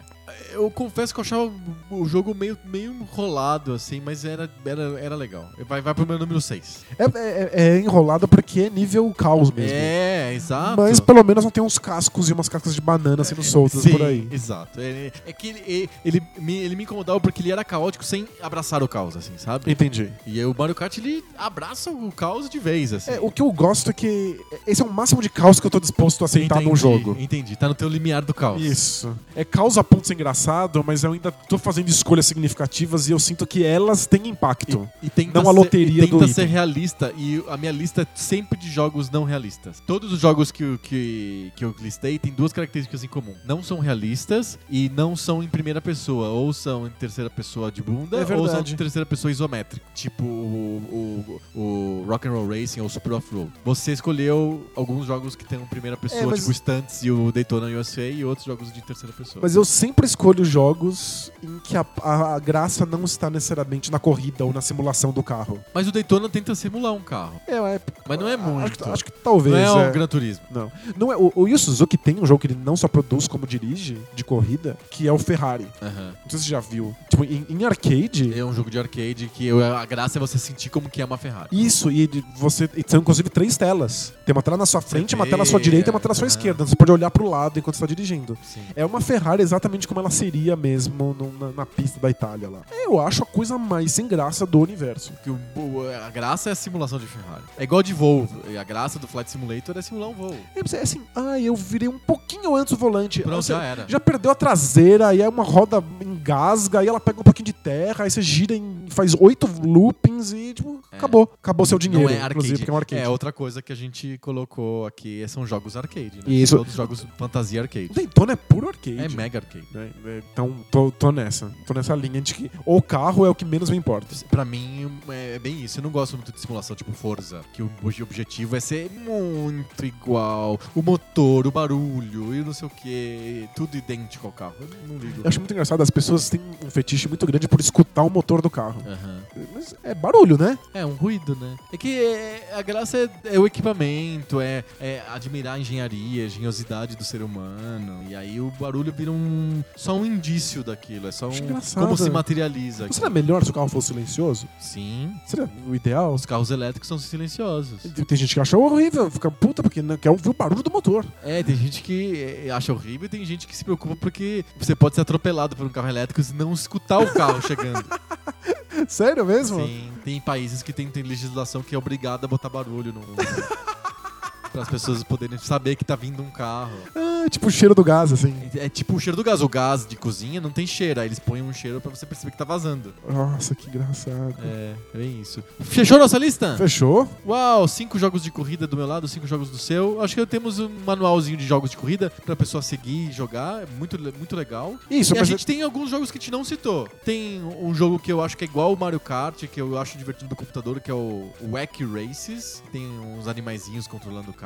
Eu confesso que eu achava o jogo meio, meio enrolado, assim, mas era, era, era legal. Vai, vai pro meu número 6. É, é- é enrolado porque é nível caos mesmo. É, exato. É, Mas pelo menos não tem uns cascos e umas cascas de banana sendo soltas Sim, por aí. Exato. É, é que ele, ele, ele me, ele me incomodava porque ele era caótico sem abraçar o caos, assim, sabe? Entendi. E aí o Mario Kart, ele abraça o caos de vez, assim. É, o que eu gosto é que esse é o máximo de caos que eu tô disposto a aceitar tá num Entendi, jogo. Entendi, tá no teu limiar do caos. Isso. É caos a ponto de ser engraçado, mas eu ainda tô fazendo escolhas significativas e eu sinto que elas têm impacto. E tenta Não a loteria ser, e tenta do ser item. realista e a minha lista é sempre de jogos não realistas. Todos os jogos que, eu- que, que eu listei têm duas características em comum. Não são realistas e não são em primeira pessoa, ou são em terceira pessoa de bunda, É ou são verdade. de terceira pessoa isométrica, tipo o, o, o Rock and Roll Racing ou Super Off-Road. Você escolheu alguns jogos que tem em primeira pessoa, É, mas- tipo Stunts e o Daytona USA e outros jogos de terceira pessoa. Mas eu sempre escolho jogos em que a, a- a graça não está necessariamente na corrida ou na simulação do carro. Mas o Daytona tenta simular um carro, É, é mas não é muito. Acho que, acho que talvez. não é um é. Gran Turismo. Não. Não é, o, o Yu Suzuki tem um jogo que ele não só produz como dirige, de corrida, que é o Ferrari. Aham. Não sei se você já viu. Tipo, em, em arcade. É um jogo de arcade que eu- a graça é você sentir como que é uma Ferrari. Isso, e de- você. E são inclusive três telas. Tem uma tela na sua frente, uma tela à sua vê, direita e uma tela à sua aham. esquerda. Você pode olhar pro lado enquanto você tá dirigindo. Sim. É uma Ferrari exatamente como ela seria mesmo no- na, na pista da Itália lá. É, Eu acho a coisa mais sem graça do universo. Porque o- o- a graça é a simulação de Ferrari. É igual de voo. E A graça do Flight Simulator é simular um voo. É é assim, ah, eu virei um pouquinho antes o volante. Pronto, Ah, você já era. Já perdeu a traseira, aí é uma roda engasga, aí ela pega um pouquinho de terra, aí você gira e faz oito loopings e, tipo, É. acabou. Acabou seu dinheiro, Não é arcade. inclusive, porque é um arcade. outra coisa que a gente colocou aqui são jogos arcade, né? Isso. Todos jogos fantasia arcade. O Daytona é puro arcade. É mega arcade. Né? É, Então, tô, tô nessa. Tô nessa linha de que o carro é o que menos me importa. Pra mim, é é bem isso. Eu não gosto muito de simulação tipo Forza, que o o objetivo é ser muito igual. O motor, o barulho e não sei o que. Tudo idêntico ao carro. Eu não ligo. Eu acho muito engraçado, as pessoas têm um fetiche muito grande por escutar o motor do carro. Aham. Mas é barulho, né? É, um ruído, né? É que é, a graça é, é o equipamento, é, é admirar a engenharia, a engenhosidade do ser humano. E aí o barulho vira um. só um indício daquilo. É só Acho um. engraçado. Como se materializa. Não aquilo. seria Então, melhor se o carro fosse silencioso? Sim. Seria o ideal? Os carros elétricos são silenciosos. Tem gente que acha horrível, fica puta porque não quer ouvir o barulho do motor. É, tem gente que é, acha horrível e tem gente que se preocupa porque você pode ser atropelado por um carro elétrico e não escutar o carro chegando. Sério mesmo? Sim, tem países que tem, tem legislação que é obrigada a botar barulho no. Para as pessoas poderem saber que tá vindo um carro. Ah, tipo o cheiro do gás, assim. É tipo o cheiro do gás. O gás de cozinha não tem cheiro. Aí eles põem um cheiro pra você perceber que tá vazando. Nossa, que engraçado. É, é bem isso. Fechou nossa lista? Fechou? Uau, cinco jogos de corrida do meu lado, cinco jogos do seu. Acho que temos um manualzinho de jogos de corrida pra pessoa seguir e jogar. É muito, le- muito legal. Isso, e a mas gente tem alguns jogos que a gente não citou. Tem um jogo que eu acho que é igual o Mario Kart, que eu acho divertido do computador, que é o Wack Races. Tem uns animaizinhos controlando karts.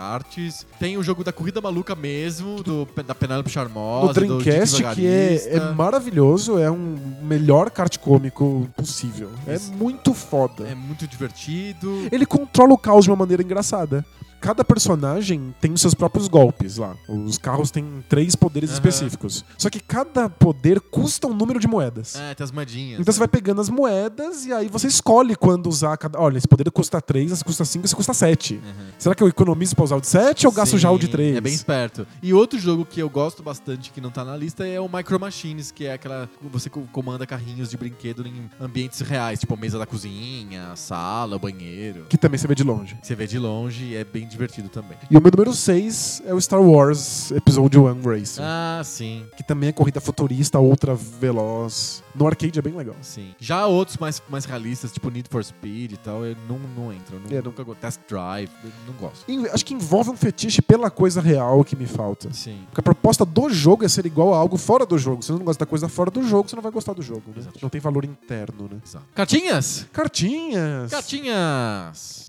Tem o jogo da corrida maluca mesmo, do, da Penélope no Charmosa. do Dick Dreamcast, que é, é Vigarista. maravilhoso, é um melhor kart cômico possível. Isso. É muito foda. É muito divertido. Ele controla o caos de uma maneira engraçada. Cada personagem tem os seus próprios golpes lá. Os carros têm três poderes Aham. específicos. Só que cada poder custa um número de moedas. É, tem as moedinhas. Então você vai pegando as moedas e aí você escolhe quando usar cada. Olha, esse poder custa 3, esse custa 5, esse custa 7. Uhum. Será que eu economizo pra usar o de 7 ou gasto Sim, já o de 3? É bem esperto. E outro jogo que eu gosto bastante, que não tá na lista, é o Micro Machines, que é aquela. Você co- comanda carrinhos de brinquedo em ambientes reais, tipo a mesa da cozinha, a sala, o banheiro. Que também você vê de longe. Você vê de longe e é bem divertido também. E o meu número 6 é o Star Wars Episode 1 Racing. Ah, sim. Que também é corrida futurista, ultra veloz. No arcade é bem legal. Sim. Já outros mais, mais realistas, tipo Need for Speed e tal, eu não, não entro. Eu nu- É, não- nunca gosto. Test Drive, eu não gosto. Em- Acho que envolve um fetiche pela coisa real que me falta. Sim. Porque a proposta do jogo é ser igual a algo fora do jogo. Se você não gosta da coisa fora do jogo, você não vai gostar do jogo. Né? Exato. Não tem valor interno, né? Exato. Cartinhas? Cartinhas! Cartinhas!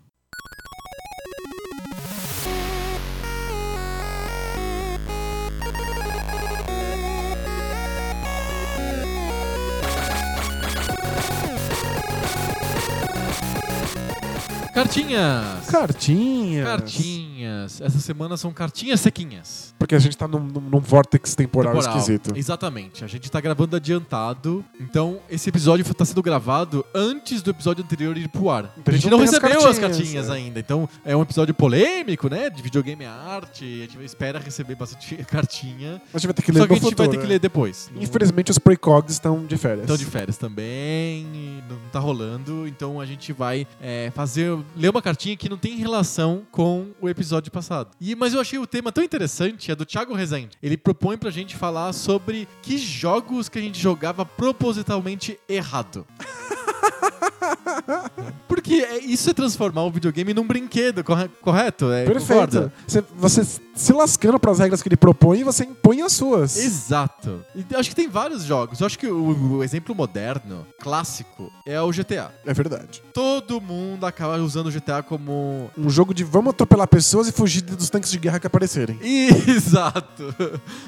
Cartinhas! Cartinhas! Cartinhas! cartinhas. Essa semana são cartinhas sequinhas. Porque a gente tá num, num, num vórtex temporal, Temporal. esquisito. Exatamente. A gente tá gravando adiantado. Então, esse episódio tá sendo gravado antes do episódio anterior ir pro ar. Então a gente não, tem as recebeu as cartinhas, cartinhas né? ainda. Então, é um episódio polêmico, né? De videogame é arte. A gente espera receber bastante cartinha. A gente vai ter que ler Só que no a gente vai ter futuro, que né? ler depois. Não- Infelizmente, os precogs estão de férias. Estão de férias também, e não tá rolando, então a gente vai é, fazer ler uma cartinha que não tem relação com o episódio passado. E mas eu achei o tema tão interessante, é do Thiago Rezende. Ele propõe pra gente falar sobre que jogos que a gente jogava propositalmente errado. Porque é- isso é transformar o videogame num brinquedo, corre- correto? É, Perfeito. concorda? Você, você se lascando pras regras que ele propõe, você impõe as suas. Exato. E acho que tem vários jogos. Eu acho que o- o exemplo moderno, clássico, é o GTA. É verdade. todo mundo acaba usando o GTA como. Um jogo de vamos atropelar pessoas e fugir dos tanques de guerra que aparecerem. um- Exato!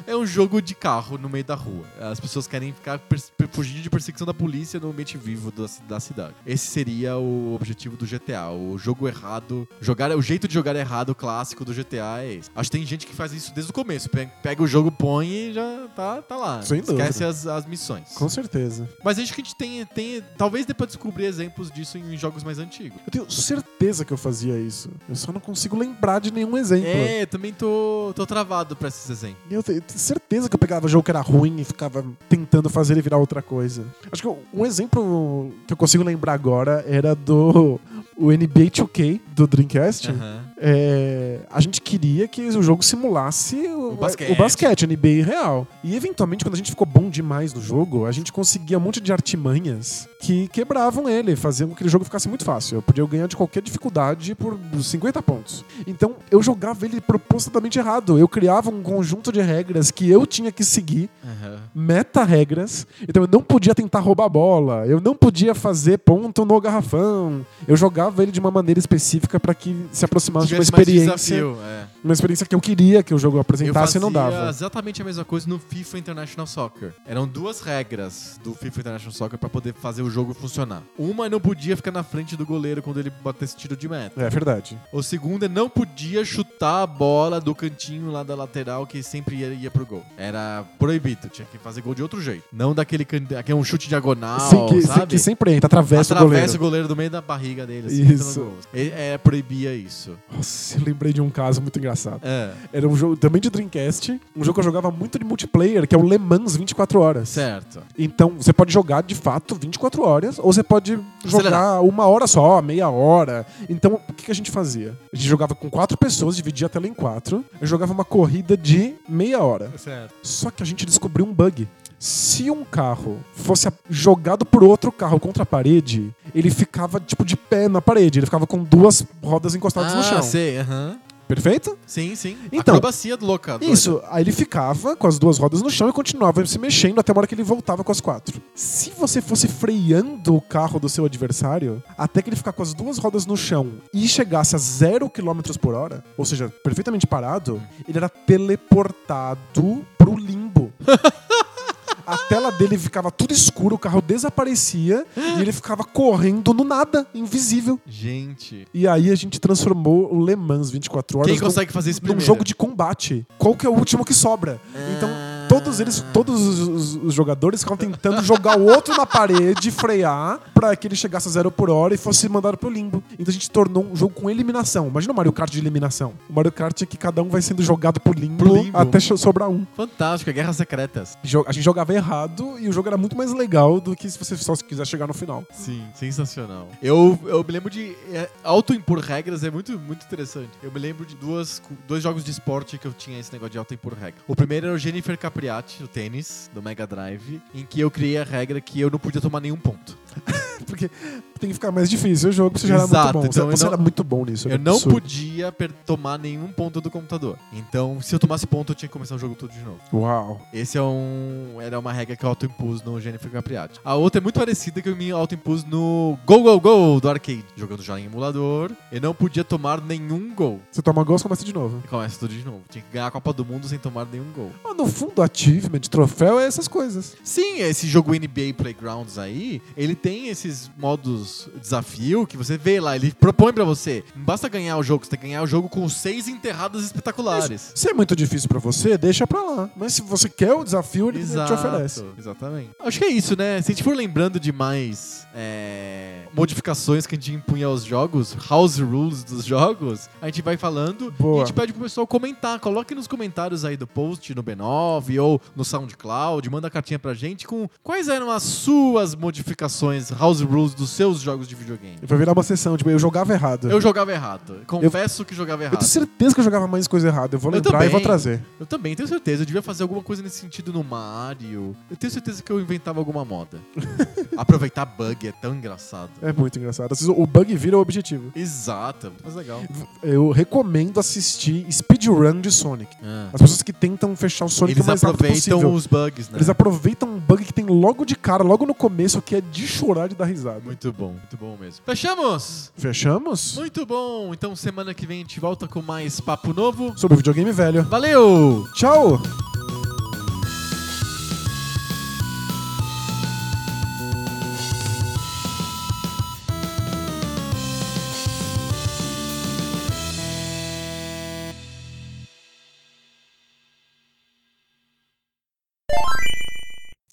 É um jogo de carro no meio da rua. As pessoas querem ficar pers- per- fugindo de perseguição da polícia no ambiente vivo da, ci- da cidade. Esse seria o objetivo do GTA. O jogo errado. Jogar, o jeito de jogar errado clássico do GTA é esse. Acho que tem gente que faz isso desde o começo. Pe- Pega o jogo, põe e já tá, tá lá. Sem dúvida. Esquece as, as missões. Com certeza. Mas acho que a gente tem, tem. Talvez dê pra descobrir exemplos disso em jogos mais antigos. Eu tenho certeza que eu fazia isso. Eu só não consigo lembrar de nenhum exemplo. É, também tô, tô travado pra esses exemplos. E Eu tenho certeza que eu pegava jogo que era ruim e ficava tentando fazer ele virar outra coisa. Acho que um exemplo que eu consigo lembrar agora era do o NBA 2K do Dreamcast. Aham. É, a gente queria que o jogo simulasse o, O basquete. o basquete, o NBA real. E eventualmente, quando a gente ficou bom demais no jogo, a gente conseguia um monte de artimanhas que quebravam ele, faziam com que aquele jogo ficasse muito fácil. Eu podia ganhar de qualquer dificuldade por 50 pontos. Então eu jogava ele propositadamente errado. Eu criava um conjunto de regras que eu tinha que seguir Aham. meta-regras. Então eu não podia tentar roubar a bola, eu não podia fazer ponto no garrafão. Eu jogava ele de uma maneira específica para que se aproximasse de uma Tivesse mais experiência, desafio, é. uma experiência que eu queria que o jogo Eu apresentasse fazia e não dava. exatamente a mesma coisa no FIFA International Soccer. Eram duas regras do FIFA International Soccer pra poder fazer o jogo funcionar. Uma não podia ficar na frente do goleiro quando ele batesse tiro de meta. É verdade. O segundo é não podia chutar a bola do cantinho lá da lateral que sempre ia, ia pro gol. Era proibido, tinha que fazer gol de outro jeito. Não daquele can... aquele um chute diagonal, Sim, que, sabe? sim, que sempre entra, atravessa, Atravessa o o goleiro. goleiro do meio da barriga dele. assim, entrando Isso. no gol. Ele- É, proibia isso. Nossa, eu lembrei de um caso muito engraçado. É, Era um jogo também de Dreamcast, um jogo que eu jogava muito de multiplayer, que é o Le Mans 24 horas. certo. Então, você pode jogar de fato 24 horas, ou você pode jogar Acelerar. uma hora só, meia hora. Então, o que que a gente fazia? A gente jogava com quatro pessoas, dividia a tela em quatro, eu jogava uma corrida de meia hora. Certo. Só que a gente descobriu um bug. Se um carro fosse a- jogado por outro carro contra a parede, ele ficava tipo de pé na parede, ele ficava com duas rodas encostadas no chão. Ah, sei, aham. Perfeito? Sim, sim. Então- Acrobacia do locador. Isso, aí ele ficava com as duas rodas no chão e continuava se mexendo até uma hora que ele voltava com as quatro. Se você fosse freando o carro do seu adversário, até que ele ficar com as duas rodas no chão e chegasse a zero quilômetros por hora, ou seja, perfeitamente parado, ele era teleportado pro limbo. A tela dele ficava tudo escuro, o carro desaparecia e ele ficava correndo no nada, invisível. Gente. E aí a gente transformou o Le Mans 24 horas Quem num- consegue fazer isso num primeiro? jogo de combate. Qual que é o último que sobra? Então, todos eles, Ah. todos os, os- os jogadores ficavam tentando jogar o outro na parede, frear, pra que ele chegasse a zero por hora e fosse mandado pro limbo. Então a gente tornou um jogo com eliminação. Imagina o Mario Kart de eliminação. O Mario Kart é que cada um vai sendo jogado pro limbo, Pro limbo. até cho- sobrar um. Fantástico, é Guerras Secretas. Jo- A gente jogava errado e o jogo era muito mais legal do que se você só quiser chegar no final. Sim, sensacional. Eu, eu me lembro de. É, autoimpor regras é muito, muito interessante. Eu me lembro de duas, cu- dois jogos de esporte que eu tinha esse negócio de autoimpor regra. O primeiro era o Jennifer Capriati, o tênis, do Mega Drive, em que eu criei a regra que eu não podia tomar nenhum ponto. Porque tem que ficar mais difícil o jogo, porque você já era muito Exato, bom. Você- então eu você não- era muito bom nisso. Eu era não absurdo. podia per- tomar nenhum ponto do computador. Então, se eu tomasse ponto, eu tinha que começar o jogo todo de novo. Uau. Esse é um. Era uma regra que eu autoimpus no Jennifer Capriati. A outra é muito parecida que eu me autoimpus no Go Go Go do arcade. Jogando já em emulador. Eu não podia tomar nenhum gol. Você toma gol, você começa de novo. E começa tudo de novo. Tinha que ganhar a Copa do Mundo sem tomar nenhum gol. Mas no fundo, achievement, troféu é essas coisas. Sim, esse jogo NBA Playgrounds aí, ele tem esses aqueles modos desafio que você vê lá, ele propõe pra você. Não basta ganhar o jogo, você tem que ganhar o jogo com seis enterradas espetaculares. Se é muito difícil pra você, deixa pra lá. Mas se você quer o desafio, ele te oferece. Exatamente. Acho que é isso, né? Se a gente for lembrando de mais é, modificações que a gente impunha aos jogos, house rules dos jogos, a gente vai falando Boa. e a gente pede pro pessoal comentar. Coloque nos comentários aí do post no B9 ou no SoundCloud, manda cartinha pra gente com quais eram as suas modificações, house rules dos seus jogos de videogame. Vai virar uma sessão, tipo, eu jogava errado. Eu jogava errado. Confesso que jogava Eu errado. tenho certeza que eu jogava mais coisa errada. Eu vou Eu lembrar e também. vou trazer. Eu também tenho certeza, eu devia fazer alguma coisa nesse sentido no Mario. Eu tenho certeza que eu inventava alguma moda. Aproveitar bug é tão engraçado. É muito engraçado. Às vezes O bug vira o objetivo. Exato, mas legal. Eu recomendo assistir speedrun de Sonic. Ah. As pessoas que tentam fechar o Sonic Eles o mais rápido possível. aproveitam os bugs, né? Eles aproveitam um bug que tem logo de cara, logo no começo, que é de chorar de dar risada. Muito bom, muito bom mesmo. Fechamos! Fechamos? Muito bom! Então semana que vem a gente volta com mais papo novo. Sobre o videogame velho. Valeu! Tchau!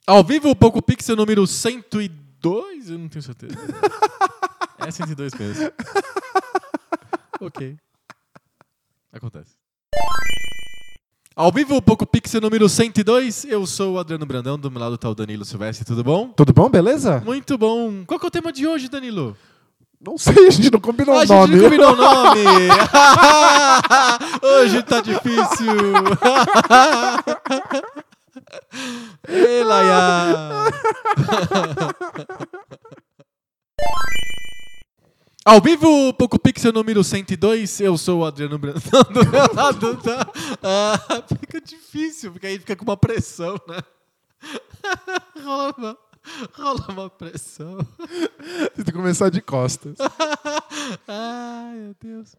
Ao vivo, Poco Pixel número 102? Eu não tenho certeza. é 102 mesmo. ok. Acontece. Ao vivo, Poco Pixel número 102. Eu sou o Adriano Brandão, do meu lado tá o Danilo Silvestre, tudo bom? Tudo bom, beleza? Muito bom. Qual que é o tema de hoje, Danilo? Não sei, a gente não combinou Ah, o a nome. gente não combinou o nome. Hoje tá difícil. Ei, Laia. Ao vivo, Poco Pixel número 102, eu sou o Adriano Brandão do meu lado, tá? Ah, fica difícil, porque aí fica com uma pressão, né? Rola uma, rola uma pressão. Tem que começar de costas. Ai, meu Deus.